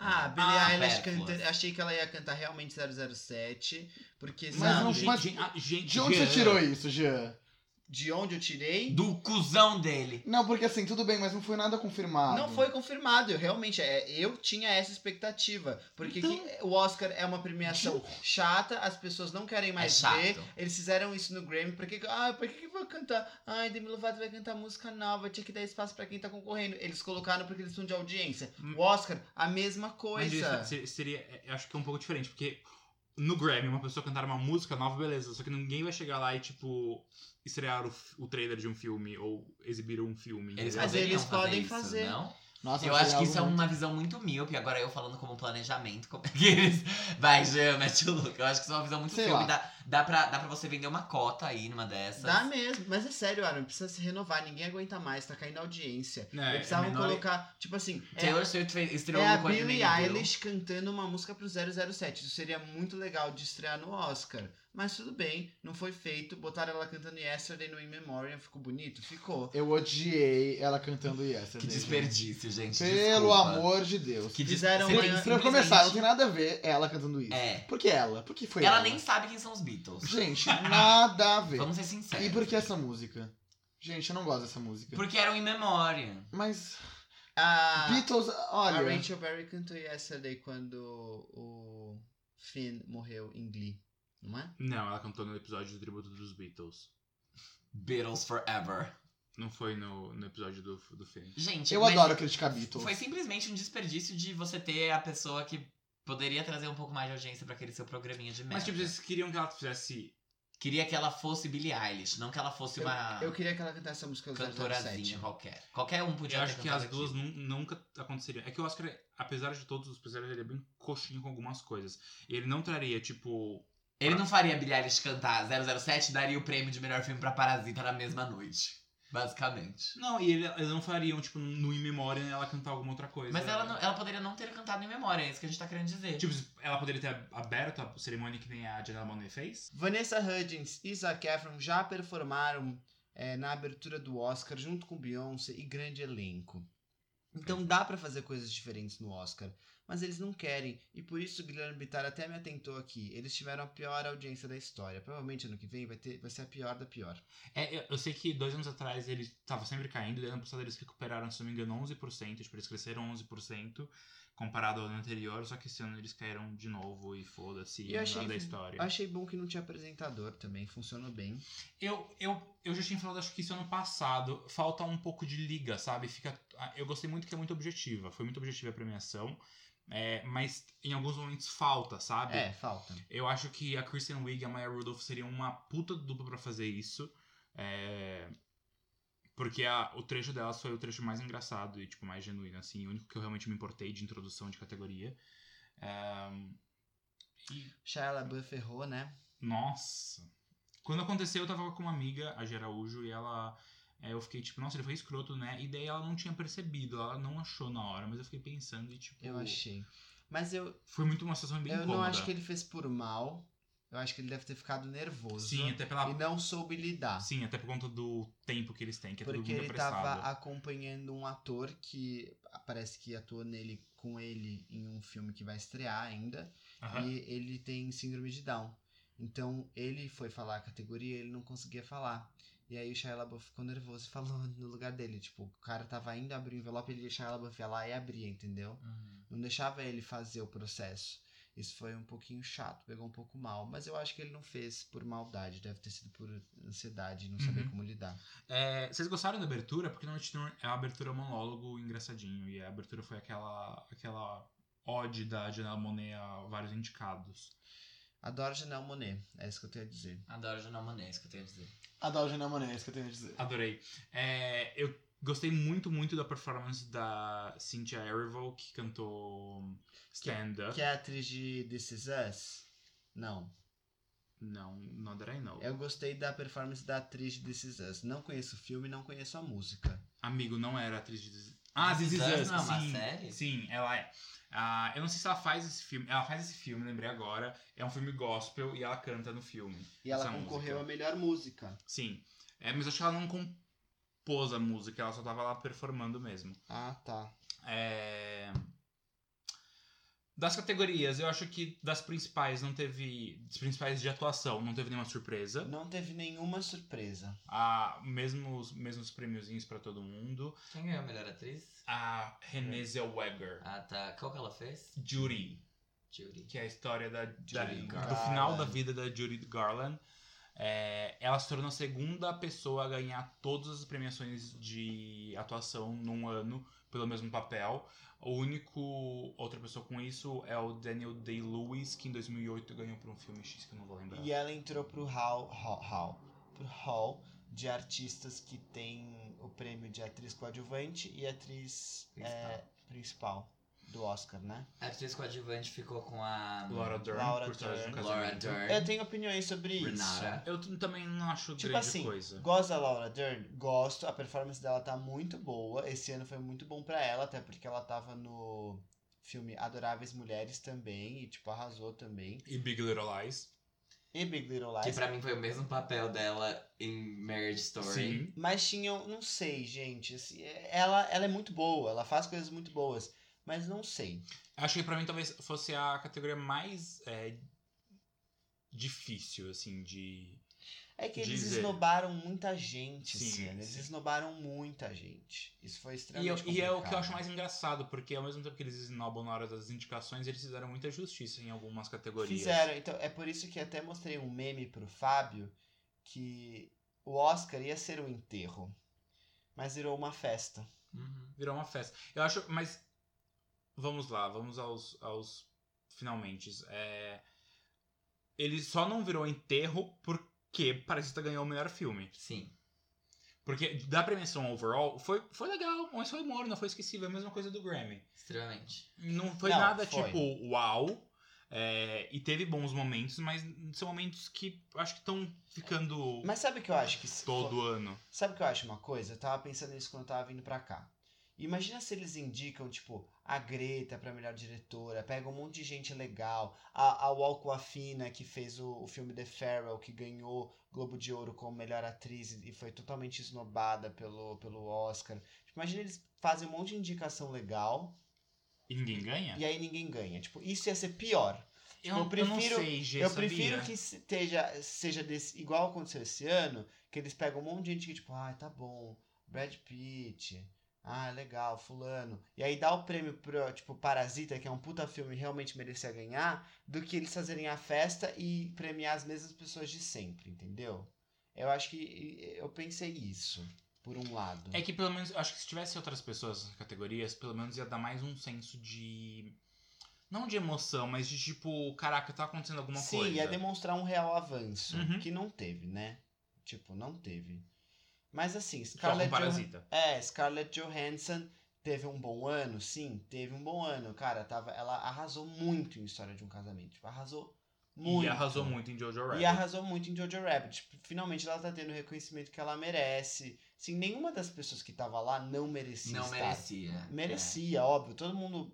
[SPEAKER 4] Ah, a
[SPEAKER 2] eh,
[SPEAKER 4] Billie Eilish,
[SPEAKER 2] supérfluas?
[SPEAKER 4] canta- achei que ela ia cantar realmente 007. Porque
[SPEAKER 3] Mas
[SPEAKER 4] sabe,
[SPEAKER 3] não-
[SPEAKER 1] gente,
[SPEAKER 3] mas-
[SPEAKER 1] gente, ah, gente,
[SPEAKER 3] De onde você
[SPEAKER 1] Jean.
[SPEAKER 3] tirou isso, Jean?
[SPEAKER 4] de onde eu tirei,
[SPEAKER 2] Do cuzão dele.
[SPEAKER 3] Não, porque assim, tudo bem, mas não foi nada confirmado.
[SPEAKER 4] não foi confirmado. Eu realmente, é, eu tinha essa expectativa. Porque que- o Oscar é uma premiação chata, as pessoas não querem
[SPEAKER 2] é
[SPEAKER 4] mais
[SPEAKER 2] chato.
[SPEAKER 4] ver. Eles fizeram isso no Grammy, porque, ah, por que, que vai cantar? Ai, Demi Lovato vai cantar música nova, tinha que dar espaço pra quem tá concorrendo. Eles colocaram porque eles são de audiência. O Oscar, a mesma
[SPEAKER 1] Mas isso
[SPEAKER 4] coisa.
[SPEAKER 1] se- seria, é, acho que é um pouco diferente, porque no Grammy, uma pessoa cantar uma música nova, beleza, só que ninguém vai chegar lá e, tipo, estrear o, f- o trailer de um filme ou exibir um filme.
[SPEAKER 2] Eles
[SPEAKER 1] entendeu?
[SPEAKER 4] Mas
[SPEAKER 2] poderiam
[SPEAKER 4] eles podem
[SPEAKER 2] isso,
[SPEAKER 4] fazer.
[SPEAKER 2] Não?
[SPEAKER 3] Nossa,
[SPEAKER 2] eu
[SPEAKER 3] mas
[SPEAKER 2] acho que
[SPEAKER 3] algo
[SPEAKER 2] isso é
[SPEAKER 3] muito-
[SPEAKER 2] uma visão muito míope. Agora eu falando como planejamento. Como... é que eles- Vai, Jean, mete o look. Eu acho que isso é uma visão muito
[SPEAKER 3] Sei
[SPEAKER 2] filme.
[SPEAKER 3] lá.
[SPEAKER 2] Dá, dá, pra, dá pra você vender uma cota aí numa dessas.
[SPEAKER 4] Dá mesmo, mas é sério, Aaron, precisa se renovar, ninguém aguenta mais, tá caindo audiência.
[SPEAKER 1] É, é
[SPEAKER 4] Eles precisavam
[SPEAKER 1] menor-
[SPEAKER 4] colocar, tipo assim, é-
[SPEAKER 2] Taylor Swift fez-
[SPEAKER 4] é,
[SPEAKER 2] estreou
[SPEAKER 4] a
[SPEAKER 2] no Courtney
[SPEAKER 4] Billie
[SPEAKER 2] Girl.
[SPEAKER 4] Eilish cantando uma música pro 007. Isso seria muito legal de estrear no Oscar. Mas tudo bem, não foi feito. Botaram ela cantando Yesterday no In Memoriam, ficou bonito? Ficou.
[SPEAKER 3] Eu odiei ela cantando Yes.
[SPEAKER 2] Que desperdício, gente.
[SPEAKER 3] Pelo
[SPEAKER 2] desculpa.
[SPEAKER 3] amor de Deus.
[SPEAKER 2] Que
[SPEAKER 4] Fizeram
[SPEAKER 2] você
[SPEAKER 4] uma-
[SPEAKER 2] tem que
[SPEAKER 3] Pra
[SPEAKER 2] simplesmente-
[SPEAKER 3] começar, não tem nada a ver ela cantando isso.
[SPEAKER 2] É.
[SPEAKER 3] Por que ela? Por que foi ela?
[SPEAKER 2] Ela nem sabe quem são os Beatles.
[SPEAKER 3] Gente, nada a ver.
[SPEAKER 2] Vamos ser
[SPEAKER 3] E
[SPEAKER 2] sinceros.
[SPEAKER 3] por que essa música? Gente, eu não gosto dessa música.
[SPEAKER 2] Porque eram in memória.
[SPEAKER 3] Mas.
[SPEAKER 2] Ah.
[SPEAKER 4] A,
[SPEAKER 3] Beatles,
[SPEAKER 4] a
[SPEAKER 3] olha.
[SPEAKER 4] Rachel Berry cantou Yesterday quando o Finn morreu em Glee, não é?
[SPEAKER 1] Não, ela cantou no episódio do tributo dos Beatles.
[SPEAKER 2] Beatles Forever.
[SPEAKER 1] Não foi no, no episódio do, do filme.
[SPEAKER 2] Gente,
[SPEAKER 3] Eu
[SPEAKER 2] mas
[SPEAKER 3] adoro criticar Beatles.
[SPEAKER 2] Foi simplesmente um desperdício de você ter a pessoa que poderia trazer um pouco mais de audiência pra aquele seu programinha de merda.
[SPEAKER 1] Mas, tipo, vocês queriam que ela fizesse.
[SPEAKER 2] Queria que ela fosse Billie Eilish, não que ela fosse
[SPEAKER 4] Eu,
[SPEAKER 2] uma
[SPEAKER 4] eu queria que ela cantasse essa música do 007.
[SPEAKER 2] cantorazinha qualquer. Qualquer um podia
[SPEAKER 1] eu
[SPEAKER 2] ter
[SPEAKER 1] acho que
[SPEAKER 2] cantado
[SPEAKER 1] as duas
[SPEAKER 2] aquilo.
[SPEAKER 1] nun- nunca aconteceriam. É que o Oscar, apesar de todos os especiais, ele é bem coxinho com algumas coisas. Ele não traria, tipo.
[SPEAKER 2] Ele não faria Billie Eilish cantar 007 e daria o prêmio de melhor filme pra Parasita na mesma noite. Basicamente.
[SPEAKER 1] Não, e ele, eles não fariam, tipo, no In Memoriam ela cantar alguma outra coisa.
[SPEAKER 2] Mas ela, não- ela poderia não ter cantado em memória, é isso que a gente tá querendo dizer.
[SPEAKER 1] Tipo, ela poderia ter aberto a cerimônia que nem a Janela Monáe fez?
[SPEAKER 4] Vanessa Hudgens e Zac Efron já performaram eh, na abertura do Oscar junto com Beyoncé e grande elenco. Então dá pra fazer coisas diferentes no Oscar, mas eles não querem, e por isso o Guilherme Bittar até me atentou aqui. Eles tiveram a pior audiência da história. Provavelmente ano que vem vai, ter, vai ser a pior da pior.
[SPEAKER 1] É, eu- eu sei que dois anos atrás ele tava sempre caindo, daí ano passado eles recuperaram, se não me engano, 11%, tipo, eles cresceram 11% comparado ao ano anterior, só que esse ano eles caíram de novo e foda-se,
[SPEAKER 4] E eu achei-
[SPEAKER 1] nada da história.
[SPEAKER 4] Achei bom que não tinha apresentador também, funcionou bem.
[SPEAKER 1] Eu, eu, eu já tinha falado, acho que isso ano passado, falta um pouco de liga, sabe? Fica, ah, eu gostei muito que é muito objetiva, foi muito objetiva a premiação, é, mas em alguns momentos falta, sabe?
[SPEAKER 4] É, falta.
[SPEAKER 1] Eu acho que a Kristen Wiig e a Maya Rudolph seriam uma puta dupla pra fazer isso. é, Porque a- o trecho delas foi o trecho mais engraçado e, tipo, mais genuíno, assim. O único que eu realmente me importei de introdução de categoria. É, E,
[SPEAKER 4] Shia LaBeouf errou, né?
[SPEAKER 1] nossa. Quando aconteceu, eu tava com uma amiga, a Geraújo, e ela. é, eu fiquei tipo, nossa, ele foi escroto, né? E daí ela não tinha percebido, ela não achou na hora, mas eu fiquei pensando e tipo.
[SPEAKER 4] Eu achei. Mas eu,
[SPEAKER 1] Foi muito uma situação bem
[SPEAKER 4] eu
[SPEAKER 1] incômoda.
[SPEAKER 4] não acho que ele fez por mal. Eu acho que ele deve ter ficado nervoso.
[SPEAKER 1] Sim, até pela.
[SPEAKER 4] é E não soube lidar.
[SPEAKER 1] Ah. Sim, até por conta do tempo que eles têm, que é tudo
[SPEAKER 4] porque
[SPEAKER 1] muito
[SPEAKER 4] ele
[SPEAKER 1] apressado.
[SPEAKER 4] tava acompanhando um ator que parece que atuou nele com ele em um filme que vai estrear ainda.
[SPEAKER 1] Aham.
[SPEAKER 4] E ele tem síndrome de Down. Então ele foi falar a categoria, ele não conseguia falar. E aí o Shia LaBeouf ficou nervoso e falou no lugar dele. Tipo, o cara tava indo abrir o envelope, ele deixava Shia LaBeouf ia lá e abria, entendeu?
[SPEAKER 2] Uhum.
[SPEAKER 4] Não deixava ele fazer o processo. Isso foi um pouquinho chato, pegou um pouco mal. Mas eu acho que ele não fez por maldade, deve ter sido por ansiedade, não saber
[SPEAKER 1] Uhum.
[SPEAKER 4] como lidar.
[SPEAKER 1] É, vocês gostaram da abertura? Porque normalmente tem um- é a abertura é um monólogo engraçadinho. E a abertura foi aquela, aquela ode da Janela Monet a vários indicados.
[SPEAKER 4] Adoro Janelle Monet, é isso que eu tenho a dizer.
[SPEAKER 2] Adoro Janelle Monáe, isso que eu tenho a dizer.
[SPEAKER 8] Adoro Janelle Monáe, é isso que eu tenho a dizer.
[SPEAKER 1] Adorei. É, eu gostei muito, muito da performance da Cynthia Erivo, que cantou Stand Up.
[SPEAKER 4] Que é a atriz de This Is Us? Não.
[SPEAKER 1] Não, not that I know.
[SPEAKER 4] Eu gostei da performance da atriz de This Is Us. Não conheço o filme, não conheço a música.
[SPEAKER 1] Amigo, não era atriz de. This- Ah,
[SPEAKER 2] This
[SPEAKER 1] This Is
[SPEAKER 2] Is Us
[SPEAKER 1] Us,
[SPEAKER 2] não é uma
[SPEAKER 1] sim,
[SPEAKER 2] série?
[SPEAKER 1] Sim, ela é. Ah, eu não sei se ela faz esse filme. Ela faz esse filme, lembrei agora. É um filme gospel e ela canta no filme.
[SPEAKER 4] E ela
[SPEAKER 1] Essa
[SPEAKER 4] concorreu
[SPEAKER 1] música.
[SPEAKER 4] à melhor música.
[SPEAKER 1] Sim. É, mas acho que ela não compôs a música, ela só tava lá performando mesmo.
[SPEAKER 4] Ah, tá.
[SPEAKER 1] É, Das categorias, eu acho que das principais não teve. Das principais de atuação, não teve nenhuma surpresa.
[SPEAKER 4] Não teve nenhuma surpresa.
[SPEAKER 1] Ah, mesmos, mesmos prêmiozinhos pra todo mundo.
[SPEAKER 2] Quem ganhou a melhor atriz?
[SPEAKER 1] A Renée Zellweger,
[SPEAKER 2] Ah, tá. Qual que ela fez?
[SPEAKER 1] Judy,
[SPEAKER 2] Judy.
[SPEAKER 1] que é a história da, da-
[SPEAKER 2] Judy
[SPEAKER 1] do
[SPEAKER 4] Garland.
[SPEAKER 1] final da vida da Judy Garland. É, ela se tornou a segunda pessoa a ganhar todas as premiações de atuação num ano pelo mesmo papel. O único outra pessoa com isso é o Daniel Day-Lewis, que em 2008 ganhou por um filme X que eu não vou lembrar.
[SPEAKER 4] E ela entrou pro hall, hall, hall, pro hall de artistas que tem o prêmio de atriz coadjuvante e atriz
[SPEAKER 2] Principal.
[SPEAKER 4] eh, principal do Oscar, né?
[SPEAKER 2] A atriz coadjuvante ficou com a
[SPEAKER 1] Laura Dern,
[SPEAKER 4] Laura
[SPEAKER 1] por Histórias de um
[SPEAKER 4] Dern.
[SPEAKER 1] Casamento.
[SPEAKER 2] Laura Dern.
[SPEAKER 4] Eu tenho opiniões sobre isso.
[SPEAKER 2] É. Renata.
[SPEAKER 1] Eu t- também não acho
[SPEAKER 4] Tipo
[SPEAKER 1] grande
[SPEAKER 4] assim,
[SPEAKER 1] coisa.
[SPEAKER 4] Gosto da Laura Dern? Gosto. A performance dela tá muito boa. Esse ano foi muito bom pra ela, até porque ela tava no filme Adoráveis Mulheres também. E, tipo, arrasou também.
[SPEAKER 1] E Big Little Lies.
[SPEAKER 4] E Big Little
[SPEAKER 2] Que
[SPEAKER 4] Lies.
[SPEAKER 2] pra mim foi o mesmo papel dela em Marriage Story.
[SPEAKER 1] Sim.
[SPEAKER 4] Mas tinham... Não sei, gente. assim, é- ela, ela é muito boa. Ela faz coisas muito boas. Mas não sei.
[SPEAKER 1] Acho que pra mim talvez fosse a categoria mais é, difícil, assim, de.
[SPEAKER 4] É que eles
[SPEAKER 1] Dizer.
[SPEAKER 4] esnobaram muita gente
[SPEAKER 1] Sim,
[SPEAKER 4] esse ano. Eles
[SPEAKER 1] sim.
[SPEAKER 4] esnobaram muita gente. Isso
[SPEAKER 1] E,
[SPEAKER 4] foi
[SPEAKER 1] eu-
[SPEAKER 4] extremamente
[SPEAKER 1] e é o que eu
[SPEAKER 4] complicado.
[SPEAKER 1] acho mais engraçado, porque ao mesmo tempo que eles esnobam na hora das indicações, eles fizeram muita justiça em algumas categorias.
[SPEAKER 4] Fizeram, então é por isso que até mostrei um meme pro Fábio que o Oscar ia ser um enterro, mas virou uma festa.
[SPEAKER 2] Uhum.
[SPEAKER 1] Virou uma festa. Eu acho, mas vamos lá, vamos aos, aos finalmente. É, ele só não virou enterro porque Parasita ganhou o melhor filme.
[SPEAKER 2] Sim.
[SPEAKER 1] Porque da premiação overall, foi, foi legal, mas foi morno, foi esquecível. é A mesma coisa do Grammy.
[SPEAKER 2] Extremamente.
[SPEAKER 1] Não foi
[SPEAKER 4] Não,
[SPEAKER 1] nada
[SPEAKER 4] foi.
[SPEAKER 1] tipo uau. é, e teve bons momentos, mas são momentos que acho que estão ficando
[SPEAKER 4] Mas sabe o que eu acho que se
[SPEAKER 1] todo
[SPEAKER 4] for-
[SPEAKER 1] ano.
[SPEAKER 4] Sabe o que eu acho uma coisa? Eu tava pensando nisso quando eu tava vindo pra cá. Imagina se eles indicam, tipo, a Greta pra melhor diretora, pega um monte de gente legal, a, a Walco Afina, que fez o, o filme The Farewell, que ganhou Globo de Ouro como melhor atriz e foi totalmente esnobada pelo, pelo Oscar. Tipo, Imagina eles fazem um monte de indicação legal,
[SPEAKER 1] E ninguém ganha?
[SPEAKER 4] E aí ninguém ganha. Tipo, isso ia ser pior.
[SPEAKER 1] Eu,
[SPEAKER 4] eu
[SPEAKER 1] eu não
[SPEAKER 4] prefiro-
[SPEAKER 1] sei, Gê,
[SPEAKER 4] eu
[SPEAKER 1] sabia?
[SPEAKER 4] prefiro que esteja, seja desse, igual aconteceu esse ano, que eles pegam um monte de gente que, tipo, ah, tá bom, Brad Pitt, ah, legal, fulano. E aí dá o prêmio pro, tipo, Parasita, que é um puta filme e realmente merecia ganhar, do que eles fazerem a festa e premiar as mesmas pessoas de sempre, entendeu? Eu acho que eu pensei isso, por um lado.
[SPEAKER 1] É que pelo menos, eu acho que se tivesse outras pessoas nas categorias, pelo menos ia dar mais um senso de. Não de emoção, mas de tipo, caraca, tá acontecendo alguma
[SPEAKER 4] Sim,
[SPEAKER 1] coisa. Tipo,
[SPEAKER 4] ia demonstrar um real avanço,
[SPEAKER 1] Uhum.
[SPEAKER 4] que não teve, né? Tipo, não teve. Mas assim,
[SPEAKER 1] Só com
[SPEAKER 4] Scarlett, Johan-
[SPEAKER 1] Parasita.
[SPEAKER 4] é, Scarlett Johansson Teve um bom ano? Sim, teve um bom ano. Cara, tava, ela arrasou muito em História de um Casamento. Tipo, arrasou muito.
[SPEAKER 1] E arrasou muito em Jojo Rabbit.
[SPEAKER 4] E arrasou muito em Jojo Rabbit. Finalmente ela tá tendo o reconhecimento que ela merece. Assim, nenhuma das pessoas que tava lá não merecia
[SPEAKER 2] Não
[SPEAKER 4] estar.
[SPEAKER 2] merecia.
[SPEAKER 1] é.
[SPEAKER 4] Merecia, óbvio. Todo mundo...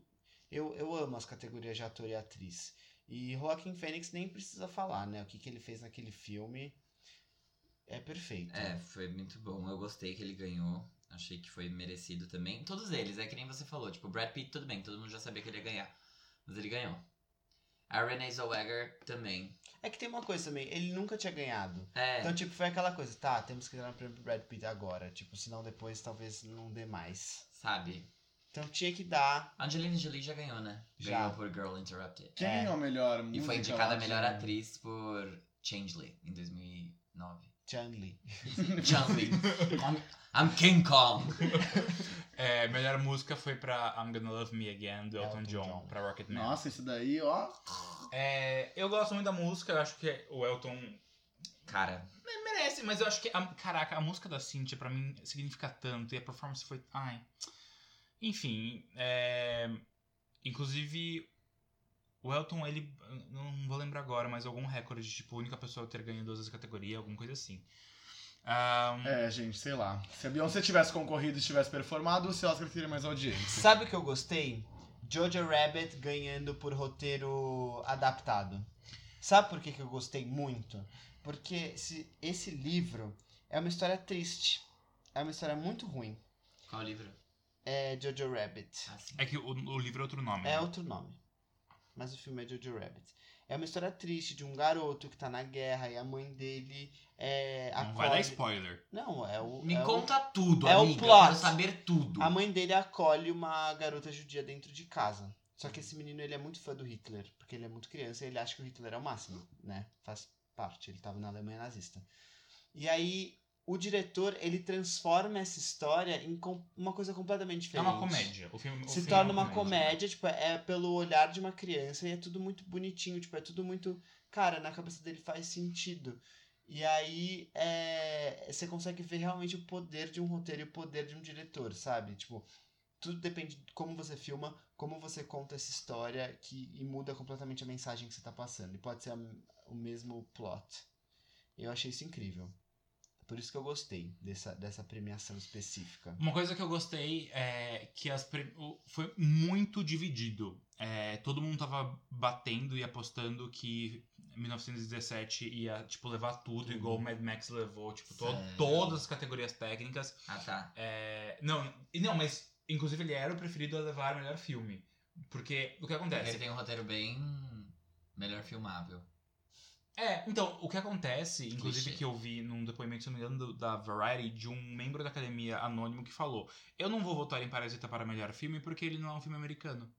[SPEAKER 4] Eu, eu amo as categorias de ator e atriz. E Joaquim Fênix nem precisa falar, né? O que, que ele fez naquele filme é perfeito.
[SPEAKER 2] É, É, foi muito bom. Eu gostei que ele ganhou. Achei que foi merecido também. Todos eles, é que nem você falou. Tipo, Brad Pitt, tudo bem, todo mundo já sabia que ele ia ganhar. Mas ele ganhou. A Renee Zellweger também.
[SPEAKER 4] É que tem uma coisa também, ele nunca tinha ganhado.
[SPEAKER 2] É,
[SPEAKER 4] Então, tipo, foi aquela coisa, tá, temos que dar um prêmio pro Brad Pitt agora. Tipo, senão depois talvez não dê mais.
[SPEAKER 2] sabe?
[SPEAKER 4] Então tinha que dar.
[SPEAKER 2] Angelina Jolie já ganhou, né?
[SPEAKER 4] Já.
[SPEAKER 2] Ganhou por Girl Interrupted.
[SPEAKER 8] Quem
[SPEAKER 4] É.
[SPEAKER 8] é, o melhor música?
[SPEAKER 2] E foi indicada a
[SPEAKER 8] latina?
[SPEAKER 2] melhor atriz por Changeling, em 2009.
[SPEAKER 4] Chang Li.
[SPEAKER 2] Changeling. Kong- I'm King Kong.
[SPEAKER 1] É, melhor música foi pra I'm Gonna Love Me Again, do Elton,
[SPEAKER 4] É, Elton
[SPEAKER 1] John,
[SPEAKER 4] John.
[SPEAKER 1] pra Rocket Man.
[SPEAKER 8] Nossa, esse daí, ó.
[SPEAKER 1] É, eu gosto muito da música, eu acho que o Elton
[SPEAKER 2] Cara,
[SPEAKER 1] merece, mas eu acho que, a- caraca, a música da Cintia pra mim significa tanto e a performance foi. Ai. Enfim, é, inclusive o Elton, ele. Não vou lembrar agora, mas algum recorde de tipo, a única pessoa a ter ganho duas vezes a categoria, alguma coisa assim. Ahn,
[SPEAKER 8] É, gente, sei lá. Se a Beyoncé tivesse concorrido e tivesse performado, o seu Oscar teria mais audiência.
[SPEAKER 4] Sabe o que eu gostei? Jojo Rabbit ganhando por roteiro adaptado. Sabe por que, que eu gostei muito? Porque esse, esse livro é uma história triste. É uma história muito ruim.
[SPEAKER 2] qual livro?
[SPEAKER 4] É Jojo Rabbit.
[SPEAKER 2] Ah, sim.
[SPEAKER 1] é que o, o livro é outro nome.
[SPEAKER 4] É outro nome. Mas o filme é Jojo Rabbit. É uma história triste de um garoto que tá na guerra e a mãe dele é.
[SPEAKER 1] Não vai dar
[SPEAKER 4] acolhe-
[SPEAKER 1] spoiler.
[SPEAKER 4] Não, é o.
[SPEAKER 2] Me
[SPEAKER 4] é o-
[SPEAKER 2] conta tudo,
[SPEAKER 4] é o
[SPEAKER 2] amiga. Eu
[SPEAKER 4] plot.
[SPEAKER 2] quero saber tudo.
[SPEAKER 4] A mãe dele acolhe uma garota judia dentro de casa. Só que esse menino ele é muito fã do Hitler, porque ele é muito criança e ele acha que o Hitler é o máximo, né? Faz parte, ele tava na Alemanha nazista. E aí o diretor, ele transforma essa história em com- uma coisa completamente
[SPEAKER 1] É
[SPEAKER 4] diferente.
[SPEAKER 1] uma comédia. O filme, o
[SPEAKER 4] se
[SPEAKER 1] filme
[SPEAKER 4] torna
[SPEAKER 1] é
[SPEAKER 4] uma comédia, tipo, é pelo olhar de uma criança e é tudo muito bonitinho, tipo, é tudo muito. Cara, na cabeça dele faz sentido. E aí é, você consegue ver realmente o poder de um roteiro e o poder de um diretor, sabe? Tipo, tudo depende de como você filma, como você conta essa história que, e muda completamente a mensagem que você tá passando. E pode ser a- o mesmo plot. Eu achei isso incrível. Por isso que eu gostei dessa, dessa premiação específica.
[SPEAKER 1] Uma coisa que eu gostei é que as pre- o- foi muito dividido. É, todo mundo tava batendo e apostando que 1917 ia, tipo, levar tudo,
[SPEAKER 4] Tudo.
[SPEAKER 1] igual o Mad Max levou, tipo, to-
[SPEAKER 2] Sério?
[SPEAKER 1] todas as categorias técnicas.
[SPEAKER 2] Ah, tá.
[SPEAKER 1] É, não, e não, mas inclusive ele era o preferido a levar melhor filme. Porque o que acontece?
[SPEAKER 2] Ele tem um roteiro bem melhor filmável.
[SPEAKER 1] É, então, o que acontece, inclusive
[SPEAKER 2] Clichê.
[SPEAKER 1] que eu vi num depoimento, se não me engano, do- da Variety, de um membro da academia anônimo que falou: Eu não vou votar em Parasita para melhor filme porque ele não é um filme americano.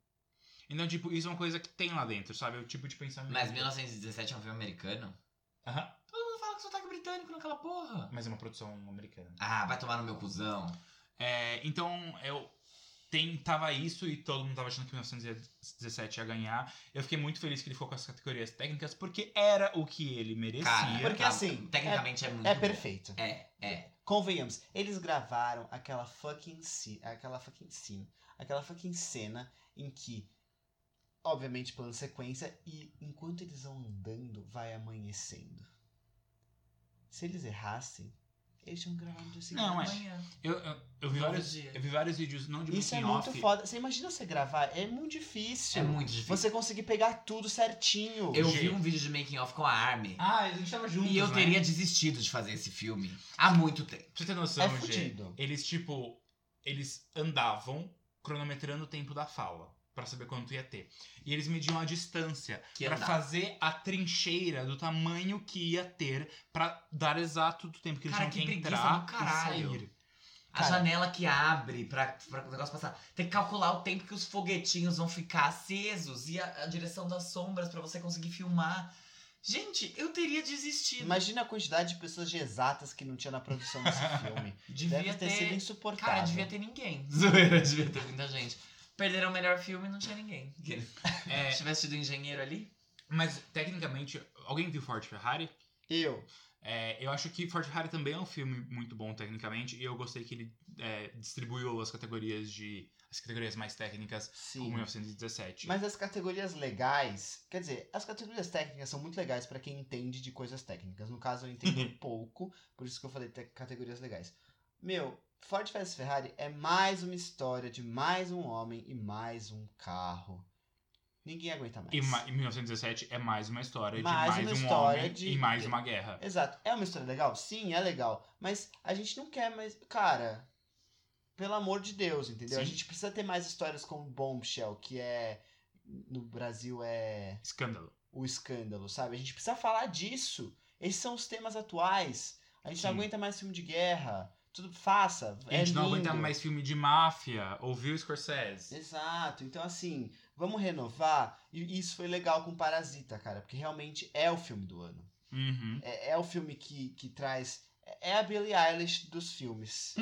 [SPEAKER 1] Então, tipo, isso é uma coisa que tem lá dentro, sabe? É o tipo de pensamento.
[SPEAKER 2] Mas 1917 é um filme americano?
[SPEAKER 4] assim-
[SPEAKER 1] Aham.
[SPEAKER 2] Todo mundo fala que sotaque britânico naquela porra.
[SPEAKER 1] Mas é uma produção americana.
[SPEAKER 2] Ah, vai tomar no meu cuzão.
[SPEAKER 1] É, então, eu tentava isso e todo mundo tava achando que 1917 ia ganhar. Eu fiquei muito feliz que ele ficou com as categorias técnicas porque era o que ele merecia.
[SPEAKER 2] Cara,
[SPEAKER 4] Porque,
[SPEAKER 2] tá-
[SPEAKER 4] assim,
[SPEAKER 2] Tecnicamente é, muito.
[SPEAKER 4] É
[SPEAKER 2] bom.
[SPEAKER 4] perfeito.
[SPEAKER 2] É, é.
[SPEAKER 4] Convenhamos, eles gravaram aquela fucking ci- aquela fucking scene, aquela fucking cena em que, obviamente, plano sequência, e enquanto eles vão andando, vai amanhecendo. Se eles errassem, eles tinham gravado no dia seguinte.
[SPEAKER 1] Não, é.
[SPEAKER 2] Amanhã.
[SPEAKER 1] Eu, eu, eu vi
[SPEAKER 2] Novo
[SPEAKER 1] vários,
[SPEAKER 2] dia.
[SPEAKER 1] eu vi vários vídeos, não de
[SPEAKER 4] Isso é
[SPEAKER 1] making
[SPEAKER 4] muito
[SPEAKER 1] off,
[SPEAKER 4] foda. Você imagina você gravar? É muito difícil.
[SPEAKER 2] É muito difícil.
[SPEAKER 4] Você conseguir pegar tudo certinho.
[SPEAKER 2] Eu
[SPEAKER 1] Gente.
[SPEAKER 2] vi um vídeo de making off com a Army.
[SPEAKER 1] Ah, a gente tava juntos,
[SPEAKER 2] e eu
[SPEAKER 1] né?
[SPEAKER 4] é?
[SPEAKER 2] teria desistido de fazer esse filme há muito tempo.
[SPEAKER 1] Pra você ter noção,
[SPEAKER 4] É
[SPEAKER 2] um
[SPEAKER 1] Gê,
[SPEAKER 4] fudido.
[SPEAKER 1] eles, tipo, eles andavam cronometrando o tempo da fala. Pra saber quanto ia ter. E eles mediam a distância
[SPEAKER 2] Que
[SPEAKER 1] pra
[SPEAKER 2] andava.
[SPEAKER 1] fazer a trincheira do tamanho que ia ter pra dar exato do tempo que eles
[SPEAKER 2] Cara,
[SPEAKER 1] tinham
[SPEAKER 2] que
[SPEAKER 1] que
[SPEAKER 2] preguiça
[SPEAKER 1] entrar
[SPEAKER 2] do caralho.
[SPEAKER 1] e sair.
[SPEAKER 2] A
[SPEAKER 4] Cara.
[SPEAKER 2] janela que abre pra, pra o negócio passar. Tem que calcular o tempo que os foguetinhos vão ficar acesos e a, a direção das sombras pra você conseguir filmar. Gente, eu teria desistido.
[SPEAKER 4] Imagina a quantidade de pessoas de exatas que não tinha na produção desse filme. Deve
[SPEAKER 2] devia
[SPEAKER 4] ter, sido insuportável.
[SPEAKER 2] Cara, devia ter ninguém. Zoeira, devia ter muita gente. Perderam o melhor filme e não tinha ninguém.
[SPEAKER 1] É,
[SPEAKER 2] Se tivesse tido engenheiro ali.
[SPEAKER 1] mas, tecnicamente, alguém viu Ford Ferrari?
[SPEAKER 4] Eu.
[SPEAKER 1] É, eu acho que Ford Ferrari também é um filme muito bom tecnicamente. E eu gostei que ele é, distribuiu as categorias de as categorias mais técnicas tipo com
[SPEAKER 4] Sim.
[SPEAKER 1] 1917.
[SPEAKER 4] Mas as categorias legais, quer dizer, as categorias técnicas são muito legais pra quem entende de coisas técnicas. No caso, eu
[SPEAKER 1] Uhum.
[SPEAKER 4] entendo pouco, por isso que eu falei te- categorias legais. Meu, Ford vs Ferrari é mais uma história de mais um homem e mais um carro. Ninguém aguenta mais.
[SPEAKER 1] E ma- e 1917 é mais uma história
[SPEAKER 4] Mais
[SPEAKER 1] de
[SPEAKER 4] uma
[SPEAKER 1] mais um
[SPEAKER 4] história
[SPEAKER 1] homem
[SPEAKER 4] de-
[SPEAKER 1] e mais uma guerra.
[SPEAKER 4] Exato. É uma história legal? Sim, é legal. Mas a gente não quer mais. Cara, pelo amor de Deus, entendeu? A
[SPEAKER 1] Sim.
[SPEAKER 4] gente precisa ter mais histórias como Bombshell, que é. No Brasil é.
[SPEAKER 1] Escândalo.
[SPEAKER 4] o escândalo, sabe? A gente precisa falar disso. Esses são os temas atuais. A gente não
[SPEAKER 1] Sim.
[SPEAKER 4] aguenta mais filme de guerra. Tudo faça.
[SPEAKER 1] a gente
[SPEAKER 4] é
[SPEAKER 1] não
[SPEAKER 4] lindo.
[SPEAKER 1] aguenta mais filme de máfia, ouviu Scorsese.
[SPEAKER 4] Exato. Então, assim, vamos renovar. E isso foi legal com Parasita, cara, porque realmente é o filme do ano.
[SPEAKER 1] Uhum.
[SPEAKER 4] É, é o filme que, que traz. É a Billie Eilish dos filmes.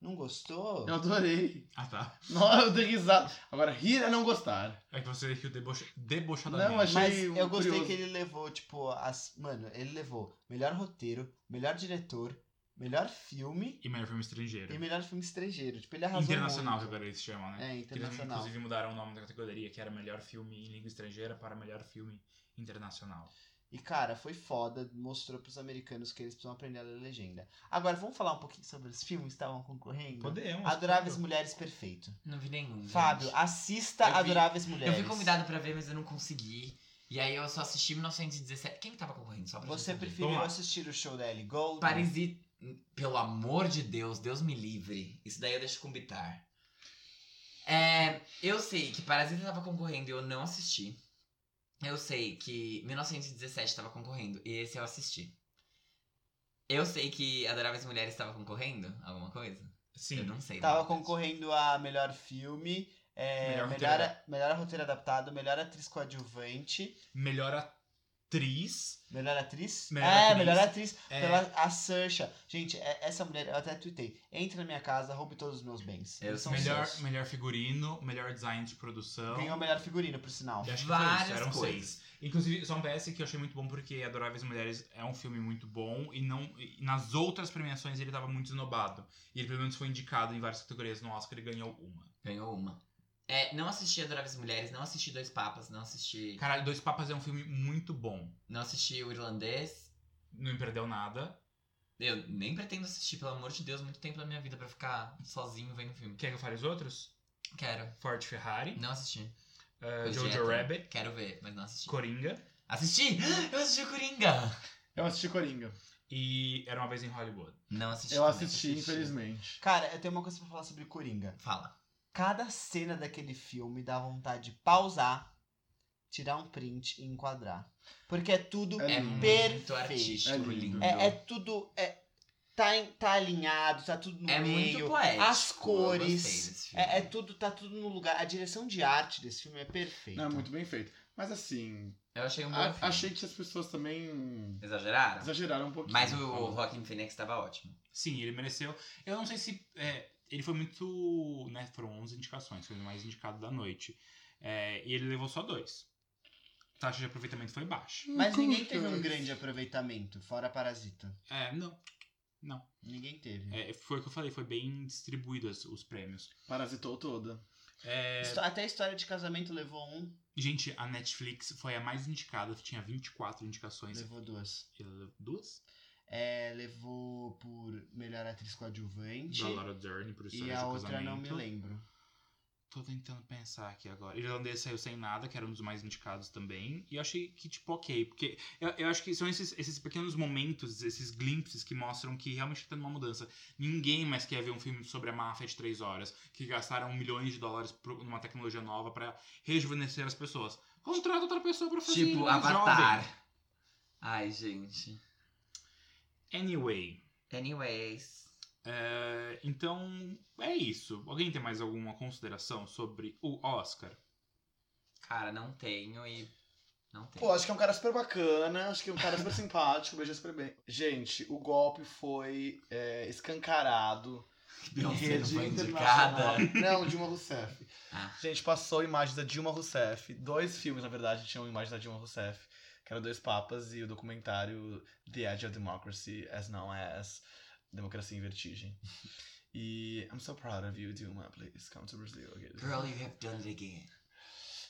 [SPEAKER 4] Não gostou?
[SPEAKER 8] Eu adorei.
[SPEAKER 1] Ah, tá.
[SPEAKER 8] Nossa, eu dei risada. Agora, rir é não gostar.
[SPEAKER 1] É que você riu debocha...
[SPEAKER 8] Não,
[SPEAKER 1] debochadamente.
[SPEAKER 8] mas-
[SPEAKER 4] Mas
[SPEAKER 8] Achei
[SPEAKER 1] um
[SPEAKER 4] eu gostei
[SPEAKER 8] curioso.
[SPEAKER 4] que ele levou, tipo, as. Mano, ele levou melhor roteiro, melhor diretor, melhor filme
[SPEAKER 1] E melhor filme estrangeiro.
[SPEAKER 4] E melhor filme estrangeiro. Tipo, ele arrasou
[SPEAKER 1] Internacional, que
[SPEAKER 4] muito.
[SPEAKER 1] agora eles chamam, né?
[SPEAKER 4] É,
[SPEAKER 1] Que eles,
[SPEAKER 4] internacional.
[SPEAKER 1] inclusive, mudaram o nome da categoria, que era melhor filme em língua estrangeira para melhor filme internacional.
[SPEAKER 4] E, cara, foi foda. Mostrou pros americanos que eles precisam aprender a ler legenda. Agora, vamos falar um pouquinho sobre os filmes que estavam concorrendo?
[SPEAKER 1] Podemos.
[SPEAKER 4] Adoráveis
[SPEAKER 1] claro.
[SPEAKER 4] Mulheres Perfeito.
[SPEAKER 2] Não vi nenhum. gente.
[SPEAKER 4] Fábio, assista
[SPEAKER 2] Eu vi-
[SPEAKER 4] Adoráveis
[SPEAKER 2] Eu
[SPEAKER 4] Mulheres.
[SPEAKER 2] fui convidado pra ver, mas eu não consegui. E aí eu só assisti 1917. Quem que tava concorrendo? Só pra
[SPEAKER 4] Você
[SPEAKER 2] gente saber.
[SPEAKER 4] preferiu
[SPEAKER 1] Vamos lá.
[SPEAKER 4] assistir o show da Ellie Gold?
[SPEAKER 2] Parasita. Pelo amor de Deus, Deus me livre. Isso daí eu deixo com Bitar. É, eu sei que Parasita tava concorrendo e eu não assisti. Eu sei que 1917 tava concorrendo e esse eu assisti. Eu sei que Adoráveis Mulheres tava concorrendo? Alguma coisa? Eu
[SPEAKER 1] Sim.
[SPEAKER 2] não sei. na
[SPEAKER 4] Tava
[SPEAKER 2] verdade.
[SPEAKER 4] concorrendo a melhor filme, é,
[SPEAKER 1] Melhor
[SPEAKER 4] melhor, melhor,
[SPEAKER 1] roteiro
[SPEAKER 4] roteiro. melhor roteiro adaptado, melhor atriz coadjuvante,
[SPEAKER 1] Melhor atriz.
[SPEAKER 4] melhor atriz?
[SPEAKER 1] Melhor
[SPEAKER 4] é,
[SPEAKER 1] atriz.
[SPEAKER 4] melhor atriz.
[SPEAKER 1] É...
[SPEAKER 4] Pela, a Saoirse. Gente, é- essa mulher, eu até tuitei. Entre na minha casa, roube todos os meus bens.
[SPEAKER 2] Eu
[SPEAKER 4] Eles são
[SPEAKER 1] Melhor,
[SPEAKER 4] seus.
[SPEAKER 1] melhor figurino, melhor design de produção.
[SPEAKER 4] Ganhou o melhor figurino, por sinal.
[SPEAKER 1] Eu Acho que foi isso,
[SPEAKER 2] Várias
[SPEAKER 1] eram
[SPEAKER 2] coisas.
[SPEAKER 1] seis. Inclusive, só um PS que eu achei muito bom porque Adoráveis Mulheres é um filme muito bom e não e nas outras premiações ele tava muito esnobado. E ele pelo menos foi indicado em várias categorias no Oscar e ganhou uma.
[SPEAKER 2] Ganhou uma. É, não assisti Adoráveis Mulheres, não assisti Dois Papas, não assisti.
[SPEAKER 1] Caralho, Dois Papas é um filme muito bom.
[SPEAKER 2] Não assisti o Irlandês.
[SPEAKER 1] Não perdeu nada.
[SPEAKER 2] Eu nem pretendo assistir, pelo amor de Deus, muito tempo da minha vida pra ficar sozinho vendo filme.
[SPEAKER 1] Quer que eu fale os outros?
[SPEAKER 2] Quero.
[SPEAKER 1] Forte Ferrari,
[SPEAKER 2] Não assisti.
[SPEAKER 1] eh,
[SPEAKER 2] Foi
[SPEAKER 1] Jojo
[SPEAKER 2] dieta.
[SPEAKER 1] Rabbit,
[SPEAKER 2] Quero ver, mas não assisti.
[SPEAKER 1] Coringa
[SPEAKER 2] Assisti! Eu assisti o Coringa!
[SPEAKER 8] Eu assisti Coringa.
[SPEAKER 1] e Era Uma Vez em Hollywood.
[SPEAKER 2] Não assisti.
[SPEAKER 8] Eu
[SPEAKER 2] também.
[SPEAKER 8] assisti, infelizmente.
[SPEAKER 4] Cara, eu tenho uma coisa pra falar sobre Coringa.
[SPEAKER 2] Fala.
[SPEAKER 4] Cada cena daquele filme dá vontade de pausar, tirar um print e enquadrar. Porque é tudo.
[SPEAKER 8] É
[SPEAKER 2] É
[SPEAKER 8] lindo.
[SPEAKER 2] muito
[SPEAKER 4] Perfeito.
[SPEAKER 2] artístico,
[SPEAKER 8] É lindo.
[SPEAKER 2] lindo.
[SPEAKER 4] É, é tudo. É, tá, em- tá alinhado, tá tudo no
[SPEAKER 2] É
[SPEAKER 4] meio.
[SPEAKER 2] muito poético.
[SPEAKER 4] as cores.
[SPEAKER 2] Eu gostei desse filme.
[SPEAKER 4] É, é tudo, tá tudo no lugar. A direção de arte desse filme é perfeita.
[SPEAKER 8] Não, é muito bem feito. Mas assim,
[SPEAKER 2] Eu achei um bom
[SPEAKER 8] a-
[SPEAKER 2] filme.
[SPEAKER 8] achei que as pessoas também
[SPEAKER 2] Exageraram?
[SPEAKER 8] exageraram um pouquinho.
[SPEAKER 2] Mas o, o Joaquim Phoenix tava ótimo.
[SPEAKER 1] Sim, ele mereceu. Eu não sei se. é, ele foi muito. Né, foram 11 indicações, foi o mais indicado da noite. É, e ele levou só dois. Taxa de aproveitamento foi baixa.
[SPEAKER 4] Mas ninguém teve um grande aproveitamento, fora Parasita.
[SPEAKER 1] É, não.
[SPEAKER 4] Ninguém teve.
[SPEAKER 1] É, foi o que eu falei, foi bem distribuído as- os prêmios.
[SPEAKER 8] Parasitou toda.
[SPEAKER 1] É,
[SPEAKER 4] Histó- Até a história de casamento levou um,
[SPEAKER 1] gente, a Netflix foi a mais indicada, tinha 24 indicações.
[SPEAKER 4] levou duas.
[SPEAKER 1] Ela levou Duas?
[SPEAKER 4] É, levou por melhor atriz coadjuvante.
[SPEAKER 1] Da Laura Dern, por
[SPEAKER 4] E
[SPEAKER 1] História
[SPEAKER 4] a
[SPEAKER 1] de
[SPEAKER 4] outra não me
[SPEAKER 1] Casamento.
[SPEAKER 4] lembro.
[SPEAKER 1] Tô tentando pensar aqui agora. Irlandês saiu sem nada, que era um dos mais indicados também. E eu achei que, tipo, ok. Porque eu, eu acho que são esses, esses pequenos momentos, esses glimpses que mostram que realmente tá tendo uma mudança. Ninguém mais quer ver um filme sobre a máfia de três horas, que gastaram milhões de dólares pro- numa tecnologia nova pra rejuvenescer as pessoas. Contrata outra pessoa pra fazer
[SPEAKER 8] um
[SPEAKER 2] tipo,
[SPEAKER 1] mais
[SPEAKER 2] Avatar.
[SPEAKER 1] jovem.
[SPEAKER 2] Ai, gente.
[SPEAKER 1] Anyway.
[SPEAKER 2] Anyways.
[SPEAKER 1] é, então, é isso. Alguém tem mais alguma consideração sobre o Oscar?
[SPEAKER 2] Cara, não tenho e. Não tenho.
[SPEAKER 8] Pô, acho que é um cara super bacana, acho que é um cara super simpático, beijou super bem. Gente, o golpe foi é, escancarado.
[SPEAKER 2] Beyoncé não
[SPEAKER 8] Rede
[SPEAKER 2] foi
[SPEAKER 8] internacional.
[SPEAKER 2] indicada.
[SPEAKER 8] Não, Dilma Rousseff.
[SPEAKER 2] Ah.
[SPEAKER 8] Gente, passou imagens da Dilma Rousseff. Dois filmes, na verdade, tinham imagens da Dilma Rousseff. Que era Dois Papas e o documentário The Edge of Democracy, As Now As Democracia em Vertigem. E I'm so proud of you, Dilma. Please come to Brazil again.
[SPEAKER 2] Girl, you have done it again.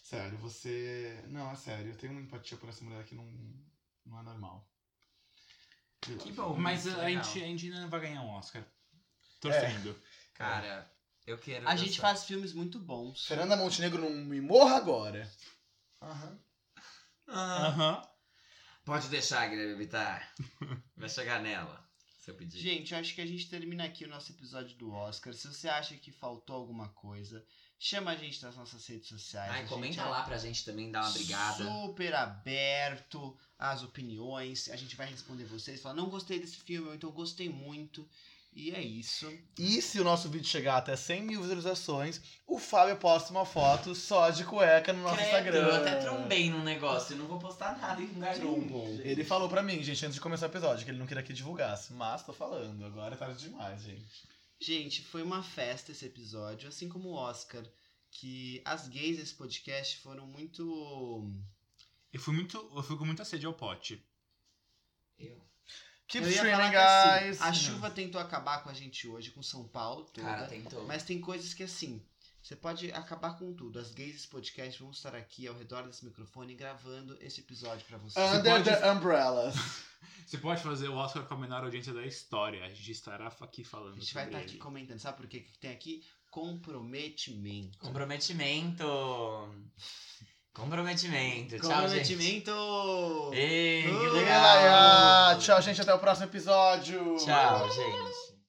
[SPEAKER 8] Sério, você. Não, é sério, eu tenho uma empatia por essa mulher que não, não é normal. Eu-
[SPEAKER 2] Que bom.
[SPEAKER 1] Mas
[SPEAKER 2] muito
[SPEAKER 1] a
[SPEAKER 2] legal.
[SPEAKER 1] gente, a gente ainda vai ganhar um Oscar. É. Torcendo.
[SPEAKER 2] Cara, eu quero.
[SPEAKER 4] A gente
[SPEAKER 2] dançar.
[SPEAKER 4] faz filmes muito bons.
[SPEAKER 3] Fernanda Montenegro não me morra agora.
[SPEAKER 8] Aham.
[SPEAKER 2] Ah,
[SPEAKER 1] Aham.
[SPEAKER 2] pode deixar, Guilherme Bittar. Vai chegar nela, se eu pedir.
[SPEAKER 4] Gente, eu acho que a gente termina aqui o nosso episódio do Oscar. Se você acha que faltou alguma coisa, chama a gente nas nossas redes sociais. A
[SPEAKER 2] Ai,
[SPEAKER 4] gente
[SPEAKER 2] comenta
[SPEAKER 4] é
[SPEAKER 2] lá pra gente também, dá uma brigada.
[SPEAKER 4] Super aberto às opiniões. A gente vai responder vocês. Falar, não gostei desse filme, ou então gostei muito. E é isso.
[SPEAKER 3] E se o nosso vídeo chegar até 100 mil visualizações, o Fábio posta uma foto só de cueca no nosso
[SPEAKER 2] Credo, Eu
[SPEAKER 3] Instagram.
[SPEAKER 2] até trombei num negócio, eu não vou postar nada em lugar nenhum.
[SPEAKER 3] Ele falou pra mim, gente, antes de começar o episódio, que ele não queria que divulgasse. Mas tô falando, agora é tarde demais, gente.
[SPEAKER 4] Gente, foi uma festa esse episódio, assim como o Oscar. Que as gays desse podcast foram muito.
[SPEAKER 1] Eu fui muito. Eu fui com muita sede ao pote.
[SPEAKER 2] Eu.
[SPEAKER 3] Keep
[SPEAKER 4] Eu ia
[SPEAKER 3] streaming,
[SPEAKER 4] falar que,
[SPEAKER 3] guys!
[SPEAKER 4] assim, a chuva tentou acabar com a gente hoje, com São Paulo toda.
[SPEAKER 2] Cara, tentou.
[SPEAKER 4] Mas tem coisas que assim, você pode acabar com tudo. As gays desse podcast vão estar aqui ao redor desse microfone gravando esse episódio pra vocês.
[SPEAKER 3] Under
[SPEAKER 1] Você pode-
[SPEAKER 3] the umbrellas.
[SPEAKER 1] Você pode fazer o Oscar com a menor audiência da história. A gente estará aqui falando.
[SPEAKER 4] A gente vai
[SPEAKER 1] sobre
[SPEAKER 4] estar aqui
[SPEAKER 1] ele.
[SPEAKER 4] comentando, sabe por quê? O que que tem aqui? Comprometimento.
[SPEAKER 2] Comprometimento. Comprometimento. Tchau, gente.
[SPEAKER 4] Comprometimento!
[SPEAKER 2] Ei, que
[SPEAKER 4] Uh,
[SPEAKER 2] legal.
[SPEAKER 3] Legal. Tchau, gente. Até o próximo episódio.
[SPEAKER 2] Tchau, gente.